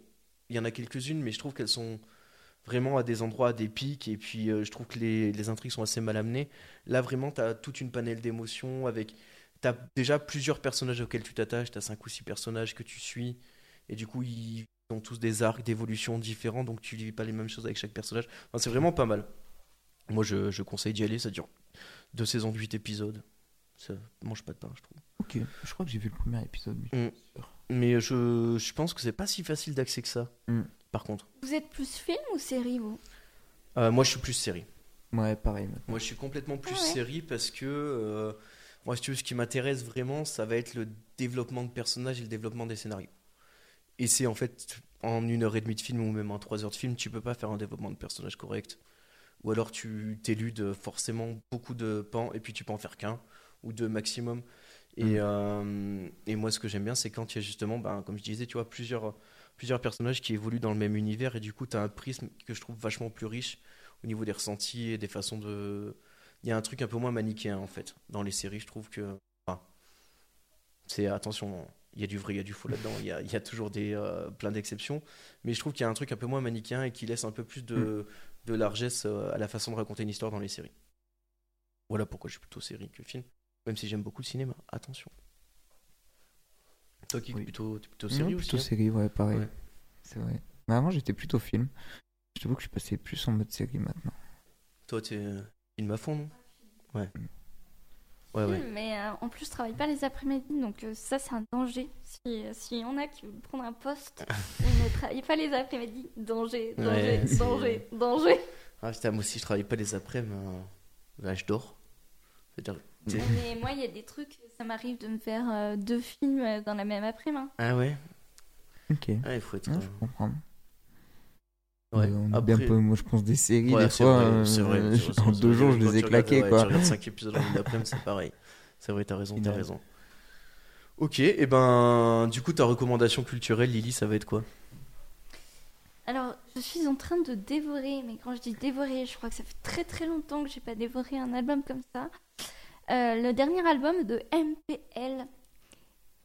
[SPEAKER 1] Il y en a quelques-unes, mais je trouve qu'elles sont vraiment à des endroits, à des pics, et puis euh, je trouve que les, les intrigues sont assez mal amenées. Là, vraiment, tu as toute une panel d'émotions avec. Tu as déjà plusieurs personnages auxquels tu t'attaches, tu as 5 ou 6 personnages que tu suis, et du coup, ils ont tous des arcs d'évolution différents, donc tu vis pas les mêmes choses avec chaque personnage. Enfin, c'est vraiment pas mal. Moi, je, je conseille d'y aller, ça dure deux saisons de 8 épisodes. Ça mange pas de pain, je trouve.
[SPEAKER 3] Ok, je crois que j'ai vu le premier épisode. mais-
[SPEAKER 1] Mais je, je pense que c'est pas si facile d'accès que ça.
[SPEAKER 3] Mm.
[SPEAKER 1] Par contre,
[SPEAKER 2] Vous êtes plus film ou série, vous
[SPEAKER 1] Euh, moi je suis plus série.
[SPEAKER 3] Ouais, pareil. mais-
[SPEAKER 1] Moi je suis complètement plus
[SPEAKER 2] Ah ouais.
[SPEAKER 1] série parce que euh, moi si tu veux, ce qui m'intéresse vraiment, ça va être le développement de personnages et le développement des scénarios. Et c'est en fait en une heure et demie de film ou même en trois heures de film, tu peux pas faire un développement de personnage correct. Ou alors tu t'éludes forcément beaucoup de pans et puis tu peux en faire qu'un ou deux maximum. Et,
[SPEAKER 3] Mm.
[SPEAKER 1] euh, et moi ce que j'aime bien c'est quand il y a justement, ben, comme je disais, tu vois, plusieurs, plusieurs personnages qui évoluent dans le même univers et du coup tu as un prisme que je trouve vachement plus riche au niveau des ressentis et des façons de... Il y a un truc un peu moins manichéen en fait. Dans les séries je trouve que... enfin, c'est attention, il y a du vrai, il y a du faux là-dedans, il y a, il y a toujours des, euh, plein d'exceptions, mais je trouve qu'il y a un truc un peu moins manichéen et qui laisse un peu plus de,
[SPEAKER 3] Mm.
[SPEAKER 1] de largesse euh, à la façon de raconter une histoire dans les séries. Voilà pourquoi je suis plutôt série que film, même si j'aime beaucoup le cinéma, attention. Toi qui es
[SPEAKER 3] Oui.
[SPEAKER 1] plutôt, t'es plutôt
[SPEAKER 3] Non,
[SPEAKER 1] série aussi
[SPEAKER 3] plutôt
[SPEAKER 1] hein
[SPEAKER 3] série, ouais, pareil.
[SPEAKER 1] Ouais.
[SPEAKER 3] C'est vrai. Mais avant, j'étais plutôt film. Je t'avoue que je suis passé plus en mode série maintenant.
[SPEAKER 1] Toi t'es euh, film à fond, non
[SPEAKER 3] Mm.
[SPEAKER 1] Ouais. Ah Ouais, ouais.
[SPEAKER 2] Mais euh, en plus, je travaille pas les après-midi, donc euh, ça, c'est un danger. Si, si y en a qui veulent prendre un poste, on ne travaille pas les après-midi. Danger, danger,
[SPEAKER 1] Ouais, c'est-
[SPEAKER 2] danger, danger.
[SPEAKER 1] Ah putain, moi aussi je travaille pas les après, mais euh, là je dors. C'est-à-dire-
[SPEAKER 2] Mais moi, il y a des trucs, ça m'arrive de me faire euh, deux films euh, dans la même après-midi.
[SPEAKER 1] Ah ouais
[SPEAKER 3] Ok.
[SPEAKER 1] Ah, il faut être.
[SPEAKER 3] Ouais,
[SPEAKER 1] euh,
[SPEAKER 3] je comprends.
[SPEAKER 1] ouais.
[SPEAKER 3] Euh, on
[SPEAKER 1] Après-
[SPEAKER 3] est bien peu, moi je pense des séries
[SPEAKER 1] Ouais,
[SPEAKER 3] des
[SPEAKER 1] c'est
[SPEAKER 3] fois.
[SPEAKER 1] vrai,
[SPEAKER 3] euh,
[SPEAKER 1] c'est vrai, c'est vrai, c'est
[SPEAKER 3] en
[SPEAKER 1] vrai,
[SPEAKER 3] deux
[SPEAKER 1] c'est
[SPEAKER 3] jours
[SPEAKER 1] vrai.
[SPEAKER 3] je les ai
[SPEAKER 1] Quand tu regardes-
[SPEAKER 3] claqués
[SPEAKER 1] ouais,
[SPEAKER 3] quoi.
[SPEAKER 1] Tu regardes 5 épisodes en une après-midi, c'est pareil. C'est vrai, t'as raison, t'as
[SPEAKER 3] Final.
[SPEAKER 1] raison. Ok, et ben du coup ta recommandation culturelle, Lily, ça va être quoi
[SPEAKER 2] Alors, je suis en train de dévorer, mais quand je dis dévorer, je crois que ça fait très très longtemps que j'ai pas dévoré un album comme ça. Euh, le dernier album de MPL.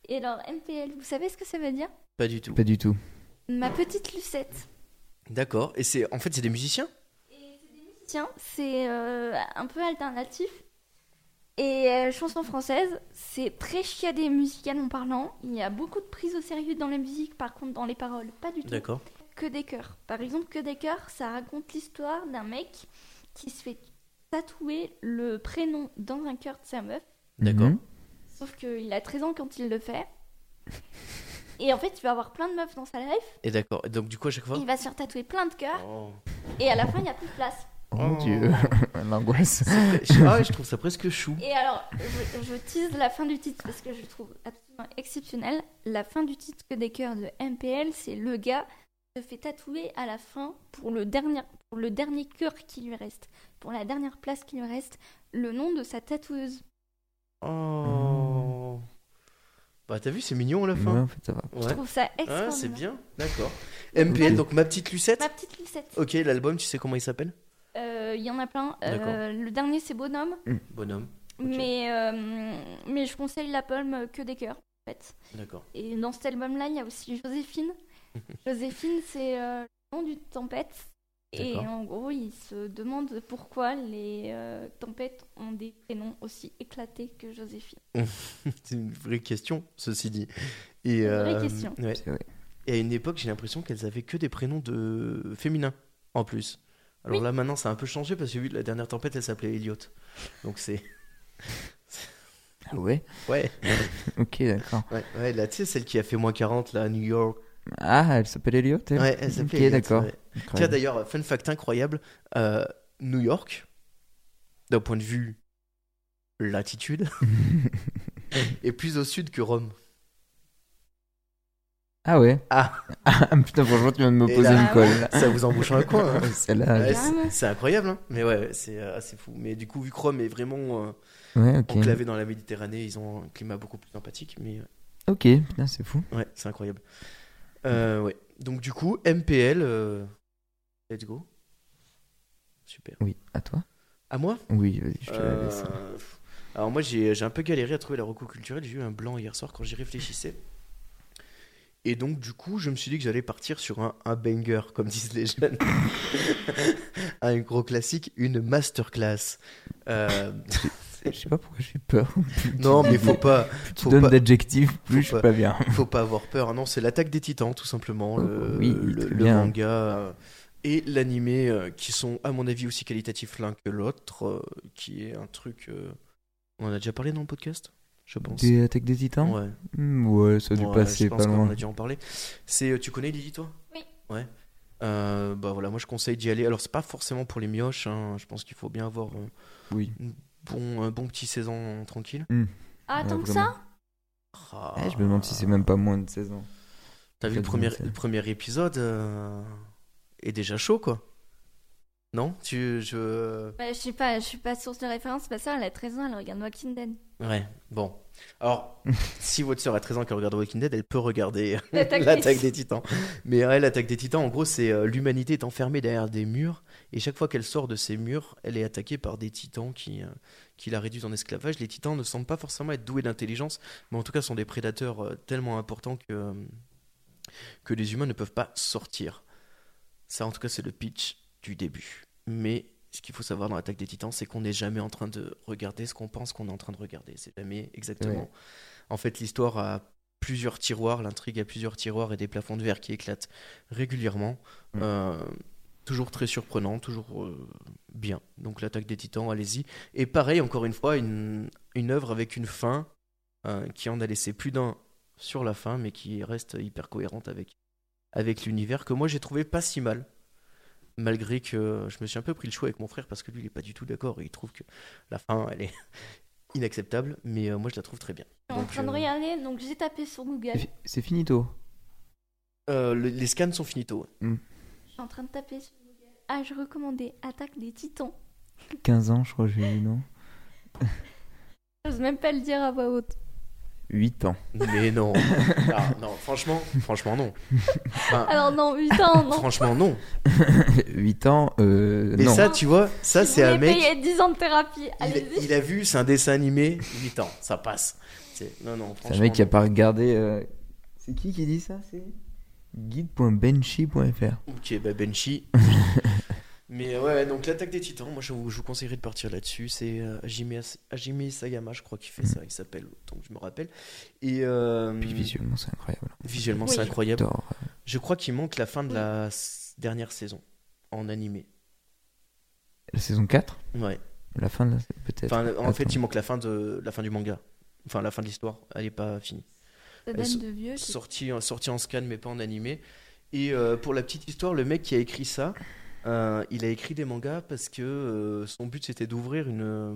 [SPEAKER 2] Et alors, MPL, vous savez ce que ça veut dire
[SPEAKER 1] Pas du tout.
[SPEAKER 3] Pas du tout.
[SPEAKER 2] Ma petite Lucette.
[SPEAKER 1] D'accord, et c'est en fait c'est des musiciens
[SPEAKER 2] Tiens, c'est euh, un peu alternatif. Et euh, chanson française, c'est très chiadé musicalement parlant. Il y a beaucoup de prise au sérieux dans la musique, par contre, dans les paroles, pas du tout.
[SPEAKER 1] D'accord.
[SPEAKER 2] que des cœurs. Par exemple, que des cœurs, ça raconte l'histoire d'un mec qui se fait tatouer le prénom dans un cœur de sa meuf,
[SPEAKER 1] D'accord.
[SPEAKER 3] Mhm.
[SPEAKER 2] sauf qu'il a 13 ans quand il le fait. Et en fait, il va avoir plein de meufs dans sa life,
[SPEAKER 1] Et d'accord, et donc du coup à chaque fois
[SPEAKER 2] il va se faire tatouer plein de cœurs,
[SPEAKER 1] Oh.
[SPEAKER 2] et à la fin, il n'y a plus de place.
[SPEAKER 3] Oh mon
[SPEAKER 1] Oh.
[SPEAKER 3] dieu, l'angoisse.
[SPEAKER 1] Je- Ah, je trouve ça presque chou.
[SPEAKER 2] Et alors, je, je tease la fin du titre parce que je le trouve absolument exceptionnel. La fin du titre que des cœurs de MPL, c'est le gars se fait tatouer à la fin pour le dernier, pour le dernier cœur qui lui reste, pour la dernière place qui lui reste, le nom de sa tatoueuse.
[SPEAKER 1] Oh. Bah t'as vu, c'est mignon à la
[SPEAKER 3] Ouais,
[SPEAKER 1] fin.
[SPEAKER 3] en fait ça va.
[SPEAKER 2] Je
[SPEAKER 1] Ouais.
[SPEAKER 2] trouve ça
[SPEAKER 1] Ah,
[SPEAKER 2] extraordinaire.
[SPEAKER 1] c'est Mmh. bien, d'accord. MPL, donc ma petite Lucette.
[SPEAKER 2] Ma petite Lucette,
[SPEAKER 1] Ok, l'album, tu sais comment il s'appelle
[SPEAKER 2] euh, euh, il y en a plein. Euh,
[SPEAKER 1] D'accord.
[SPEAKER 2] le dernier, c'est Bonhomme.
[SPEAKER 1] Bonhomme. Ok.
[SPEAKER 2] Mais, euh, mais je conseille l'album que des cœurs, en fait.
[SPEAKER 1] D'accord.
[SPEAKER 2] Et dans cet album-là, il y a aussi Joséphine. Joséphine, c'est euh, le nom du tempête. Et
[SPEAKER 1] D'accord.
[SPEAKER 2] en gros, il se demande pourquoi les euh, tempêtes ont des prénoms aussi éclatés que Joséphine.
[SPEAKER 1] C'est une vraie question, ceci dit. Et, euh,
[SPEAKER 2] Une vraie question.
[SPEAKER 1] ouais.
[SPEAKER 3] C'est vrai.
[SPEAKER 1] Et à une époque, j'ai l'impression qu'elles avaient que des prénoms de féminins en plus. Alors
[SPEAKER 2] Oui.
[SPEAKER 1] là, maintenant, ça a un peu changé parce que oui, la dernière tempête, elle s'appelait Elliot. Donc c'est.
[SPEAKER 3] Ah ouais
[SPEAKER 1] Ouais,
[SPEAKER 3] Ok, d'accord.
[SPEAKER 1] ouais, ouais, là, tu sais, celle qui a fait moins 40 là à New York.
[SPEAKER 3] Ah, elle s'appelle Elliot elle
[SPEAKER 1] Ouais, elle s'appelait
[SPEAKER 3] Ok,
[SPEAKER 1] Elliot,
[SPEAKER 3] d'accord.
[SPEAKER 1] ouais. Tiens,
[SPEAKER 3] Incroyable.
[SPEAKER 1] d'ailleurs, fun fact incroyable euh, New York, d'un point de vue latitude, est plus au sud que Rome.
[SPEAKER 3] Ah ouais
[SPEAKER 1] Ah.
[SPEAKER 3] Ah, putain, franchement, tu viens de me
[SPEAKER 1] Et
[SPEAKER 3] poser
[SPEAKER 2] là-
[SPEAKER 3] une colle. là.
[SPEAKER 1] Ça vous embouche un coin. hein.
[SPEAKER 3] Celle-là.
[SPEAKER 1] Ouais,
[SPEAKER 3] elle-
[SPEAKER 1] c'est- c'est incroyable, hein. mais ouais, c'est euh, assez fou. Mais du coup, vu que Rome est vraiment euh,
[SPEAKER 3] Ouais, ok.
[SPEAKER 1] enclavée dans la Méditerranée, ils ont un climat beaucoup plus sympathique, mais euh,
[SPEAKER 3] Ok, putain, c'est fou.
[SPEAKER 1] ouais, c'est incroyable. Euh, ouais. Donc du coup, MPL, euh, let's go. Super.
[SPEAKER 3] Oui, à toi
[SPEAKER 1] À moi
[SPEAKER 3] Oui, vas-y, je te la laisse.
[SPEAKER 1] Euh, pff. Alors moi, j'ai j'ai un peu galéré à trouver la reco culturelle, j'ai eu un blanc hier soir quand j'y réfléchissais. Et donc du coup, je me suis dit que j'allais partir sur un, un banger, comme disent les jeunes. un gros classique, une masterclass. Euh,
[SPEAKER 3] Je sais pas pourquoi j'ai peur.
[SPEAKER 1] Non, mais faut pas,
[SPEAKER 3] Plus tu
[SPEAKER 1] faut
[SPEAKER 3] donnes
[SPEAKER 1] pas-
[SPEAKER 3] d'adjectifs, plus
[SPEAKER 1] faut
[SPEAKER 3] je suis
[SPEAKER 1] pas-
[SPEAKER 3] pas bien.
[SPEAKER 1] faut pas avoir peur. Non, c'est l'attaque des Titans, tout simplement.
[SPEAKER 3] Oh,
[SPEAKER 1] Le,
[SPEAKER 3] oui,
[SPEAKER 1] le-
[SPEAKER 3] très
[SPEAKER 1] le
[SPEAKER 3] bien.
[SPEAKER 1] manga euh, et l'animé euh, qui sont, à mon avis, aussi qualitatifs l'un que l'autre, euh, qui est un truc. euh, On en a déjà parlé dans le podcast, je pense.
[SPEAKER 3] Des attaques des titans
[SPEAKER 1] Ouais.
[SPEAKER 3] Hmm, Ouais, ça a dû
[SPEAKER 1] Ouais,
[SPEAKER 3] passer
[SPEAKER 1] je pense
[SPEAKER 3] pas
[SPEAKER 1] qu'on
[SPEAKER 3] loin.
[SPEAKER 1] en a dû en parler. C'est, euh, tu connais Lily, toi
[SPEAKER 2] Oui.
[SPEAKER 1] Ouais. Euh, bah voilà, moi je conseille d'y aller. Alors c'est pas forcément pour les mioches. hein. Je pense qu'il faut bien avoir euh,
[SPEAKER 3] Oui.
[SPEAKER 1] bon, un bon petit saison tranquille.
[SPEAKER 2] Ah,
[SPEAKER 3] Ouais,
[SPEAKER 2] tant que
[SPEAKER 3] vraiment.
[SPEAKER 2] ça
[SPEAKER 1] Ah.
[SPEAKER 3] Eh, je me demande si c'est même pas moins de 16 ans.
[SPEAKER 1] T'as vu le
[SPEAKER 3] Quasiment,
[SPEAKER 1] premier,
[SPEAKER 3] c'est-
[SPEAKER 1] le premier épisode euh, est déjà chaud quoi. Non, tu je
[SPEAKER 2] Bah, Je suis pas, je suis pas source de référence. Bah ça, elle a 13 ans, elle regarde Walking Dead.
[SPEAKER 1] ouais bon. Alors si votre sœur a 13 ans qu'elle regarde Walking Dead, elle peut regarder euh,
[SPEAKER 2] L'attaque des-
[SPEAKER 1] l'attaque des Titans. Mais ouais, l'attaque des Titans, en gros, c'est euh, l'humanité est enfermée derrière des murs et chaque fois qu'elle sort de ces murs, elle est attaquée par des Titans qui euh, qui la réduisent en esclavage. Les Titans ne semblent pas forcément être doués d'intelligence, mais en tout cas sont des prédateurs euh, tellement importants que euh, que les humains ne peuvent pas sortir. Ça, en tout cas, c'est le pitch du début. Mais ce qu'il faut savoir dans l'attaque des titans, c'est qu'on n'est jamais en train de regarder ce qu'on pense qu'on est en train de regarder. C'est jamais exactement.
[SPEAKER 3] Ouais.
[SPEAKER 1] En fait, l'histoire a plusieurs tiroirs, l'intrigue a plusieurs tiroirs et des plafonds de verre qui éclatent régulièrement.
[SPEAKER 3] Mm.
[SPEAKER 1] Euh, toujours très surprenant, toujours euh, bien. Donc, l'attaque des titans, allez-y. Et pareil, encore une fois, une, une œuvre avec une fin euh, qui en a laissé plus d'un sur la fin, mais qui reste hyper cohérente avec, avec l'univers, que moi j'ai trouvé pas si mal. Malgré que je me suis un peu pris le choix avec mon frère parce que lui il est pas du tout d'accord et il trouve que la fin elle est inacceptable, mais euh, moi je la trouve très bien.
[SPEAKER 2] Je suis en
[SPEAKER 1] Donc,
[SPEAKER 2] train de
[SPEAKER 1] euh,
[SPEAKER 2] regarder, donc j'ai tapé sur Google.
[SPEAKER 3] C'est- C'est finito.
[SPEAKER 1] Euh, le- les scans sont finito.
[SPEAKER 2] Je suis en train de taper sur Google. Ah, je recommandais Attaque des Titans.
[SPEAKER 3] 15 ans, je crois que j'ai eu, non
[SPEAKER 2] J'ose même pas le dire à voix haute.
[SPEAKER 3] 8 ans.
[SPEAKER 1] Mais non, Ah, non, franchement, franchement non. Enfin,
[SPEAKER 2] Alors non, 8 ans, Ah, non.
[SPEAKER 1] franchement non.
[SPEAKER 3] 8 ans, euh,
[SPEAKER 1] Et
[SPEAKER 3] non.
[SPEAKER 1] ça, tu vois, ça
[SPEAKER 2] Si
[SPEAKER 1] c'est
[SPEAKER 2] vous
[SPEAKER 1] un
[SPEAKER 2] voulez
[SPEAKER 1] mec.
[SPEAKER 2] payer 10 ans de thérapie,
[SPEAKER 1] Il,
[SPEAKER 2] allez-y.
[SPEAKER 1] il a vu, c'est un dessin animé, 8 ans, ça passe. C'est- Non, non,
[SPEAKER 3] C'est un
[SPEAKER 1] franchement.
[SPEAKER 3] mec qui a
[SPEAKER 1] non.
[SPEAKER 3] pas regardé. euh, C'est qui qui dit ça C'est guide.benchy.fr.
[SPEAKER 1] Ok, bah Benchi. Mais euh, ouais, donc l'attaque des titans, moi je vous, je vous conseillerais de partir là-dessus. C'est euh, Hajime As- Hajime Sagama, je crois qu'il fait ça, il s'appelle, donc je me rappelle. Et euh,
[SPEAKER 3] Mm. Puis visuellement, c'est incroyable.
[SPEAKER 1] visuellement,
[SPEAKER 2] Oui.
[SPEAKER 1] c'est incroyable.
[SPEAKER 3] J'adore. euh,
[SPEAKER 1] Je crois qu'il manque la fin de la s- dernière saison en animé.
[SPEAKER 3] La saison 4
[SPEAKER 1] Ouais.
[SPEAKER 3] La fin de la peut-être
[SPEAKER 1] Enfin, en fait,
[SPEAKER 3] Attends.
[SPEAKER 1] il manque la fin de la fin du manga. Enfin, la fin de l'histoire, elle est pas finie.
[SPEAKER 2] Ça
[SPEAKER 1] Elles sont-
[SPEAKER 2] donne de vieux. je-
[SPEAKER 1] sorti, en- sorti en scan mais pas en animé. Et euh, pour la petite histoire, le mec qui a écrit ça, euh, il a écrit des mangas parce que euh, son but c'était d'ouvrir une euh,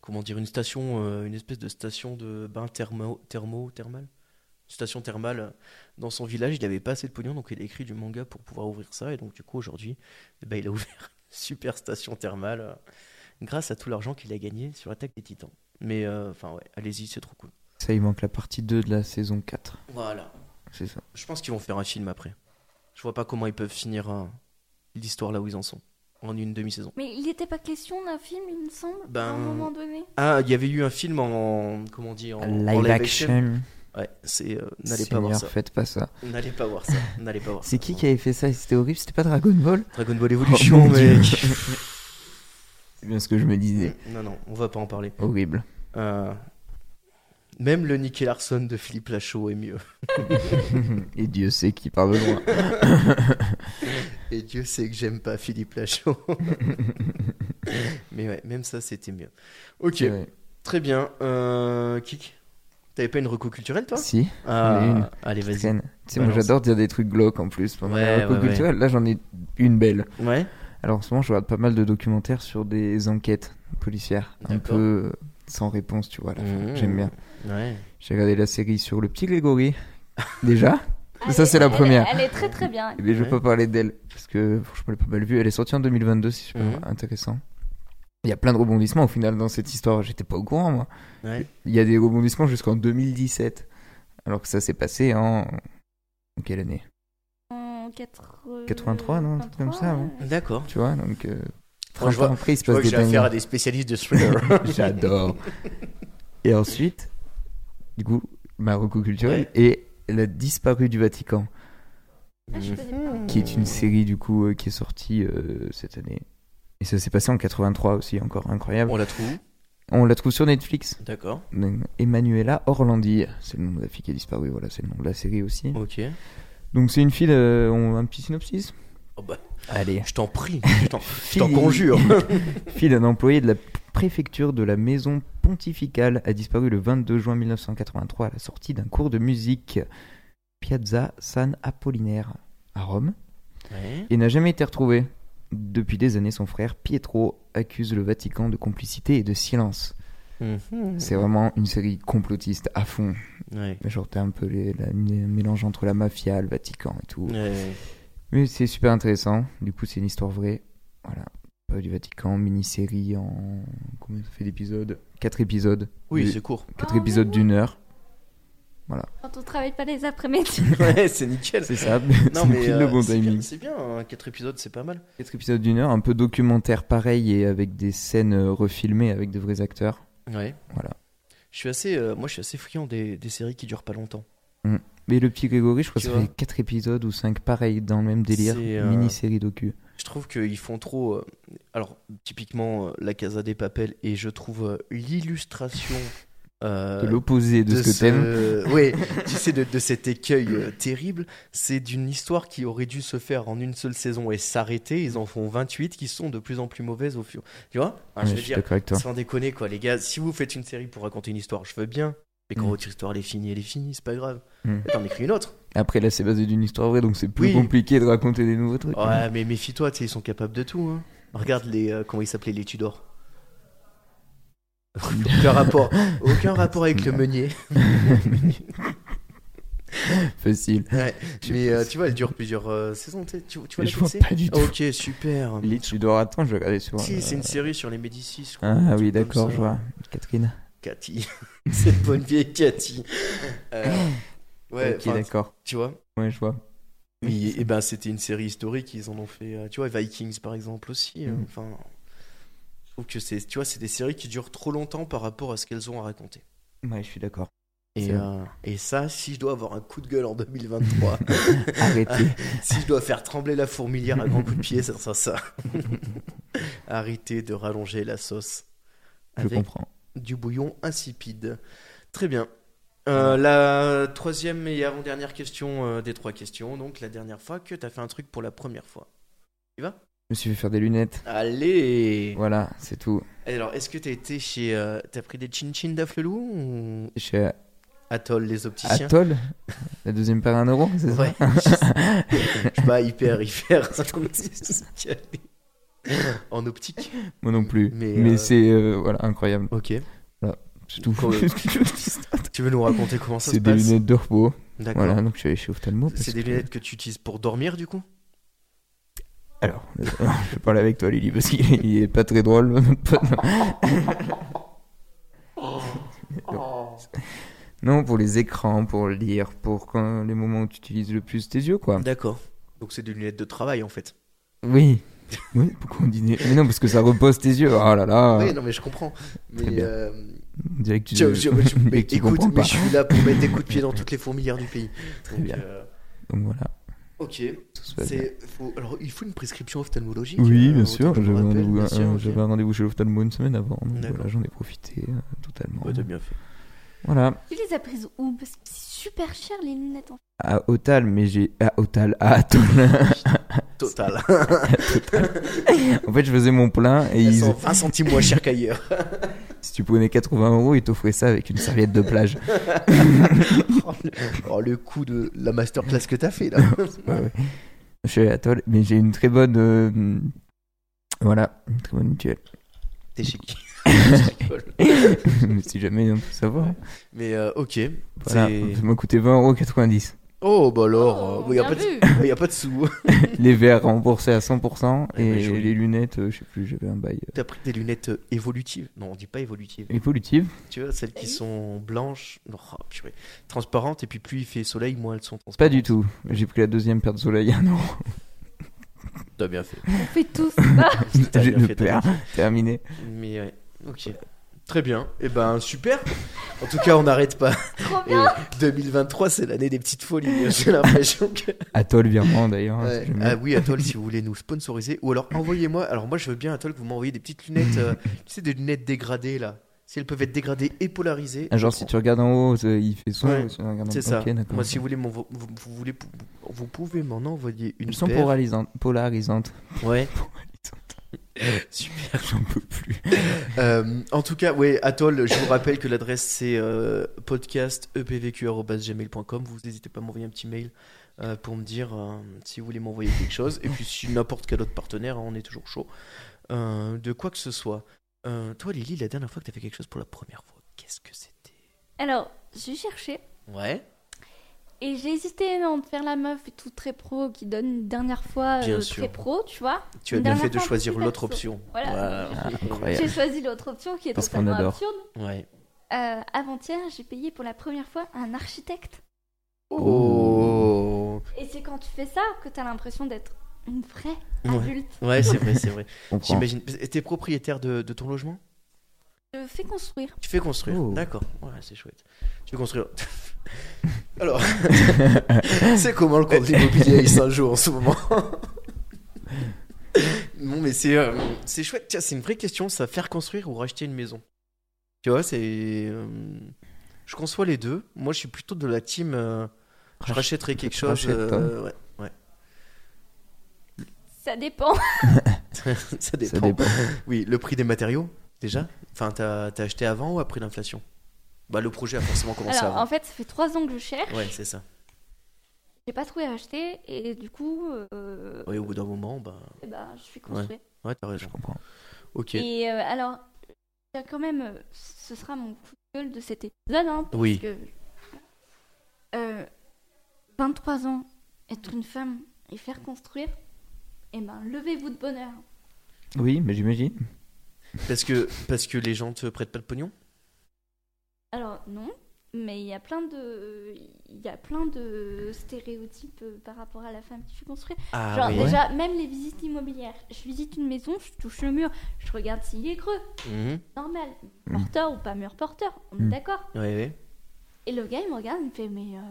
[SPEAKER 1] comment dire une station, euh, une espèce de station de bain thermo, thermo thermal, station thermale euh, dans son village. Il avait pas assez de pognon donc il a écrit du manga pour pouvoir ouvrir ça et donc du coup aujourd'hui, eh ben, il a ouvert une super station thermale euh, grâce à tout l'argent qu'il a gagné sur l'attaque des Titans. Mais euh, enfin ouais, allez-y, c'est trop cool.
[SPEAKER 3] Ça, il manque la partie 2 de la saison 4.
[SPEAKER 1] Voilà.
[SPEAKER 3] C'est ça.
[SPEAKER 1] Je pense qu'ils vont faire un film après. Je vois pas comment ils peuvent finir euh, l'histoire là où ils en sont. en une demi-saison.
[SPEAKER 2] Mais il n'était pas question d'un film, il me semble, à un
[SPEAKER 1] Ben,
[SPEAKER 2] moment donné.
[SPEAKER 1] Ah, il y avait eu un film en. Comment dire en, en
[SPEAKER 3] Live action.
[SPEAKER 1] Ouais, c'est. euh, n'allez pas voir
[SPEAKER 3] Seigneur,
[SPEAKER 1] ça.
[SPEAKER 3] faites pas ça.
[SPEAKER 1] N'allez pas voir ça. N'allez pas voir
[SPEAKER 3] C'est
[SPEAKER 1] ça,
[SPEAKER 3] qui
[SPEAKER 1] vraiment.
[SPEAKER 3] qui avait fait ça C'était horrible, c'était pas Dragon Ball
[SPEAKER 1] Dragon Ball
[SPEAKER 3] Oh
[SPEAKER 1] Evolution,
[SPEAKER 3] mon
[SPEAKER 1] mais.
[SPEAKER 3] Dieu. C'est bien ce que je me disais.
[SPEAKER 1] non, non, on va pas en parler.
[SPEAKER 3] Horrible.
[SPEAKER 1] Euh, Même le Nicky Larson de Philippe Lachaud est mieux.
[SPEAKER 3] Et Dieu sait qui parle de loin.
[SPEAKER 1] Et Dieu sait que j'aime pas Philippe Lachaud. mais ouais, même ça, c'était mieux. Ok,
[SPEAKER 3] Ouais.
[SPEAKER 1] très bien. Euh, Kik, t'avais pas une reco culturelle, toi
[SPEAKER 3] Si,
[SPEAKER 1] Ah,
[SPEAKER 3] j'en ai une.
[SPEAKER 1] Allez, vas-y.
[SPEAKER 3] Ken. Tu sais, moi
[SPEAKER 1] Balance.
[SPEAKER 3] j'adore dire des trucs glauques en plus. Pendant la
[SPEAKER 1] Ouais,
[SPEAKER 3] reco
[SPEAKER 1] ouais, ouais.
[SPEAKER 3] culturelle, Là j'en ai une belle.
[SPEAKER 1] Ouais,
[SPEAKER 3] Alors en ce moment je regarde pas mal de documentaires sur des enquêtes policières. Un
[SPEAKER 1] D'accord.
[SPEAKER 3] peu euh, sans réponse, tu vois. à la fin.
[SPEAKER 1] Mmh.
[SPEAKER 3] J'aime bien.
[SPEAKER 1] ouais.
[SPEAKER 3] J'ai regardé la série sur le petit Grégory. Déjà Ça,
[SPEAKER 2] Elle
[SPEAKER 3] c'est
[SPEAKER 2] est-
[SPEAKER 3] la
[SPEAKER 2] elle est-
[SPEAKER 3] première.
[SPEAKER 2] Elle, est très très bien.
[SPEAKER 3] Mais Eh je vais
[SPEAKER 1] Ouais.
[SPEAKER 3] pas parler d'elle, parce que franchement, elle est pas mal vue. Elle est sortie en 2022, c'est super
[SPEAKER 1] Mhm.
[SPEAKER 3] intéressant. Il y a plein de rebondissements au final dans cette histoire. J'étais pas au courant, moi.
[SPEAKER 1] ouais.
[SPEAKER 3] Il y a des rebondissements jusqu'en 2017. Alors que ça s'est passé en. en Quelle année
[SPEAKER 2] En 80...
[SPEAKER 3] 83, non, un truc comme ça, ouais.
[SPEAKER 1] D'accord.
[SPEAKER 3] Tu vois, donc. Euh,
[SPEAKER 1] Moi,
[SPEAKER 3] 30
[SPEAKER 1] je vois-
[SPEAKER 3] ans après, il se
[SPEAKER 1] Je crois
[SPEAKER 3] passe
[SPEAKER 1] que
[SPEAKER 3] des
[SPEAKER 1] j'ai affaire à
[SPEAKER 3] dingueries.
[SPEAKER 1] des spécialistes de thriller.
[SPEAKER 3] J'adore. Et ensuite, du coup, Marocco culturel et La disparue du Vatican,
[SPEAKER 2] Ah, je faisais pas.
[SPEAKER 3] qui est une série, du coup, euh, qui est sortie euh, cette année. Et ça s'est passé en 83 aussi, encore incroyable.
[SPEAKER 1] On la trouve,
[SPEAKER 3] On la trouve sur Netflix.
[SPEAKER 1] d'accord.
[SPEAKER 3] Donc, Emanuela Orlandi, c'est le nom de la fille qui a disparu, voilà, c'est le nom de la série aussi.
[SPEAKER 1] Ok.
[SPEAKER 3] Donc c'est une fille, euh, on- un petit synopsis
[SPEAKER 1] Oh bah,
[SPEAKER 3] Allez.
[SPEAKER 1] je t'en prie, je t'en- je t'en
[SPEAKER 3] Fille-
[SPEAKER 1] conjure.
[SPEAKER 3] Fille d'un employé de la préfecture de la maison pontificale a disparu le 22 juin 1983 à la sortie d'un cours de musique Piazza San Apollinaire à Rome
[SPEAKER 1] Ouais.
[SPEAKER 3] et n'a jamais été retrouvée. Depuis des années, son frère Pietro accuse le Vatican de complicité et de silence.
[SPEAKER 1] Mhm.
[SPEAKER 3] C'est vraiment une série complotiste à fond.
[SPEAKER 1] Ouais.
[SPEAKER 3] Mais Genre, t'as un peu les, la- le mélange entre la mafia, le Vatican et tout.
[SPEAKER 1] Ouais.
[SPEAKER 3] Mais c'est super intéressant. Du coup, c'est une histoire vraie. Voilà. Pas du Vatican, mini-série en. Combien ça fait d'épisodes 4 épisodes.
[SPEAKER 1] Oui,
[SPEAKER 3] Du-
[SPEAKER 1] c'est court.
[SPEAKER 3] quatre
[SPEAKER 2] Ah, mais
[SPEAKER 3] épisodes
[SPEAKER 2] non.
[SPEAKER 3] d'une heure.
[SPEAKER 2] Quand on travaille pas les après-midi.
[SPEAKER 1] ouais, c'est nickel.
[SPEAKER 3] C'est ça. c'est pile le
[SPEAKER 1] euh,
[SPEAKER 3] bon
[SPEAKER 1] c'est bien-
[SPEAKER 3] timing.
[SPEAKER 1] C'est bien, 4 épisodes, c'est pas mal.
[SPEAKER 3] 4 épisodes d'une heure, un peu documentaire pareil et avec des scènes euh, refilmées avec de vrais acteurs.
[SPEAKER 1] Ouais.
[SPEAKER 3] Voilà.
[SPEAKER 1] Je suis assez, euh, moi, je suis assez friand des, des séries qui durent pas longtemps.
[SPEAKER 3] Mais le petit Grégory, je crois
[SPEAKER 1] Tu
[SPEAKER 3] que ça
[SPEAKER 1] vois.
[SPEAKER 3] fait 4 épisodes ou 5 pareil dans le même délire.
[SPEAKER 1] C'est, euh,
[SPEAKER 3] Mini-série docu.
[SPEAKER 1] Je trouve qu'ils font trop. euh, alors, typiquement, euh, La Casa des Papels, et je trouve euh, l'illustration. euh,
[SPEAKER 3] de l'opposé de, ce que t'aimes.
[SPEAKER 1] Oui, tu sais, de, de cet écueil euh, terrible. C'est d'une histoire qui aurait dû se faire en une seule saison et s'arrêter. Ils en font 28 qui sont de plus en plus mauvaises au fur. Tu vois Enfin, Ah,
[SPEAKER 3] Ouais,
[SPEAKER 1] Je
[SPEAKER 3] Je
[SPEAKER 1] veux
[SPEAKER 3] suis
[SPEAKER 1] dire,
[SPEAKER 3] d'accord avec toi.
[SPEAKER 1] sans déconner, quoi, les gars, si vous faites une série pour raconter une histoire, je veux bien. Mais quand
[SPEAKER 3] Mm.
[SPEAKER 1] votre histoire elle est finie, elle est finie, c'est pas grave.
[SPEAKER 3] Mm.
[SPEAKER 1] T'en écris une autre.
[SPEAKER 3] Après, là, c'est basé d'une histoire vraie, donc c'est plus
[SPEAKER 1] Oui.
[SPEAKER 3] compliqué de raconter des nouveaux trucs. hein.
[SPEAKER 1] Ouais, mais méfie-toi, tu sais, ils sont capables de tout. hein. Regarde les. euh, comment ils s'appelaient les Tudors Aucun rapport. Aucun rapport avec le meunier.
[SPEAKER 3] Facile.
[SPEAKER 1] Ouais,
[SPEAKER 3] Je-
[SPEAKER 1] mais euh, tu vois, elle dure plusieurs euh, saisons. tu sais. Tu, tu vois
[SPEAKER 3] Mais
[SPEAKER 1] la
[SPEAKER 3] je vois
[SPEAKER 1] fixer
[SPEAKER 3] pas du tout.
[SPEAKER 1] Ok, super.
[SPEAKER 3] Lit, tu dois attendre, je vais regarder sur.
[SPEAKER 1] Si,
[SPEAKER 3] euh,
[SPEAKER 1] c'est une série sur les Médicis. je crois,
[SPEAKER 3] Ah
[SPEAKER 1] un truc comme
[SPEAKER 3] oui, d'accord,
[SPEAKER 1] ça.
[SPEAKER 3] je vois. Catherine.
[SPEAKER 1] Cathy. Cette bonne vieille Cathy. Euh, ouais,
[SPEAKER 3] ok,
[SPEAKER 1] enfin,
[SPEAKER 3] d'accord.
[SPEAKER 1] tu vois.
[SPEAKER 3] Ouais, je vois.
[SPEAKER 1] Mais et ben, c'était une série historique, ils en ont fait. euh, tu vois, Vikings par exemple aussi. euh,
[SPEAKER 3] Mhm.
[SPEAKER 1] Enfin. je trouve que c'est, tu vois, c'est des séries qui durent trop longtemps par rapport à ce qu'elles ont à raconter.
[SPEAKER 3] Ouais, je suis d'accord.
[SPEAKER 1] Et,
[SPEAKER 3] C'est vrai.
[SPEAKER 1] euh, et ça, si je dois avoir un coup de gueule en 2023,
[SPEAKER 3] Arrêtez.
[SPEAKER 1] si je dois faire trembler la fourmilière à grands coups de pied, ça sera ça. Arrêtez de rallonger la sauce
[SPEAKER 3] je
[SPEAKER 1] avec
[SPEAKER 3] comprends.
[SPEAKER 1] du bouillon insipide. Très bien. Euh, la troisième et avant-dernière question euh, des trois questions. Donc, la dernière fois que tu as fait un truc pour la première fois.
[SPEAKER 3] Je me suis fait faire des lunettes.
[SPEAKER 1] Allez
[SPEAKER 3] Voilà, c'est tout.
[SPEAKER 1] Alors, est-ce que tu as été chez. euh, t'as pris des chin-chin d'Afflelou ou
[SPEAKER 3] Chez
[SPEAKER 1] Atoll, les opticiens
[SPEAKER 3] Atoll, la deuxième paire à un euro, c'est ça
[SPEAKER 1] hein. Ouais, je sais. Je suis pas hyper, hyper. en optique.
[SPEAKER 3] Moi non plus.
[SPEAKER 1] Mais,
[SPEAKER 3] Mais,
[SPEAKER 1] euh,
[SPEAKER 3] c'est euh, voilà, incroyable.
[SPEAKER 1] Ok.
[SPEAKER 3] C'est tout.
[SPEAKER 1] Quoi,
[SPEAKER 3] Qu'est-ce que je veux dire
[SPEAKER 1] Tu veux nous raconter comment ça se
[SPEAKER 3] C'est des
[SPEAKER 1] passe
[SPEAKER 3] lunettes de repos.
[SPEAKER 1] D'accord.
[SPEAKER 3] Voilà, donc je suis allé chez Ophtalmo. parce
[SPEAKER 1] C'est des
[SPEAKER 3] que-
[SPEAKER 1] lunettes que tu utilises pour dormir du coup
[SPEAKER 3] Alors, euh, je vais parler avec toi, Lily, parce qu'il il est pas très drôle, notre pote. Non, pour les écrans, pour lire, pour quand- les moments où tu utilises le plus tes yeux, quoi.
[SPEAKER 1] D'accord. Donc c'est des lunettes de travail en fait.
[SPEAKER 3] Oui, Oui, pourquoi on dit né- Mais non, parce que ça repose tes yeux. Oh là là.
[SPEAKER 1] Oui, non, mais je comprends. Mais,
[SPEAKER 3] bien.
[SPEAKER 1] euh,
[SPEAKER 3] On dirait que tu,
[SPEAKER 1] je- je- je- mais
[SPEAKER 3] et que tu
[SPEAKER 1] écoute,
[SPEAKER 3] comprends
[SPEAKER 1] mais
[SPEAKER 3] pas.
[SPEAKER 1] je suis là pour mettre des coups de pied dans toutes les fourmilières du pays. Très
[SPEAKER 3] bien. Donc voilà.
[SPEAKER 1] ok.
[SPEAKER 3] tout se passe bien.
[SPEAKER 1] C'est- faut- alors, il faut une prescription ophtalmologique.
[SPEAKER 3] Oui,
[SPEAKER 1] euh,
[SPEAKER 3] bien
[SPEAKER 1] autant
[SPEAKER 3] sûr.
[SPEAKER 1] que je me
[SPEAKER 3] J'avais un euh,
[SPEAKER 1] rappelle,
[SPEAKER 3] rendez-vous
[SPEAKER 1] bien
[SPEAKER 3] un-
[SPEAKER 1] sûr,
[SPEAKER 3] un-
[SPEAKER 1] ok.
[SPEAKER 3] j'avais un rendez-vous chez l'ophtalmo une semaine avant. Donc
[SPEAKER 1] D'accord.
[SPEAKER 3] voilà, j'en ai profité euh, totalement.
[SPEAKER 1] Ouais, t'as bien fait.
[SPEAKER 3] Voilà.
[SPEAKER 2] Il les a prises où Parce que c'est super cher les lunettes. en
[SPEAKER 3] À Otal, mais j'ai. À Otal, à Atoll.
[SPEAKER 1] Total.
[SPEAKER 3] en fait, je faisais mon plein et
[SPEAKER 1] Elles
[SPEAKER 3] ils.
[SPEAKER 1] sont 20 centimes moins chères qu'ailleurs.
[SPEAKER 3] Si tu prenais 80 euros, ils t'offraient ça avec une serviette de plage.
[SPEAKER 1] Oh, le- oh, le coup de la masterclass que t'as fait là.
[SPEAKER 3] Ouais, ouais. Je suis à Atoll, mais j'ai une très bonne. euh, Voilà, une très bonne mutuelle.
[SPEAKER 1] T'es chic. Je rigole.
[SPEAKER 3] Mais si jamais on peut savoir.
[SPEAKER 1] mais euh, ok.
[SPEAKER 3] Voilà,
[SPEAKER 1] C'est-
[SPEAKER 3] ça m'a coûté 20,90€.
[SPEAKER 1] Oh bah
[SPEAKER 2] Oh,
[SPEAKER 1] alors, il n'y a,
[SPEAKER 2] bien
[SPEAKER 1] pas de-
[SPEAKER 2] vu.
[SPEAKER 1] y a pas de sous.
[SPEAKER 3] Les verres remboursés à 100%
[SPEAKER 1] Eh Ouais,
[SPEAKER 3] et
[SPEAKER 1] ouais, joli.
[SPEAKER 3] les lunettes, euh, je sais plus, j'avais un bail. euh,
[SPEAKER 1] T'as pris des lunettes euh, évolutives. Non, on dit pas évolutives.
[SPEAKER 3] Et pollutive.
[SPEAKER 1] Tu vois, celles qui sont blanches, oh, purée, transparentes, et puis plus il fait soleil, moins elles sont transparentes.
[SPEAKER 3] Pas du tout. J'ai pris la deuxième paire de soleil un an.
[SPEAKER 1] T'as bien fait.
[SPEAKER 2] On fait tous ça.
[SPEAKER 1] T'as
[SPEAKER 3] J'ai
[SPEAKER 1] bien
[SPEAKER 3] deux
[SPEAKER 1] fait, t'as bien
[SPEAKER 3] paires. Terminé.
[SPEAKER 1] fait. Mais ouais, ok. Très bien. Et ben super. En tout cas, on n'arrête pas.
[SPEAKER 2] Trop
[SPEAKER 1] Et
[SPEAKER 2] bien.
[SPEAKER 1] 2023, c'est l'année des petites folies. J'ai l'impression que.
[SPEAKER 3] Atoll virement d'ailleurs. hein,
[SPEAKER 1] Ouais.
[SPEAKER 3] si jamais.
[SPEAKER 1] Ah oui, Atoll, si vous voulez nous sponsoriser. Ou alors envoyez-moi. Alors moi, je veux bien, Atoll, que vous m'envoyez des petites lunettes. euh, tu sais, des lunettes dégradées là. Si elles peuvent être dégradées et polarisées.
[SPEAKER 3] Ah, Genre
[SPEAKER 1] je
[SPEAKER 3] si
[SPEAKER 1] prends.
[SPEAKER 3] tu regardes en haut, c'est- il fait sombre.
[SPEAKER 1] Ouais,
[SPEAKER 3] si tu regardes en-
[SPEAKER 1] C'est ça.
[SPEAKER 3] ok, d'accord.
[SPEAKER 1] Moi, si vous voulez, m'envo- vous, vous voulez, vous pouvez m'en envoyer une
[SPEAKER 3] Elles sont
[SPEAKER 1] paire.
[SPEAKER 3] polarisantes. polarisantes.
[SPEAKER 1] Ouais.
[SPEAKER 3] Super, j'en peux plus.
[SPEAKER 1] Euh, en tout cas, ouais, Atoll, je vous rappelle que l'adresse c'est euh, podcastepvq@gmail.com. Vous n'hésitez pas à m'envoyer un petit mail euh, pour me dire euh, si vous voulez m'envoyer quelque chose. Et puis si n'importe quel autre partenaire, hein, on est toujours chaud Euh, de quoi que ce soit. Euh, toi, Lily, la dernière fois que t'as fait quelque chose pour la première fois, qu'est-ce que c'était
[SPEAKER 2] Alors, j'ai cherché
[SPEAKER 1] Ouais.
[SPEAKER 2] et j'ai hésité non, de faire la meuf et tout très pro qui donne une dernière fois
[SPEAKER 1] Bien
[SPEAKER 2] euh,
[SPEAKER 1] sûr.
[SPEAKER 2] très pro, tu vois.
[SPEAKER 1] Tu as
[SPEAKER 2] Une
[SPEAKER 1] bien
[SPEAKER 2] dernière
[SPEAKER 1] fait de
[SPEAKER 2] fois, un
[SPEAKER 1] choisir
[SPEAKER 2] petit perso.
[SPEAKER 1] l'autre option.
[SPEAKER 2] Voilà.
[SPEAKER 1] Voilà.
[SPEAKER 3] incroyable.
[SPEAKER 2] J'ai choisi l'autre option qui est
[SPEAKER 3] euh, Parce qu'on
[SPEAKER 2] totalement
[SPEAKER 3] adore.
[SPEAKER 2] absurde.
[SPEAKER 1] Ouais.
[SPEAKER 2] Euh, Avant-hier, j'ai payé pour la première fois un architecte.
[SPEAKER 1] Oh.
[SPEAKER 2] Et c'est quand tu fais ça que t'as l'impression d'être une vraie
[SPEAKER 1] Ouais.
[SPEAKER 2] adulte.
[SPEAKER 1] Ouais, c'est vrai, c'est vrai.
[SPEAKER 3] On prend.
[SPEAKER 1] J'imagine. Et T'es propriétaire de, de ton logement
[SPEAKER 2] Je fais construire.
[SPEAKER 1] Tu fais construire.
[SPEAKER 3] Oh.
[SPEAKER 1] D'accord. Ouais, c'est chouette. Tu fais construire. Alors, c'est comment le compte immobilier il s'en joue en ce moment Non, mais c'est euh, c'est chouette. Tiens, c'est une vraie question ça. Faire construire ou racheter une maison Tu vois, c'est. euh, je conçois les deux. Moi, je suis plutôt de la team. euh, je
[SPEAKER 3] Rach-
[SPEAKER 1] rachèterai quelque chose.
[SPEAKER 3] rachète, hein.
[SPEAKER 1] euh, ouais.
[SPEAKER 2] Ça dépend.
[SPEAKER 1] Ça
[SPEAKER 3] Ça
[SPEAKER 1] dépend.
[SPEAKER 3] dépend.
[SPEAKER 1] Oui, le prix des matériaux, déjà. Enfin, t'as t'as acheté avant ou après l'inflation Bah, le projet a forcément commencé
[SPEAKER 2] Alors,
[SPEAKER 1] avant.
[SPEAKER 2] en fait, ça fait trois ans que je cherche.
[SPEAKER 1] Ouais, c'est ça.
[SPEAKER 2] J'ai pas trouvé à acheter et du coup, euh,
[SPEAKER 1] Oui, au bout d'un moment, bah.
[SPEAKER 2] eh ben, je suis construire.
[SPEAKER 1] Ouais, t'as
[SPEAKER 3] Je
[SPEAKER 1] raison.
[SPEAKER 3] comprends.
[SPEAKER 1] Ok.
[SPEAKER 2] Et euh, alors, il y a quand même, euh, ce sera mon coup de gueule de cet épisode, hein, parce
[SPEAKER 1] Oui.
[SPEAKER 2] que euh, 23 ans, être une femme et faire construire, eh ben, levez-vous de bonheur.
[SPEAKER 3] Oui, mais j'imagine.
[SPEAKER 1] Parce que, parce que les gens te prêtent pas le pognon
[SPEAKER 2] Alors non, mais il y a plein de, il y a plein de stéréotypes euh, par rapport à la femme qui fait construire.
[SPEAKER 1] Ah
[SPEAKER 2] Genre
[SPEAKER 1] oui.
[SPEAKER 2] déjà, même les visites immobilières. Je visite une maison, je touche le mur, je regarde s'il est creux,
[SPEAKER 1] Mhm.
[SPEAKER 2] normal,
[SPEAKER 3] Mm.
[SPEAKER 2] porteur ou pas mur porteur, on est
[SPEAKER 3] Mm.
[SPEAKER 2] d'accord.
[SPEAKER 1] Ouais, ouais.
[SPEAKER 2] Et le gars, il me regarde, il me fait, mais euh,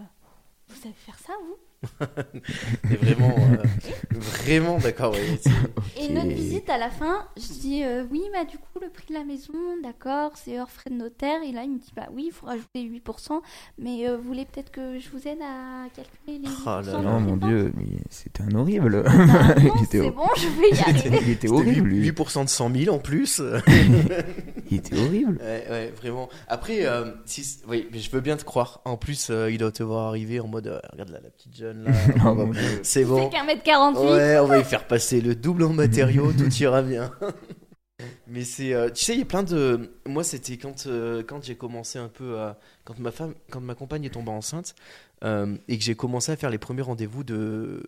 [SPEAKER 2] vous savez faire ça, vous
[SPEAKER 1] T'es vraiment, euh, vraiment d'accord. ouais. C'est-
[SPEAKER 2] Et
[SPEAKER 3] Ok.
[SPEAKER 2] notre visite, à la fin, je dis, euh, oui, bah du coup, le prix de la maison, d'accord, c'est hors frais de notaire. Et là, il me dit, bah oui, il faut rajouter 8%, mais euh, vous voulez peut-être que je vous aide à calculer les 8%
[SPEAKER 1] Oh là là.
[SPEAKER 2] de
[SPEAKER 1] Non,
[SPEAKER 3] Oh mon
[SPEAKER 2] prix de
[SPEAKER 3] dieu, mais c'était un horrible.
[SPEAKER 2] vente Bah, non,
[SPEAKER 3] il, était
[SPEAKER 2] c'est
[SPEAKER 3] hor-
[SPEAKER 2] bon, je vais y arriver.
[SPEAKER 3] il
[SPEAKER 1] C'était
[SPEAKER 3] était
[SPEAKER 1] 8%,
[SPEAKER 3] horrible. lui.
[SPEAKER 1] 8% de 100 000 en plus. ouais,
[SPEAKER 3] Il était horrible.
[SPEAKER 1] ouais, vraiment. Après, euh, si, c- oui, mais je veux bien te croire. En plus, euh, il doit te voir arriver en mode euh, regarde là, la petite jeune là.
[SPEAKER 3] Non,
[SPEAKER 1] on
[SPEAKER 3] mon
[SPEAKER 1] va-
[SPEAKER 3] Dieu.
[SPEAKER 1] C'est
[SPEAKER 2] C'est
[SPEAKER 1] bon.
[SPEAKER 2] qu'un mètre 48.
[SPEAKER 1] Ouais, on va y faire passer le double en matériaux, tout ira bien. Mais c'est, euh, tu sais, il y a plein de. Moi, c'était quand euh, quand j'ai commencé un peu à quand ma femme, quand ma compagne est tombée enceinte euh, et que j'ai commencé à faire les premiers rendez-vous de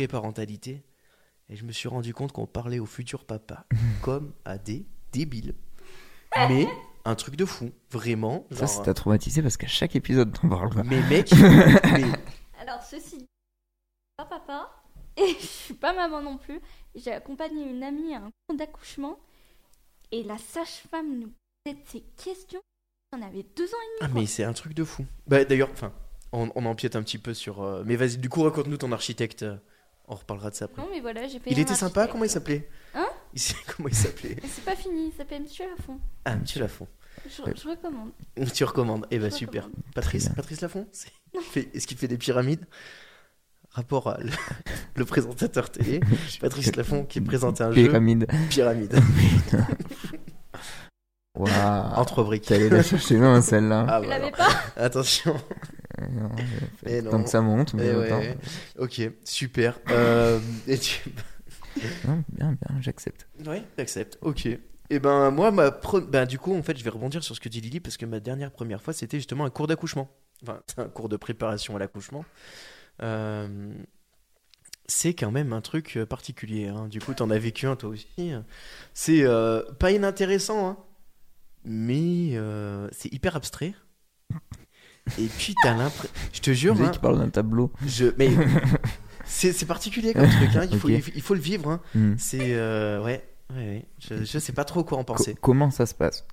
[SPEAKER 1] pré-parentalité et je me suis rendu compte qu'on parlait au futur papa comme à des débiles. Mais un truc de fou, vraiment.
[SPEAKER 3] Ça,
[SPEAKER 1] Genre,
[SPEAKER 3] ça t'a traumatisé parce qu'à chaque épisode, t'en parles.
[SPEAKER 1] mais mec, mais-
[SPEAKER 2] Alors, ceci dit, pas papa, Et je suis pas maman non plus. J'ai accompagné une amie à un cours d'accouchement. Et la sage-femme nous posait ses questions. On avait deux ans
[SPEAKER 1] Ah,
[SPEAKER 2] et demi. quoi.
[SPEAKER 1] mais c'est un truc de fou. Bah, d'ailleurs, enfin, on, on empiète un petit peu sur. euh, Mais vas-y, du coup, raconte-nous ton architecte. euh, On reparlera de ça après.
[SPEAKER 2] Non, mais voilà, j'ai payé
[SPEAKER 1] Il
[SPEAKER 2] un
[SPEAKER 1] était sympa,
[SPEAKER 2] architecte.
[SPEAKER 1] comment il s'appelait
[SPEAKER 2] Hein
[SPEAKER 1] Il sait Comment il s'appelait
[SPEAKER 2] Mais C'est pas fini, il s'appelle Monsieur Lafont.
[SPEAKER 1] Ah, monsieur Lafont.
[SPEAKER 2] Je, je recommande.
[SPEAKER 1] Tu recommandes Eh bah,
[SPEAKER 2] Je
[SPEAKER 1] super.
[SPEAKER 2] recommande.
[SPEAKER 1] Patrice
[SPEAKER 3] Très bien.
[SPEAKER 1] Patrice Lafont c'est- il fait- Est-ce qu'il fait des pyramides Rapport à le, le présentateur télé, Patrice Lafont qui présentait un jeu
[SPEAKER 3] Pyramide.
[SPEAKER 1] Pyramide.
[SPEAKER 3] Waouh.
[SPEAKER 1] Entre briques.
[SPEAKER 3] T'allais Ah, la chercher loin, celle-là.
[SPEAKER 1] Ah,
[SPEAKER 2] Tu
[SPEAKER 1] bah,
[SPEAKER 2] l'avais
[SPEAKER 1] alors.
[SPEAKER 2] pas
[SPEAKER 1] Attention.
[SPEAKER 3] Euh, non, euh, faut
[SPEAKER 1] Ah. Eh
[SPEAKER 3] le temps
[SPEAKER 1] non.
[SPEAKER 3] que ça monte, mais
[SPEAKER 1] Eh ouais.
[SPEAKER 3] autant.
[SPEAKER 1] Ok, super. Euh, et tu-
[SPEAKER 3] Non, bien, bien, j'accepte.
[SPEAKER 1] Oui, j'accepte. Ok. Et ben moi, ma pre- ben, du coup, en fait, je vais rebondir sur ce que dit Lily parce que ma dernière première fois, c'était justement un cours d'accouchement. Enfin, un cours de préparation à l'accouchement. Euh, C'est quand même un truc euh, particulier. hein. Du coup, t'en as vécu un toi aussi. C'est euh, pas inintéressant, hein, mais euh, c'est hyper abstrait. Et puis t'as l'impression, je te
[SPEAKER 3] Tu
[SPEAKER 1] jure,
[SPEAKER 3] sais
[SPEAKER 1] hein,
[SPEAKER 3] qui parle d'un tableau.
[SPEAKER 1] je- mais c'est c'est particulier comme truc. hein. Il, faut,
[SPEAKER 3] Ok.
[SPEAKER 1] il faut- il faut le vivre. hein.
[SPEAKER 3] Hmm.
[SPEAKER 1] C'est. euh, ouais, ouais, ouais. Je, je sais pas trop quoi en
[SPEAKER 3] Co-
[SPEAKER 1] penser.
[SPEAKER 3] comment ça se passe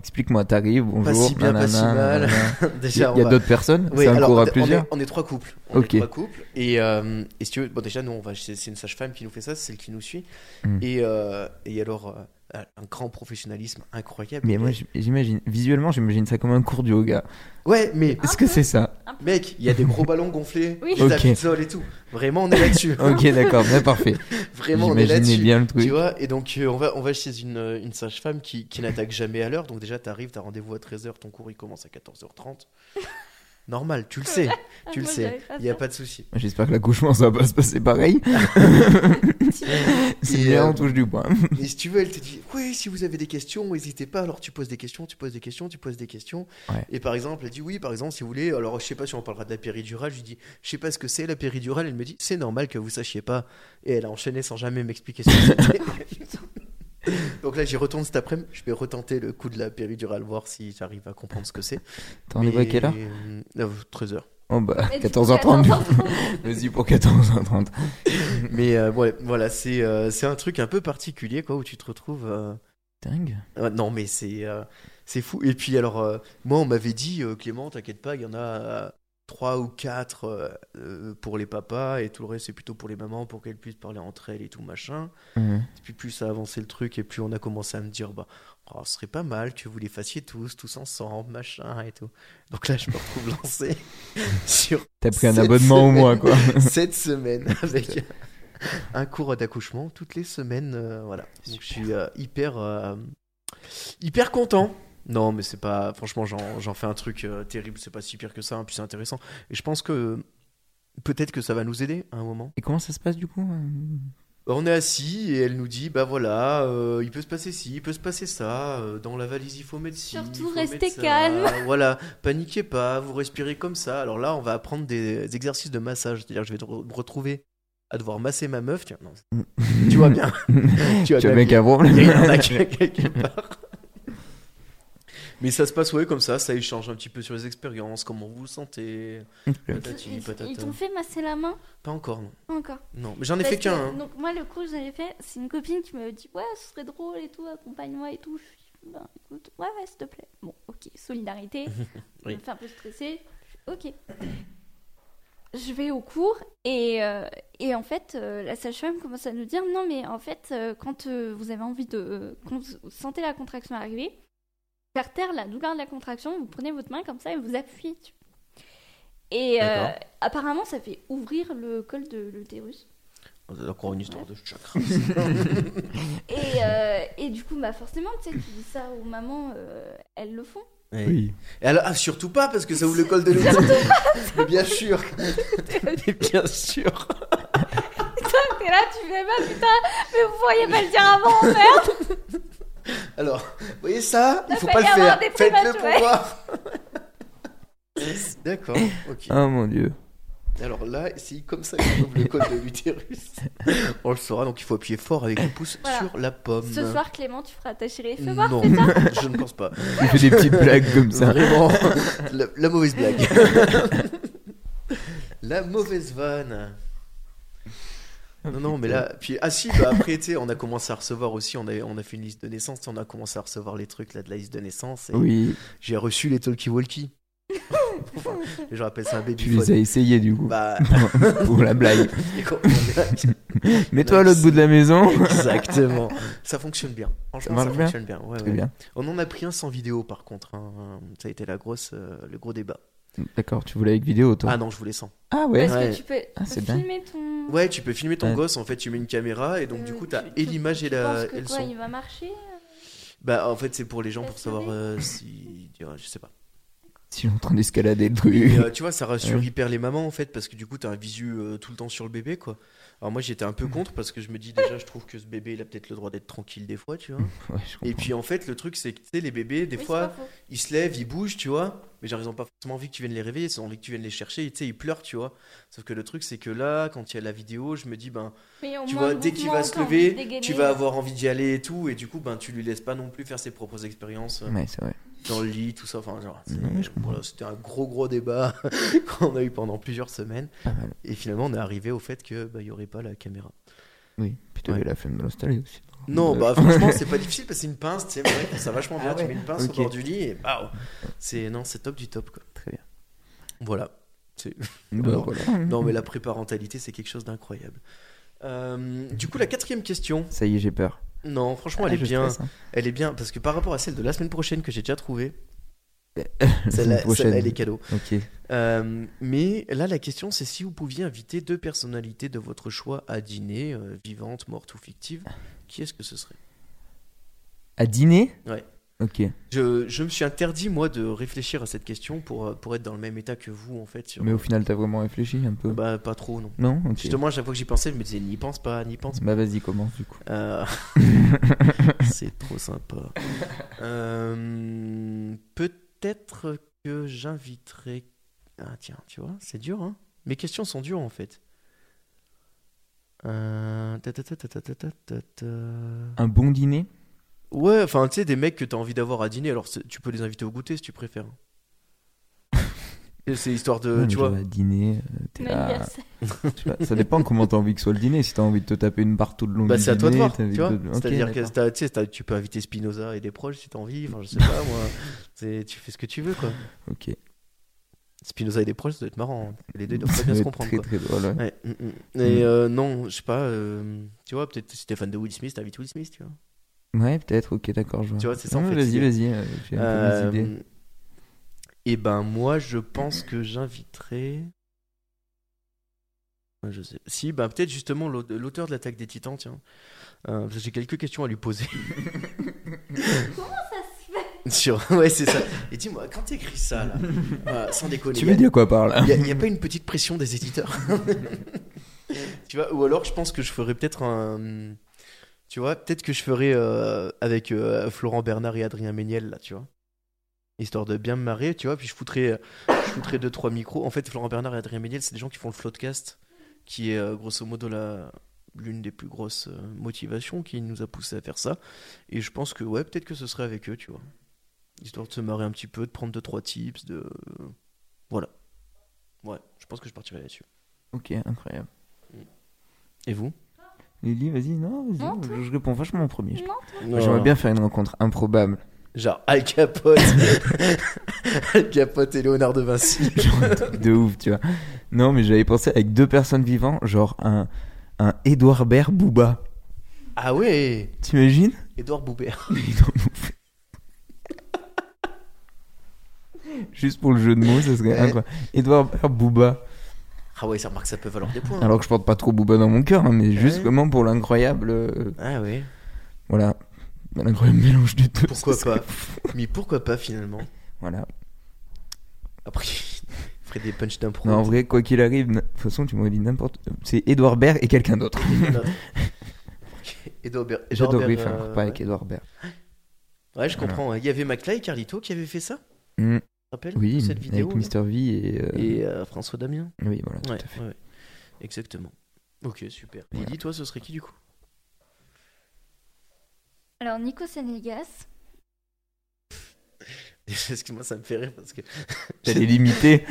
[SPEAKER 3] Explique-moi, t'arrives, bonjour.
[SPEAKER 1] si bien, pas si mal.
[SPEAKER 3] nanana. Il y
[SPEAKER 1] déjà,
[SPEAKER 3] a,
[SPEAKER 1] on
[SPEAKER 3] il y a
[SPEAKER 1] va-
[SPEAKER 3] d'autres personnes
[SPEAKER 1] Oui,
[SPEAKER 3] C'est un
[SPEAKER 1] alors,
[SPEAKER 3] cours
[SPEAKER 1] on
[SPEAKER 3] à
[SPEAKER 1] est-
[SPEAKER 3] plusieurs
[SPEAKER 1] On est, on est trois couples. On
[SPEAKER 3] Ok.
[SPEAKER 1] est trois couples. Et, euh, et si tu veux, bon, déjà, nous, on va, c'est c'est une sage-femme qui nous fait ça, c'est celle qui nous suit.
[SPEAKER 3] Hmm.
[SPEAKER 1] Et, euh, et alors, euh, un grand professionnalisme incroyable.
[SPEAKER 3] Mais moi, j- j'imagine, visuellement, j'imagine ça comme un cours de yoga.
[SPEAKER 1] Ah Ouais, mais
[SPEAKER 3] Est-ce
[SPEAKER 2] Un
[SPEAKER 3] que
[SPEAKER 2] peu.
[SPEAKER 3] c'est ça
[SPEAKER 1] mec, il y a des gros ballons gonflés,
[SPEAKER 2] Oui.
[SPEAKER 1] des tapis
[SPEAKER 3] Ok.
[SPEAKER 1] de sol et tout. Vraiment, on est là-dessus.
[SPEAKER 3] Ok, d'accord, bien parfait.
[SPEAKER 1] Vraiment, on est
[SPEAKER 3] J'imaginais
[SPEAKER 1] là-dessus.
[SPEAKER 3] bien le
[SPEAKER 1] Tu
[SPEAKER 3] truc.
[SPEAKER 1] vois, et donc euh, on, va, on va chez une, euh, une sage-femme qui, qui n'attaque jamais à l'heure. Donc déjà, t'arrives, t'as rendez-vous à 13h, ton cours il commence à 14h30. Normal, tu le sais,
[SPEAKER 2] Ah,
[SPEAKER 1] tu le
[SPEAKER 2] moi,
[SPEAKER 1] sais,
[SPEAKER 2] j'avais pas
[SPEAKER 1] il n'y a
[SPEAKER 2] ça.
[SPEAKER 1] pas de souci.
[SPEAKER 3] J'espère que l'accouchement, ça va pas se passer pareil. c'est
[SPEAKER 1] Et,
[SPEAKER 3] bien,
[SPEAKER 1] euh,
[SPEAKER 3] on touche du bois.
[SPEAKER 1] Et si tu veux, elle te dit Oui, si vous avez des questions, n'hésitez pas. Alors tu poses des questions, tu poses des questions, tu poses des questions.
[SPEAKER 3] Ouais.
[SPEAKER 1] Et par exemple, elle dit Oui, par exemple, si vous voulez, alors je sais pas si on parlera de la péridurale. Je lui dis Je sais pas ce que c'est la péridurale. Elle me dit C'est normal que vous sachiez pas. Et elle a enchaîné sans jamais m'expliquer ce que c'était. Donc là, j'y retourne cet après-midi. Je vais retenter le coup de la péridurale, voir si j'arrive à comprendre ce que c'est.
[SPEAKER 3] T'en es
[SPEAKER 1] Mais,
[SPEAKER 3] pas à quelle heure
[SPEAKER 1] euh, euh, 13h.
[SPEAKER 3] Oh bah,
[SPEAKER 2] Et du coup,
[SPEAKER 3] 14h30.
[SPEAKER 1] Ah,
[SPEAKER 2] 14h30.
[SPEAKER 3] Vas-y pour 14h30.
[SPEAKER 1] Mais euh, ouais, voilà, c'est euh, c'est un truc un peu particulier, quoi, où tu te retrouves. euh,
[SPEAKER 3] Dingue.
[SPEAKER 1] Ouais, Non, mais c'est euh, c'est fou. Et puis, alors, euh, moi, on m'avait dit, euh, Clément, t'inquiète pas, il y en a euh, trois ou quatre euh, euh, pour les papas et tout le reste, c'est plutôt pour les mamans pour qu'elles puissent parler entre elles et tout machin.
[SPEAKER 3] Mhm.
[SPEAKER 1] Et puis, plus ça a avancé le truc, et plus on a commencé à me dire, bah, oh, ce serait pas mal que vous les fassiez tous, tous ensemble, machin et tout. Donc là, je me retrouve lancé sur
[SPEAKER 3] T'as pris un
[SPEAKER 1] Cette
[SPEAKER 3] abonnement au
[SPEAKER 1] semaine.
[SPEAKER 3] mois, quoi.
[SPEAKER 1] cette semaine avec un cours d'accouchement toutes les semaines. euh, voilà. Donc, je suis euh, hyper, euh, hyper content. Non, mais c'est pas. Franchement, j'en j'en fais un truc euh, terrible. C'est pas si pire que ça. hein, puis c'est intéressant. Et je pense que peut-être que ça va nous aider à un moment.
[SPEAKER 3] Et comment ça se passe du coup euh
[SPEAKER 1] Bah, On est assis et elle nous dit bah voilà, euh, il peut se passer ci, il peut se passer ça. euh, dans la valise, il faut mettre ci. il
[SPEAKER 2] Surtout
[SPEAKER 1] faut
[SPEAKER 2] restez
[SPEAKER 1] mettre ça,
[SPEAKER 2] calme.
[SPEAKER 1] Voilà, paniquez pas, vous respirez comme ça. Alors là, on va apprendre des exercices de massage. C'est-à-dire que je vais te re- me retrouver à devoir masser ma meuf. Tiens, non, tu vois bien. tu
[SPEAKER 3] Tu as bien qu'un
[SPEAKER 1] Il y
[SPEAKER 3] problème.
[SPEAKER 1] a une arnaque quelque part. Mais ça se passe, ouais, comme ça. Ça échange un petit peu sur les expériences, comment vous vous sentez. Patati,
[SPEAKER 2] Ils-
[SPEAKER 1] patata.
[SPEAKER 2] Ils t'ont fait masser la main
[SPEAKER 1] Pas encore, non.
[SPEAKER 2] Encore.
[SPEAKER 1] Non, mais j'en ai
[SPEAKER 2] Parce
[SPEAKER 1] fait
[SPEAKER 2] que-
[SPEAKER 1] qu'un. hein.
[SPEAKER 2] Donc moi le cours que j'avais fait, c'est une copine qui m'avait dit ouais ce serait drôle et tout, accompagne-moi et tout. Je suis ben écoute ouais ouais s'il te plaît. Bon ok solidarité.
[SPEAKER 1] Oui.
[SPEAKER 2] Ça me fait un peu stresser. Je fais, Ok. Je vais au cours et, euh, et en fait euh, la sage-femme commence à nous dire non mais en fait euh, quand euh, vous avez envie de euh, quand vous sentez la contraction arriver, faire taire la douleur de la contraction, vous prenez votre main comme ça et vous appuyez. dessus. Et euh,
[SPEAKER 1] D'accord.
[SPEAKER 2] apparemment ça fait ouvrir le col de l'utérus.
[SPEAKER 1] C'est encore une histoire de chakra.
[SPEAKER 2] Et, euh, et du coup, bah forcément, tu sais, tu dis ça aux mamans, euh, elles le font.
[SPEAKER 1] Ouais.
[SPEAKER 3] Oui.
[SPEAKER 1] Et alors, ah, surtout pas parce que ça ouvre le col de l'autre. Mais bien sûr. Mais bien sûr.
[SPEAKER 2] Et là, tu fais, bah putain, mais vous pourriez pas le dire avant, merde
[SPEAKER 1] Alors, vous voyez ça Il
[SPEAKER 2] Ça
[SPEAKER 1] faut
[SPEAKER 2] fait
[SPEAKER 1] pas le
[SPEAKER 2] y avoir
[SPEAKER 1] faire.
[SPEAKER 2] des
[SPEAKER 1] Faites-le
[SPEAKER 2] primates,
[SPEAKER 1] pour
[SPEAKER 2] ouais.
[SPEAKER 1] voir. D'accord. Ok.
[SPEAKER 2] Hein.
[SPEAKER 3] Oh mon dieu.
[SPEAKER 1] Alors là, c'est comme ça qu'on ouvre le col de l'utérus. On le saura, donc il faut appuyer fort avec le pouce
[SPEAKER 2] Voilà.
[SPEAKER 1] sur la pomme.
[SPEAKER 2] Ce soir, Clément, tu feras ta chérie. Fais voir,
[SPEAKER 1] non,
[SPEAKER 2] fais ça.
[SPEAKER 1] je ne pense pas.
[SPEAKER 3] Il fait des petites blagues comme ça.
[SPEAKER 1] Vraiment, la, la mauvaise blague. la mauvaise vanne. Non, non, mais là, puis ah si, bah, après, tu sais, on a commencé à recevoir aussi, on a, on a fait une liste de naissance, on a commencé à recevoir les trucs là de la liste de naissance. Et
[SPEAKER 3] Oui,
[SPEAKER 1] J'ai reçu les talkie-walkie. Enfin, les gens appellent ça un
[SPEAKER 3] tu
[SPEAKER 1] baby
[SPEAKER 3] les as essayés du coup.
[SPEAKER 1] Bah,
[SPEAKER 3] Pour la blague.
[SPEAKER 1] et quand on-
[SPEAKER 3] Mets-toi à l'autre bout de la maison.
[SPEAKER 1] exactement. Ça fonctionne bien. Franchement, ça,
[SPEAKER 3] marche bien
[SPEAKER 1] fonctionne bien. ouais,
[SPEAKER 3] Très
[SPEAKER 1] ouais.
[SPEAKER 3] bien.
[SPEAKER 1] On en a pris un sans vidéo, par contre. hein. Ça a été la grosse, euh, le gros débat.
[SPEAKER 3] D'accord, tu voulais avec vidéo toi.
[SPEAKER 1] Ah non, je voulais sans.
[SPEAKER 3] Ah ouais.
[SPEAKER 2] Est-ce
[SPEAKER 1] Ouais.
[SPEAKER 2] que tu peux
[SPEAKER 3] Ah, c'est bien.
[SPEAKER 2] filmer ton.
[SPEAKER 1] Ouais, tu peux filmer ton
[SPEAKER 3] Ouais.
[SPEAKER 1] gosse, en fait, tu mets une caméra et donc du
[SPEAKER 2] Euh,
[SPEAKER 1] coup, t'as
[SPEAKER 2] tu-
[SPEAKER 1] et
[SPEAKER 2] tu-
[SPEAKER 1] l'image euh,
[SPEAKER 2] tu
[SPEAKER 1] et, la,
[SPEAKER 2] penses que
[SPEAKER 1] et le
[SPEAKER 2] quoi,
[SPEAKER 1] son.
[SPEAKER 2] Il va marcher euh,
[SPEAKER 1] Bah, en fait, c'est pour les gens pour
[SPEAKER 2] Est-ce
[SPEAKER 1] savoir
[SPEAKER 2] que-
[SPEAKER 1] euh, si. tu vois, Je sais pas.
[SPEAKER 3] Si est en train d'escalader le truc.
[SPEAKER 1] Et, euh, tu vois, ça rassure
[SPEAKER 3] Ouais.
[SPEAKER 1] hyper les mamans en fait, parce que du coup, t'as un visu euh, tout le temps sur le bébé, quoi. Alors moi, j'étais un
[SPEAKER 3] Mm.
[SPEAKER 1] peu contre parce que je me dis déjà, je trouve que ce bébé, il a peut-être le droit d'être tranquille des fois, tu vois.
[SPEAKER 3] Ouais, je
[SPEAKER 1] Et
[SPEAKER 3] comprends.
[SPEAKER 1] puis en fait, le truc, c'est que tu sais, les bébés, des fois, ils se lèvent, ils bougent, tu vois. Mais genre, ils ont pas forcément envie que tu viennes les réveiller, ils ont envie que tu viennes les chercher, et tu sais, ils pleurent, tu vois. Sauf que le truc, c'est que là, quand il y a la vidéo, je me dis, ben, tu vois, dès qu'il va se lever, tu vas avoir envie d'y aller et tout, et du coup, ben, tu lui laisses pas non plus faire ses propres expériences euh,
[SPEAKER 3] Ouais, c'est vrai.
[SPEAKER 1] dans le lit, tout ça. Enfin, genre, c'est-
[SPEAKER 3] Ouais, je comprends.
[SPEAKER 1] voilà, c'était un gros, gros débat qu'on a eu pendant plusieurs semaines.
[SPEAKER 3] Pas mal.
[SPEAKER 1] Et finalement, on est arrivé au fait que bah, il y aurait pas la caméra.
[SPEAKER 3] Oui. Puis t'avais la flemme de l'installer aussi.
[SPEAKER 1] Non,
[SPEAKER 3] Euh,
[SPEAKER 1] bah franchement, c'est pas difficile parce que c'est une pince, c'est vrai, ça vachement bien.
[SPEAKER 3] Ah ouais,
[SPEAKER 1] Tu mets une pince
[SPEAKER 3] ok.
[SPEAKER 1] au bord du lit et waouh, c'est non, c'est top du top quoi.
[SPEAKER 3] Très bien.
[SPEAKER 1] Voilà. C'est-
[SPEAKER 3] Bah,
[SPEAKER 1] Alors,
[SPEAKER 3] voilà.
[SPEAKER 1] Non, mais la préparentalité, c'est quelque chose d'incroyable. Euh, du coup, la quatrième question.
[SPEAKER 3] Ça y est, j'ai peur.
[SPEAKER 1] Non, franchement,
[SPEAKER 3] Ah,
[SPEAKER 1] elle est
[SPEAKER 3] je
[SPEAKER 1] bien.
[SPEAKER 3] stresse, hein.
[SPEAKER 1] Elle est bien parce que par rapport à celle de la semaine prochaine que j'ai déjà trouvée,
[SPEAKER 3] La
[SPEAKER 1] celle-là,
[SPEAKER 3] semaine prochaine.
[SPEAKER 1] celle-là, elle est cadeau.
[SPEAKER 3] Ok.
[SPEAKER 1] Euh, mais là, la question, c'est si vous pouviez inviter deux personnalités de votre choix à dîner, euh, vivantes, mortes ou fictives, qui est-ce que ce serait
[SPEAKER 3] À dîner
[SPEAKER 1] Ouais.
[SPEAKER 3] Ok.
[SPEAKER 1] je, je me suis interdit, moi, de réfléchir à cette question pour, euh, pour être dans le même état que vous, en fait. Sur...
[SPEAKER 3] Mais au final, t'as vraiment réfléchi un peu
[SPEAKER 1] Bah, pas trop, non.
[SPEAKER 3] Non Ok.
[SPEAKER 1] Justement, à chaque fois que j'y pensais, je me disais, n'y pense pas, n'y pense pas.
[SPEAKER 3] Bah, vas-y, commence du coup.
[SPEAKER 1] Euh, c'est trop sympa. Euh, Peut-être que j'inviterai. Ah, tiens, tu vois, c'est dur, hein. Mes questions sont dures, en fait. Euh, ta, ta, ta, ta, ta, ta, ta, ta, ta.
[SPEAKER 3] Un bon dîner
[SPEAKER 1] Ouais, enfin, tu sais, des mecs que t'as envie d'avoir à dîner, alors c'est- tu peux les inviter au goûter si tu préfères. Et c'est histoire de.
[SPEAKER 3] Ouais,
[SPEAKER 1] tu
[SPEAKER 3] genre,
[SPEAKER 1] vois.
[SPEAKER 3] à dîner, euh, t'es là,
[SPEAKER 2] Anniversaire.
[SPEAKER 3] tu vois, Ça dépend comment t'as envie que soit le dîner. Si t'as envie de te taper une barre tout le long
[SPEAKER 1] Bah,
[SPEAKER 3] du
[SPEAKER 1] c'est à toi de
[SPEAKER 3] dîner,
[SPEAKER 1] voir,
[SPEAKER 3] t'as envie
[SPEAKER 1] tu vois.
[SPEAKER 3] de- Ok,
[SPEAKER 1] C'est-à-dire que
[SPEAKER 3] d'accord.
[SPEAKER 1] t'as- tu sais, t'as- tu peux inviter Spinoza et des proches si t'as envie, enfin, je sais pas, moi. C'est- Tu fais ce que tu veux, quoi.
[SPEAKER 3] Ok.
[SPEAKER 1] Spinoza et des proches, ça doit être marrant. hein. Les deux doivent pas bien se
[SPEAKER 3] Ouais,
[SPEAKER 1] comprendre.
[SPEAKER 3] Très,
[SPEAKER 1] quoi.
[SPEAKER 3] très drôle. ouais.
[SPEAKER 1] Ouais, mm, mm. Et
[SPEAKER 3] Mm.
[SPEAKER 1] euh, non, je sais pas. euh, tu vois, peut-être si t'es fan de Will Smith, t'invites Will Smith, tu vois.
[SPEAKER 3] Ouais, peut-être, ok, d'accord, je vois.
[SPEAKER 1] Tu vois, c'est ça, en
[SPEAKER 3] Non,
[SPEAKER 1] fait,
[SPEAKER 3] mais Vas-y,
[SPEAKER 1] l'idée.
[SPEAKER 3] vas-y, euh, j'ai un peu mes idées.
[SPEAKER 1] et ben moi, je pense que j'inviterai. Ouais, Je sais. Si, ben peut-être justement l'au- l'auteur de l'attaque des Titans, tiens. Euh, parce que J'ai quelques questions à lui poser.
[SPEAKER 2] Ça se fait.
[SPEAKER 1] Sur... Ouais, c'est ça. Et dis-moi, quand t'écris ça, là, euh, sans déconner.
[SPEAKER 3] Tu
[SPEAKER 1] y a-
[SPEAKER 3] veux dire quoi par là
[SPEAKER 1] Il n'y a, pas une petite pression des éditeurs. tu vois, ou alors je pense que je ferais peut-être un. Tu vois, peut-être que je ferais euh, avec euh, Florent Bernard et Adrien Méniel, là, tu vois. Histoire de bien me marrer, tu vois, puis je foutrais, je foutrais deux, trois micros. En fait, Florent Bernard et Adrien Méniel, c'est des gens qui font le floatcast, qui est euh, grosso modo la l'une des plus grosses euh, motivations qui nous a poussé à faire ça. Et je pense que, ouais, peut-être que ce serait avec eux, tu vois. Histoire de se marrer un petit peu, de prendre deux, trois tips, de. Ouais, je pense que je partirai là-dessus.
[SPEAKER 3] Ok, incroyable.
[SPEAKER 1] Et vous
[SPEAKER 3] Lily, vas-y, non, vas-y,
[SPEAKER 2] Non, toi.
[SPEAKER 3] je, je réponds vachement en premier. je
[SPEAKER 2] Non,
[SPEAKER 3] J'aimerais bien faire une rencontre improbable.
[SPEAKER 1] Genre Al Capote. Al Capote et Léonard de Vinci.
[SPEAKER 3] Genre un truc de ouf, tu vois. Non, mais j'avais pensé avec deux personnes vivantes, genre un, un Edouard Baird Booba.
[SPEAKER 1] Ah ouais
[SPEAKER 3] T'imagines
[SPEAKER 1] Édouard Boubert.
[SPEAKER 3] Juste pour le jeu de mots, ça serait
[SPEAKER 1] Ouais.
[SPEAKER 3] incroyable. Edouard Baird Booba.
[SPEAKER 1] Ah ouais, ça remarque, ça peut valoir des points.
[SPEAKER 3] Alors que je porte pas trop Booba dans mon cœur, hein, mais juste
[SPEAKER 1] Ouais.
[SPEAKER 3] comment pour l'incroyable. euh,
[SPEAKER 1] Ah ouais
[SPEAKER 3] voilà. L'incroyable mélange du deux.
[SPEAKER 1] Pourquoi
[SPEAKER 3] ça serait-
[SPEAKER 1] pas Mais pourquoi pas finalement
[SPEAKER 3] Voilà.
[SPEAKER 1] Après, il ferait des punchs d'impro.
[SPEAKER 3] Non, en vrai, quoi qu'il arrive, na- de toute façon, tu m'aurais dit n'importe. C'est Edouard Baird et quelqu'un d'autre.
[SPEAKER 1] Édouard Ber- Édouard
[SPEAKER 3] J'adorerais
[SPEAKER 1] Ber-
[SPEAKER 3] faire un
[SPEAKER 1] euh,
[SPEAKER 3] repas avec
[SPEAKER 1] ouais.
[SPEAKER 3] Edouard Baird.
[SPEAKER 1] Ouais, je
[SPEAKER 3] Voilà.
[SPEAKER 1] comprends. ouais. Il y avait McFly et Carlito qui avaient fait ça Tu
[SPEAKER 3] Mm,
[SPEAKER 1] te rappelles
[SPEAKER 3] Oui,
[SPEAKER 1] Cette vidéo.
[SPEAKER 3] avec
[SPEAKER 1] là
[SPEAKER 3] Mister V et. euh,
[SPEAKER 1] Et euh, François Damien.
[SPEAKER 3] Oui, voilà, tout
[SPEAKER 1] Ouais,
[SPEAKER 3] à fait.
[SPEAKER 1] ouais, ouais. Exactement. Ok, super.
[SPEAKER 3] Voilà.
[SPEAKER 1] Lily, toi, ce serait qui du coup
[SPEAKER 2] Alors, Nico Sanegas.
[SPEAKER 1] Excuse-moi, ça me fait rire parce que Bah,
[SPEAKER 3] T'as des limités.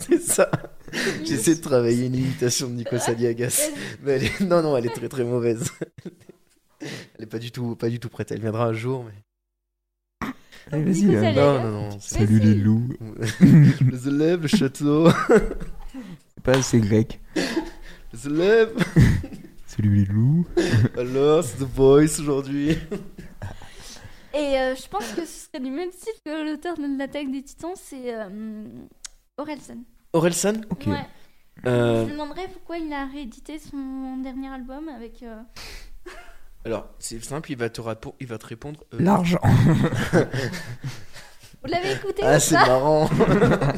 [SPEAKER 1] c'est ça. J'essaie de travailler une imitation de Nico Saliagas. Mais elle est- Non, non, elle est très très mauvaise. Elle est pas du tout, pas du tout prête. Elle viendra un jour, mais.
[SPEAKER 3] Allez,
[SPEAKER 2] Nico
[SPEAKER 3] vas-y. euh,
[SPEAKER 2] Saliagas.
[SPEAKER 1] Non, non, non. c'est-
[SPEAKER 3] Salut les
[SPEAKER 2] Vas-y.
[SPEAKER 3] loups.
[SPEAKER 1] Les élèves, le château.
[SPEAKER 3] Pas assez grec.
[SPEAKER 1] Les élèves.
[SPEAKER 3] Salut les loups.
[SPEAKER 1] Alors, c'est The Voice aujourd'hui.
[SPEAKER 2] Et euh, je pense que ce serait du même style que l'auteur de l'attaque des titans, c'est euh, Orelsan.
[SPEAKER 1] Orelsan
[SPEAKER 3] Ok.
[SPEAKER 2] Ouais. Je
[SPEAKER 1] Euh,
[SPEAKER 2] me demanderais pourquoi il a réédité son dernier album avec. euh,
[SPEAKER 1] Alors, c'est simple, il va te, rapo- il va te répondre. euh,
[SPEAKER 3] L'argent.
[SPEAKER 2] Vous l'avez écouté
[SPEAKER 1] Ah,
[SPEAKER 2] ou
[SPEAKER 1] c'est
[SPEAKER 2] pas
[SPEAKER 1] marrant.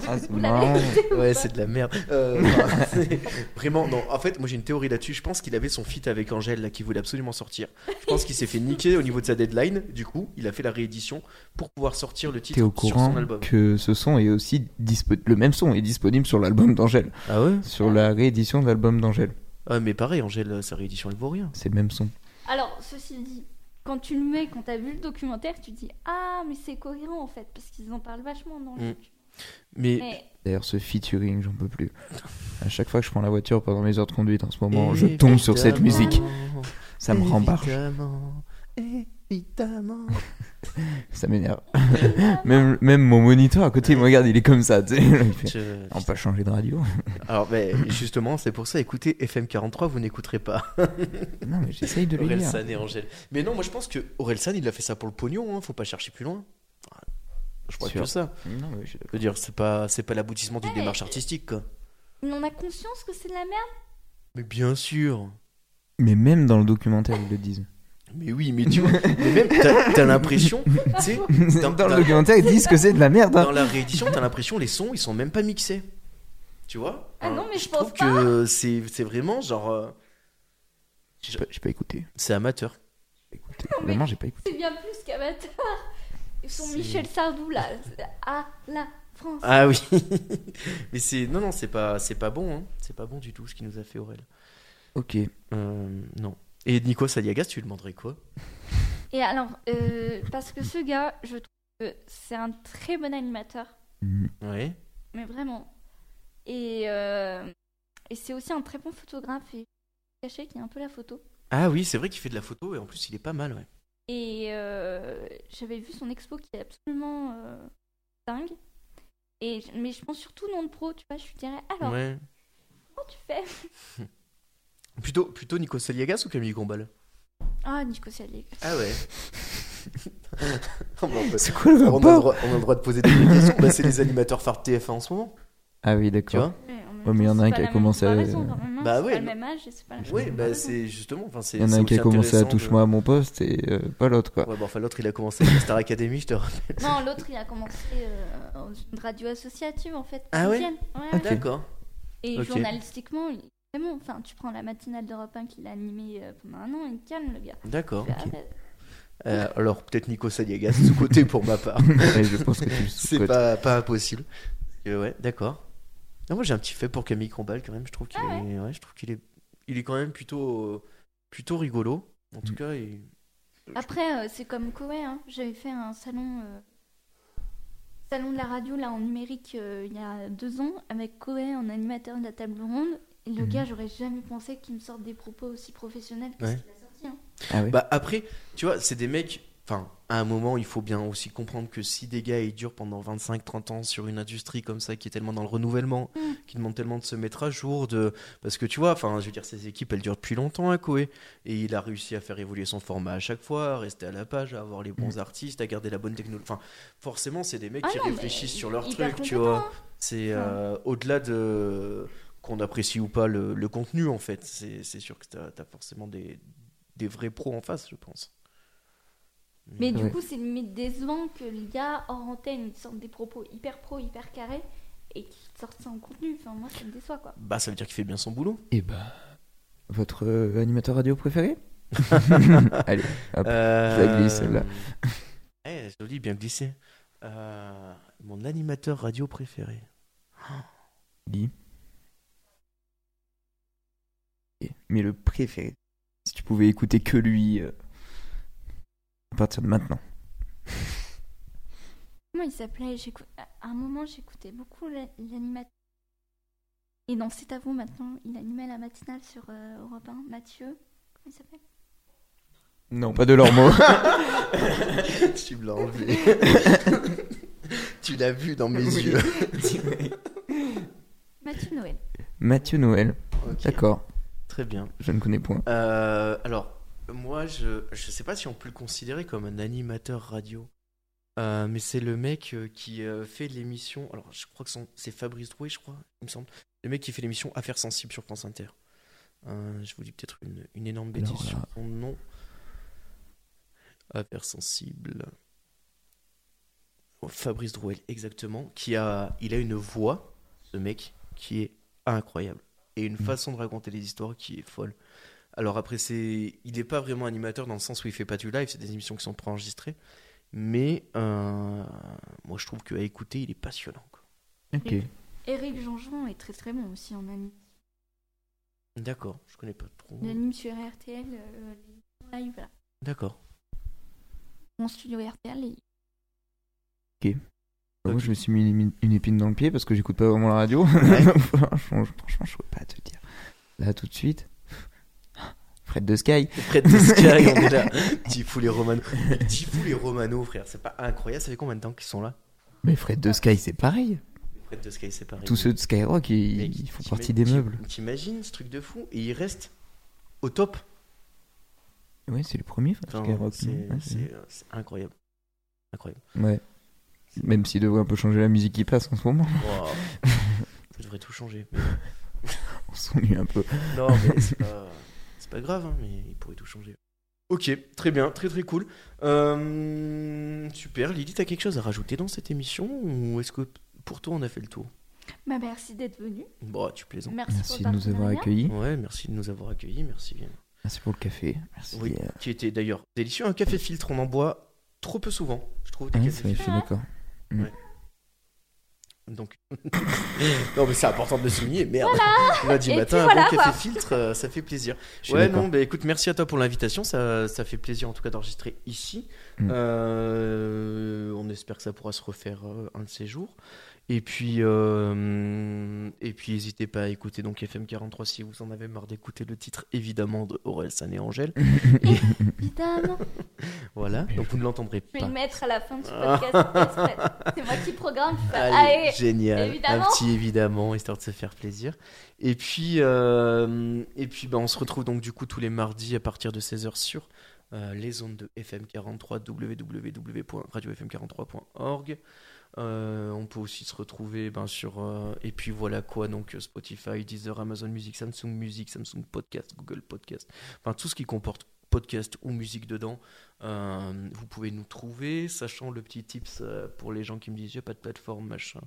[SPEAKER 3] Ah, c'est
[SPEAKER 2] Vous
[SPEAKER 3] marrant.
[SPEAKER 2] l'avez écouté ou
[SPEAKER 1] Ouais,
[SPEAKER 2] pas
[SPEAKER 1] c'est de la merde. Euh, enfin, c'est- vraiment, non. En fait, moi j'ai une théorie là-dessus. Je pense qu'il avait son feat avec Angèle là, qui voulait absolument sortir. Je pense qu'il s'est fait niquer au niveau de sa deadline. Du coup, il a fait la réédition pour pouvoir sortir le titre
[SPEAKER 3] T'es au
[SPEAKER 1] sur
[SPEAKER 3] courant
[SPEAKER 1] son album.
[SPEAKER 3] que ce son est aussi dispo... le même son est disponible sur l'album d'Angèle,
[SPEAKER 1] Ah ouais
[SPEAKER 3] sur la réédition de l'album d'Angèle.
[SPEAKER 1] Ah, mais pareil, Angèle, euh, sa réédition, elle vaut rien.
[SPEAKER 3] C'est le même son.
[SPEAKER 2] Alors, ceci dit, quand tu le mets, quand t'as vu le documentaire, tu dis Ah, mais c'est cohérent en fait, parce qu'ils en parlent vachement dans le
[SPEAKER 1] Mm.
[SPEAKER 2] docu.
[SPEAKER 1] Mais
[SPEAKER 2] Mais
[SPEAKER 3] D'ailleurs, ce featuring, j'en peux plus. À chaque fois que je prends la voiture pendant mes heures de conduite en ce moment,
[SPEAKER 1] Évidemment.
[SPEAKER 3] je tombe sur cette musique. Ça me rembarche,
[SPEAKER 1] Évidemment. Évidemment.
[SPEAKER 3] ça m'énerve. Même, même mon moniteur à côté, il me regarde, il est comme ça. tu sais. Il fait,
[SPEAKER 1] Je-
[SPEAKER 3] On peut changer de radio.
[SPEAKER 1] Alors, mais justement, c'est pour ça, écoutez FM43, vous n'écouterez pas.
[SPEAKER 3] Non, mais j'essaye de le lire.
[SPEAKER 1] Orelsan et Angèle. Mais non, moi je pense que Orelsan il a fait ça pour le pognon, hein, faut pas chercher plus loin. Je crois
[SPEAKER 3] Sûr.
[SPEAKER 1] que ça.
[SPEAKER 3] Non, mais je-
[SPEAKER 1] Je veux dire, c'est pas, c'est pas l'aboutissement d'une
[SPEAKER 2] Ouais.
[SPEAKER 1] démarche artistique quoi.
[SPEAKER 2] mais on a conscience que c'est de la merde
[SPEAKER 1] Mais bien sûr.
[SPEAKER 3] Mais même dans le documentaire, ils le disent.
[SPEAKER 1] Mais oui, mais tu vois, mais même t'as, t'as l'impression, tu sais, dans,
[SPEAKER 3] Dans le
[SPEAKER 1] dans-
[SPEAKER 3] documentaire, ils disent que c'est de la merde. hein.
[SPEAKER 1] dans la réédition, t'as l'impression les sons ils sont même pas mixés. Tu vois
[SPEAKER 2] Ah non, mais je
[SPEAKER 1] trouve
[SPEAKER 2] pense
[SPEAKER 1] que c'est, c'est vraiment genre. euh,
[SPEAKER 3] J'ai pas, j'ai pas écouté.
[SPEAKER 1] c'est amateur.
[SPEAKER 3] Écoutez,
[SPEAKER 2] mais-
[SPEAKER 3] Vraiment, j'ai pas écouté.
[SPEAKER 2] C'est bien plus qu'Avatar Ils sont
[SPEAKER 1] C'est-
[SPEAKER 2] Michel Sardou là C'est- Ah, la France
[SPEAKER 1] Ah oui. mais c'est. Non, non, c'est pas, c'est pas bon, hein. C'est pas bon du tout ce qu'il nous a fait Aurel.
[SPEAKER 3] Ok.
[SPEAKER 1] Euh, non. Et Nico Saliagas, tu lui demanderais quoi
[SPEAKER 2] Et alors, euh, parce que ce gars, je trouve que c'est un très bon animateur,
[SPEAKER 3] Mm.
[SPEAKER 1] Ouais.
[SPEAKER 2] mais vraiment. Et, euh, et c'est aussi un très bon photographe. Et caché qui est un peu la photo.
[SPEAKER 1] Ah oui, c'est vrai qu'il fait de la photo et en plus il est pas mal, ouais.
[SPEAKER 2] Et euh, j'avais vu son expo qui est absolument euh, dingue. Et, mais je pense surtout non de pro, tu vois, je lui dirais alors,
[SPEAKER 1] ouais.
[SPEAKER 2] comment tu fais
[SPEAKER 1] Plutôt, plutôt Nico Saliagas ou Camille Combal
[SPEAKER 2] Ah, Nico Salier.
[SPEAKER 1] Ah ouais. on, a
[SPEAKER 3] C'est quoi
[SPEAKER 1] on
[SPEAKER 3] le
[SPEAKER 1] a le
[SPEAKER 3] rapport
[SPEAKER 1] droit, on a le droit de poser des questions. Bah, c'est les animateurs phares de TF1 en ce moment,
[SPEAKER 3] Ah oui,
[SPEAKER 1] tu
[SPEAKER 3] d'accord.
[SPEAKER 1] vois
[SPEAKER 3] Ouais, mais il y en a un qui a commencé à-
[SPEAKER 1] Bah
[SPEAKER 2] Bah
[SPEAKER 1] ouais,
[SPEAKER 2] oui. C'est pas le
[SPEAKER 1] mais-
[SPEAKER 2] même âge et c'est pas la même
[SPEAKER 1] Oui, bah
[SPEAKER 2] comparaison.
[SPEAKER 1] c'est justement. enfin, c'est-
[SPEAKER 3] Il y en a
[SPEAKER 1] c'est
[SPEAKER 3] un qui a
[SPEAKER 1] aussi
[SPEAKER 3] commencé à
[SPEAKER 1] intéressant de-
[SPEAKER 3] touche-moi à mon poste et euh, pas l'autre, quoi.
[SPEAKER 1] Ouais, bon, enfin l'autre il a commencé à Star Academy, je te rappelle.
[SPEAKER 2] Non, l'autre il a commencé euh, dans une radio associative en fait.
[SPEAKER 1] Ah ouais
[SPEAKER 2] chrétienne. ouais, ouais.
[SPEAKER 1] D'accord.
[SPEAKER 2] Et
[SPEAKER 1] Ok.
[SPEAKER 2] journalistiquement, il est vraiment. Enfin, tu prends la matinale d'Europe 1 qu'il a animée euh, pendant un an, il calme le gars.
[SPEAKER 1] D'accord.
[SPEAKER 2] Tu fais, ah, bah,
[SPEAKER 1] Euh, alors peut-être Nico Saliagas sous-côté pour ma part.
[SPEAKER 3] Et je pense que tu le
[SPEAKER 1] C'est
[SPEAKER 3] sous-cotes.
[SPEAKER 1] pas, pas impossible. Euh, ouais, d'accord. Non, moi j'ai un petit fait pour Camille Combal quand même. Je trouve qu'il
[SPEAKER 2] Ah
[SPEAKER 1] est, ouais, je trouve qu'il est, il est quand même plutôt, euh, plutôt rigolo. En tout
[SPEAKER 3] Mm.
[SPEAKER 1] cas, il-
[SPEAKER 2] Après, euh, c'est comme Koé, hein. j'avais fait un salon, euh, salon de la radio là en numérique euh, il y a deux ans avec Koé en animateur de la table ronde. Et le
[SPEAKER 3] Mhm.
[SPEAKER 2] gars, j'aurais jamais pensé qu'il me sorte des propos aussi professionnels que
[SPEAKER 1] Ouais.
[SPEAKER 2] ce qu'il a sorti. hein.
[SPEAKER 3] Ah oui.
[SPEAKER 1] bah après, tu vois, c'est des mecs. Enfin, à un moment, il faut bien aussi comprendre que si des gars ils durent pendant 25-30 ans sur une industrie comme ça qui est tellement dans le renouvellement,
[SPEAKER 2] Mm.
[SPEAKER 1] qui demande tellement de se mettre à jour, de parce que tu vois, enfin, je veux dire, ces équipes elles durent depuis longtemps à Koé et il a réussi à faire évoluer son format à chaque fois, à rester à la page, à avoir les bons
[SPEAKER 3] Mm.
[SPEAKER 1] artistes, à garder la bonne technologie. Enfin, forcément, c'est des mecs
[SPEAKER 2] Ah
[SPEAKER 1] qui
[SPEAKER 2] non, mais
[SPEAKER 1] réfléchissent sur leur
[SPEAKER 2] hyper
[SPEAKER 1] truc, tu
[SPEAKER 2] compétent,
[SPEAKER 1] vois.
[SPEAKER 2] hein.
[SPEAKER 1] C'est euh, au-delà de qu'on apprécie ou pas le, le contenu, en fait. C'est c'est sûr que t'as as forcément des, des vrais pros en face, je pense. Mm.
[SPEAKER 2] Mais du
[SPEAKER 3] Ouais.
[SPEAKER 2] coup, c'est limite décevant que le gars hors antenne il te sorte des propos hyper pro, hyper carrés et qu'il te sorte ça en contenu. Enfin, moi, ça me déçoit quoi.
[SPEAKER 1] Bah, ça veut dire qu'il fait bien son boulot.
[SPEAKER 3] Et bah. Votre euh, animateur radio préféré Allez, hop.
[SPEAKER 1] Euh...
[SPEAKER 3] glisse, celle-là.
[SPEAKER 1] Eh, joli, bien glissé. Euh, Mon animateur radio préféré.
[SPEAKER 3] Dis. Ok, Mais le préféré. Si tu pouvais écouter que lui. euh, à partir de maintenant.
[SPEAKER 2] euh, Comment il s'appelait J'écou- À un moment, j'écoutais beaucoup la- l'animateur. Et non, c'est à vous maintenant. Il animait la matinale sur euh, Europe 1. Mathieu, comment il s'appelle
[SPEAKER 3] Non, pas de leurs mots.
[SPEAKER 1] tu me l'as enlevé. tu l'as vu dans mes
[SPEAKER 3] Oui.
[SPEAKER 1] yeux.
[SPEAKER 2] Mathieu Noël.
[SPEAKER 3] Mathieu Noël.
[SPEAKER 1] Ok,
[SPEAKER 3] D'accord,
[SPEAKER 1] Très bien.
[SPEAKER 3] je ne connais point.
[SPEAKER 1] Euh, alors, moi, je je sais pas si on peut le considérer comme un animateur radio. Euh, mais c'est le mec euh, qui euh, fait l'émission. Alors, je crois que son- c'est Fabrice Drouet, je crois, il me semble. Le mec qui fait l'émission Affaires sensibles sur France Inter. Euh, je vous dis peut-être une, une énorme
[SPEAKER 3] Alors
[SPEAKER 1] bêtise
[SPEAKER 3] là.
[SPEAKER 1] sur son nom. Affaires sensibles. Oh, Fabrice Drouel, exactement. Qui a, il a une voix, ce mec, qui est incroyable. Et une
[SPEAKER 3] Mhm.
[SPEAKER 1] façon de raconter les histoires qui est folle. Alors après, c'est, il n'est pas vraiment animateur dans le sens où il fait pas du live, c'est des émissions qui sont préenregistrées. Mais euh, moi, je trouve qu'à écouter, il est passionnant. quoi.
[SPEAKER 3] Ok.
[SPEAKER 2] Éric Jean-Jean est très très bon aussi en anime.
[SPEAKER 1] D'accord, je connais pas trop.
[SPEAKER 2] Il anime sur RTL, euh, les live, là.
[SPEAKER 1] D'accord.
[SPEAKER 2] Mon studio RTL, et
[SPEAKER 3] Bah Moi,
[SPEAKER 1] Ok.
[SPEAKER 3] je me suis mis une, une épine dans le pied parce que j'écoute pas vraiment la radio.
[SPEAKER 1] Ouais.
[SPEAKER 3] franchement, je, franchement, je peux pas te dire. Là, tout de suite. Fred de Sky.
[SPEAKER 1] Près de Sky, on est là. Tifou les Romano. Mais Tifou les Romano, frère, c'est pas incroyable. Ça fait combien de temps qu'ils sont là
[SPEAKER 3] Mais Fred de Sky, c'est pareil.
[SPEAKER 1] Près de Sky, c'est pareil.
[SPEAKER 3] Tous ceux de Skyrock, ils,
[SPEAKER 1] Mec,
[SPEAKER 3] ils font
[SPEAKER 1] t'ima-
[SPEAKER 3] partie des
[SPEAKER 1] t'im-
[SPEAKER 3] meubles.
[SPEAKER 1] T'imagines ce truc de fou Et ils restent au top.
[SPEAKER 3] Ouais, c'est le premier Fred
[SPEAKER 1] Enfin,
[SPEAKER 3] Skyrock.
[SPEAKER 1] c'est
[SPEAKER 3] non Ah, Ouais,
[SPEAKER 1] c'est- c'est incroyable. Incroyable.
[SPEAKER 3] c'est- ouais. Même s'ils devraient un peu changer la musique qui passe en ce moment.
[SPEAKER 1] Wow. Ça devrait tout changer. mais-
[SPEAKER 3] On s'ennuie un peu.
[SPEAKER 1] Non, mais c'est pas, c'est pas grave, hein, mais il pourrait tout changer. Ok, très bien, très très cool. Euh, super, Lily, t'as quelque chose à rajouter dans cette émission ou est-ce que pour toi on a fait le tour
[SPEAKER 2] Bah, merci d'être venu.
[SPEAKER 1] Bon, tu plaisantes.
[SPEAKER 2] Merci,
[SPEAKER 3] Merci de
[SPEAKER 2] pour le
[SPEAKER 3] nous avoir
[SPEAKER 2] partenariat.
[SPEAKER 3] accueillis.
[SPEAKER 1] Ouais, merci de nous avoir accueillis, merci bien.
[SPEAKER 3] Merci pour le café. Merci.
[SPEAKER 1] Oui,
[SPEAKER 3] euh,
[SPEAKER 1] qui était d'ailleurs délicieux. Un café filtre, on en boit trop peu souvent, je trouve. des
[SPEAKER 3] hein,
[SPEAKER 1] cafés
[SPEAKER 3] ça, je suis d'accord.
[SPEAKER 1] Donc, non, mais c'est important de le souligner. Merde, lundi
[SPEAKER 2] Et
[SPEAKER 1] matin,
[SPEAKER 2] puis
[SPEAKER 1] un
[SPEAKER 2] voilà,
[SPEAKER 1] bon
[SPEAKER 2] quoi.
[SPEAKER 1] café filtre, euh, ça fait plaisir.
[SPEAKER 3] Je suis
[SPEAKER 1] Ouais,
[SPEAKER 3] d'accord.
[SPEAKER 1] non, bah écoute, merci à toi pour l'invitation. Ça, ça fait plaisir en tout cas d'enregistrer ici.
[SPEAKER 3] Mm.
[SPEAKER 1] Euh, on espère que ça pourra se refaire euh, un de ces jours. Et puis, euh, et puis, n'hésitez pas à écouter donc FM 43 si vous en avez marre d'écouter le titre évidemment de Aurel San et Angèle.
[SPEAKER 2] Évidemment.
[SPEAKER 1] Voilà, donc vous ne l'entendrez
[SPEAKER 2] Je vais
[SPEAKER 1] pas.
[SPEAKER 2] le mettre à la fin du
[SPEAKER 1] Ah.
[SPEAKER 2] podcast. exprès. c'est moi qui programme. tu fais,
[SPEAKER 1] Allez,
[SPEAKER 2] Allez.
[SPEAKER 1] génial,
[SPEAKER 2] évidemment.
[SPEAKER 1] un petit évidemment histoire de se faire plaisir. Et puis, euh, et puis, ben, on se retrouve donc du coup tous les mardis à partir de 16h sur euh, les zones de FM43, www.radiofm43.org. Euh, on peut aussi se retrouver ben, sur euh, et puis voilà quoi donc euh, Spotify, Deezer, Amazon Music, Samsung Music, Samsung Podcast, Google Podcast, enfin tout ce qui comporte podcast ou musique dedans. Euh, vous pouvez nous trouver, sachant le petit tips euh, pour les gens qui me disent j'ai pas de plateforme machin.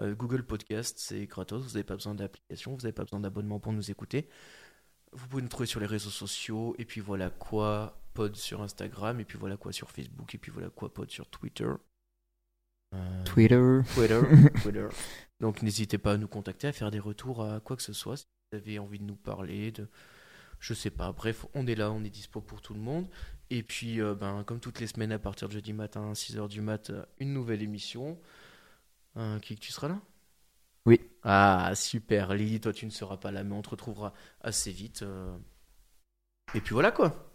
[SPEAKER 1] Euh, Google Podcast c'est gratos, vous n'avez pas besoin d'application, vous n'avez pas besoin d'abonnement pour nous écouter. Vous pouvez nous trouver sur les réseaux sociaux, et puis voilà quoi, pod sur Instagram, et puis voilà quoi sur Facebook, et puis voilà quoi, pod sur Twitter. Euh,
[SPEAKER 3] Twitter.
[SPEAKER 1] Twitter. Twitter. Donc n'hésitez pas à nous contacter, à faire des retours à quoi que ce soit. Si vous avez envie de nous parler, de... je sais pas. Bref, on est là, on est dispo pour tout le monde. Et puis, euh, ben, comme toutes les semaines, à partir de jeudi matin, 6h du mat, euh, une nouvelle émission. Euh, Kik, tu seras là
[SPEAKER 3] Oui.
[SPEAKER 1] Ah, super. Lily, toi, tu ne seras pas là, mais on te retrouvera assez vite. euh. Et puis voilà quoi.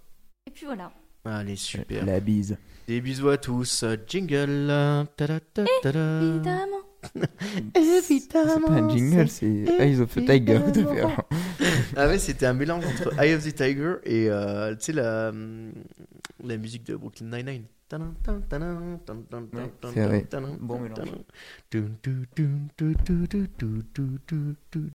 [SPEAKER 2] Et puis voilà.
[SPEAKER 1] Allez, super.
[SPEAKER 3] La bise.
[SPEAKER 1] Des bisous à tous. Jingle. Ta-da, ta-da.
[SPEAKER 2] Évidemment.
[SPEAKER 3] C'est pas un jingle, c'est Eyes of the Tiger. tout à fait.
[SPEAKER 1] Ah ouais, c'était un mélange entre Eye of the Tiger et euh, tu sais la, hum, la musique de Brooklyn Nine-Nine. Tadam, tadam, tadam, tadam, tadam,
[SPEAKER 3] Ouais,
[SPEAKER 1] tadam,
[SPEAKER 3] c'est vrai.
[SPEAKER 1] tadam,
[SPEAKER 3] Bon
[SPEAKER 1] tadam,
[SPEAKER 3] mélange.
[SPEAKER 1] tadam. Dun, dun, dun, dun, dun, dun, dun, dun, dun,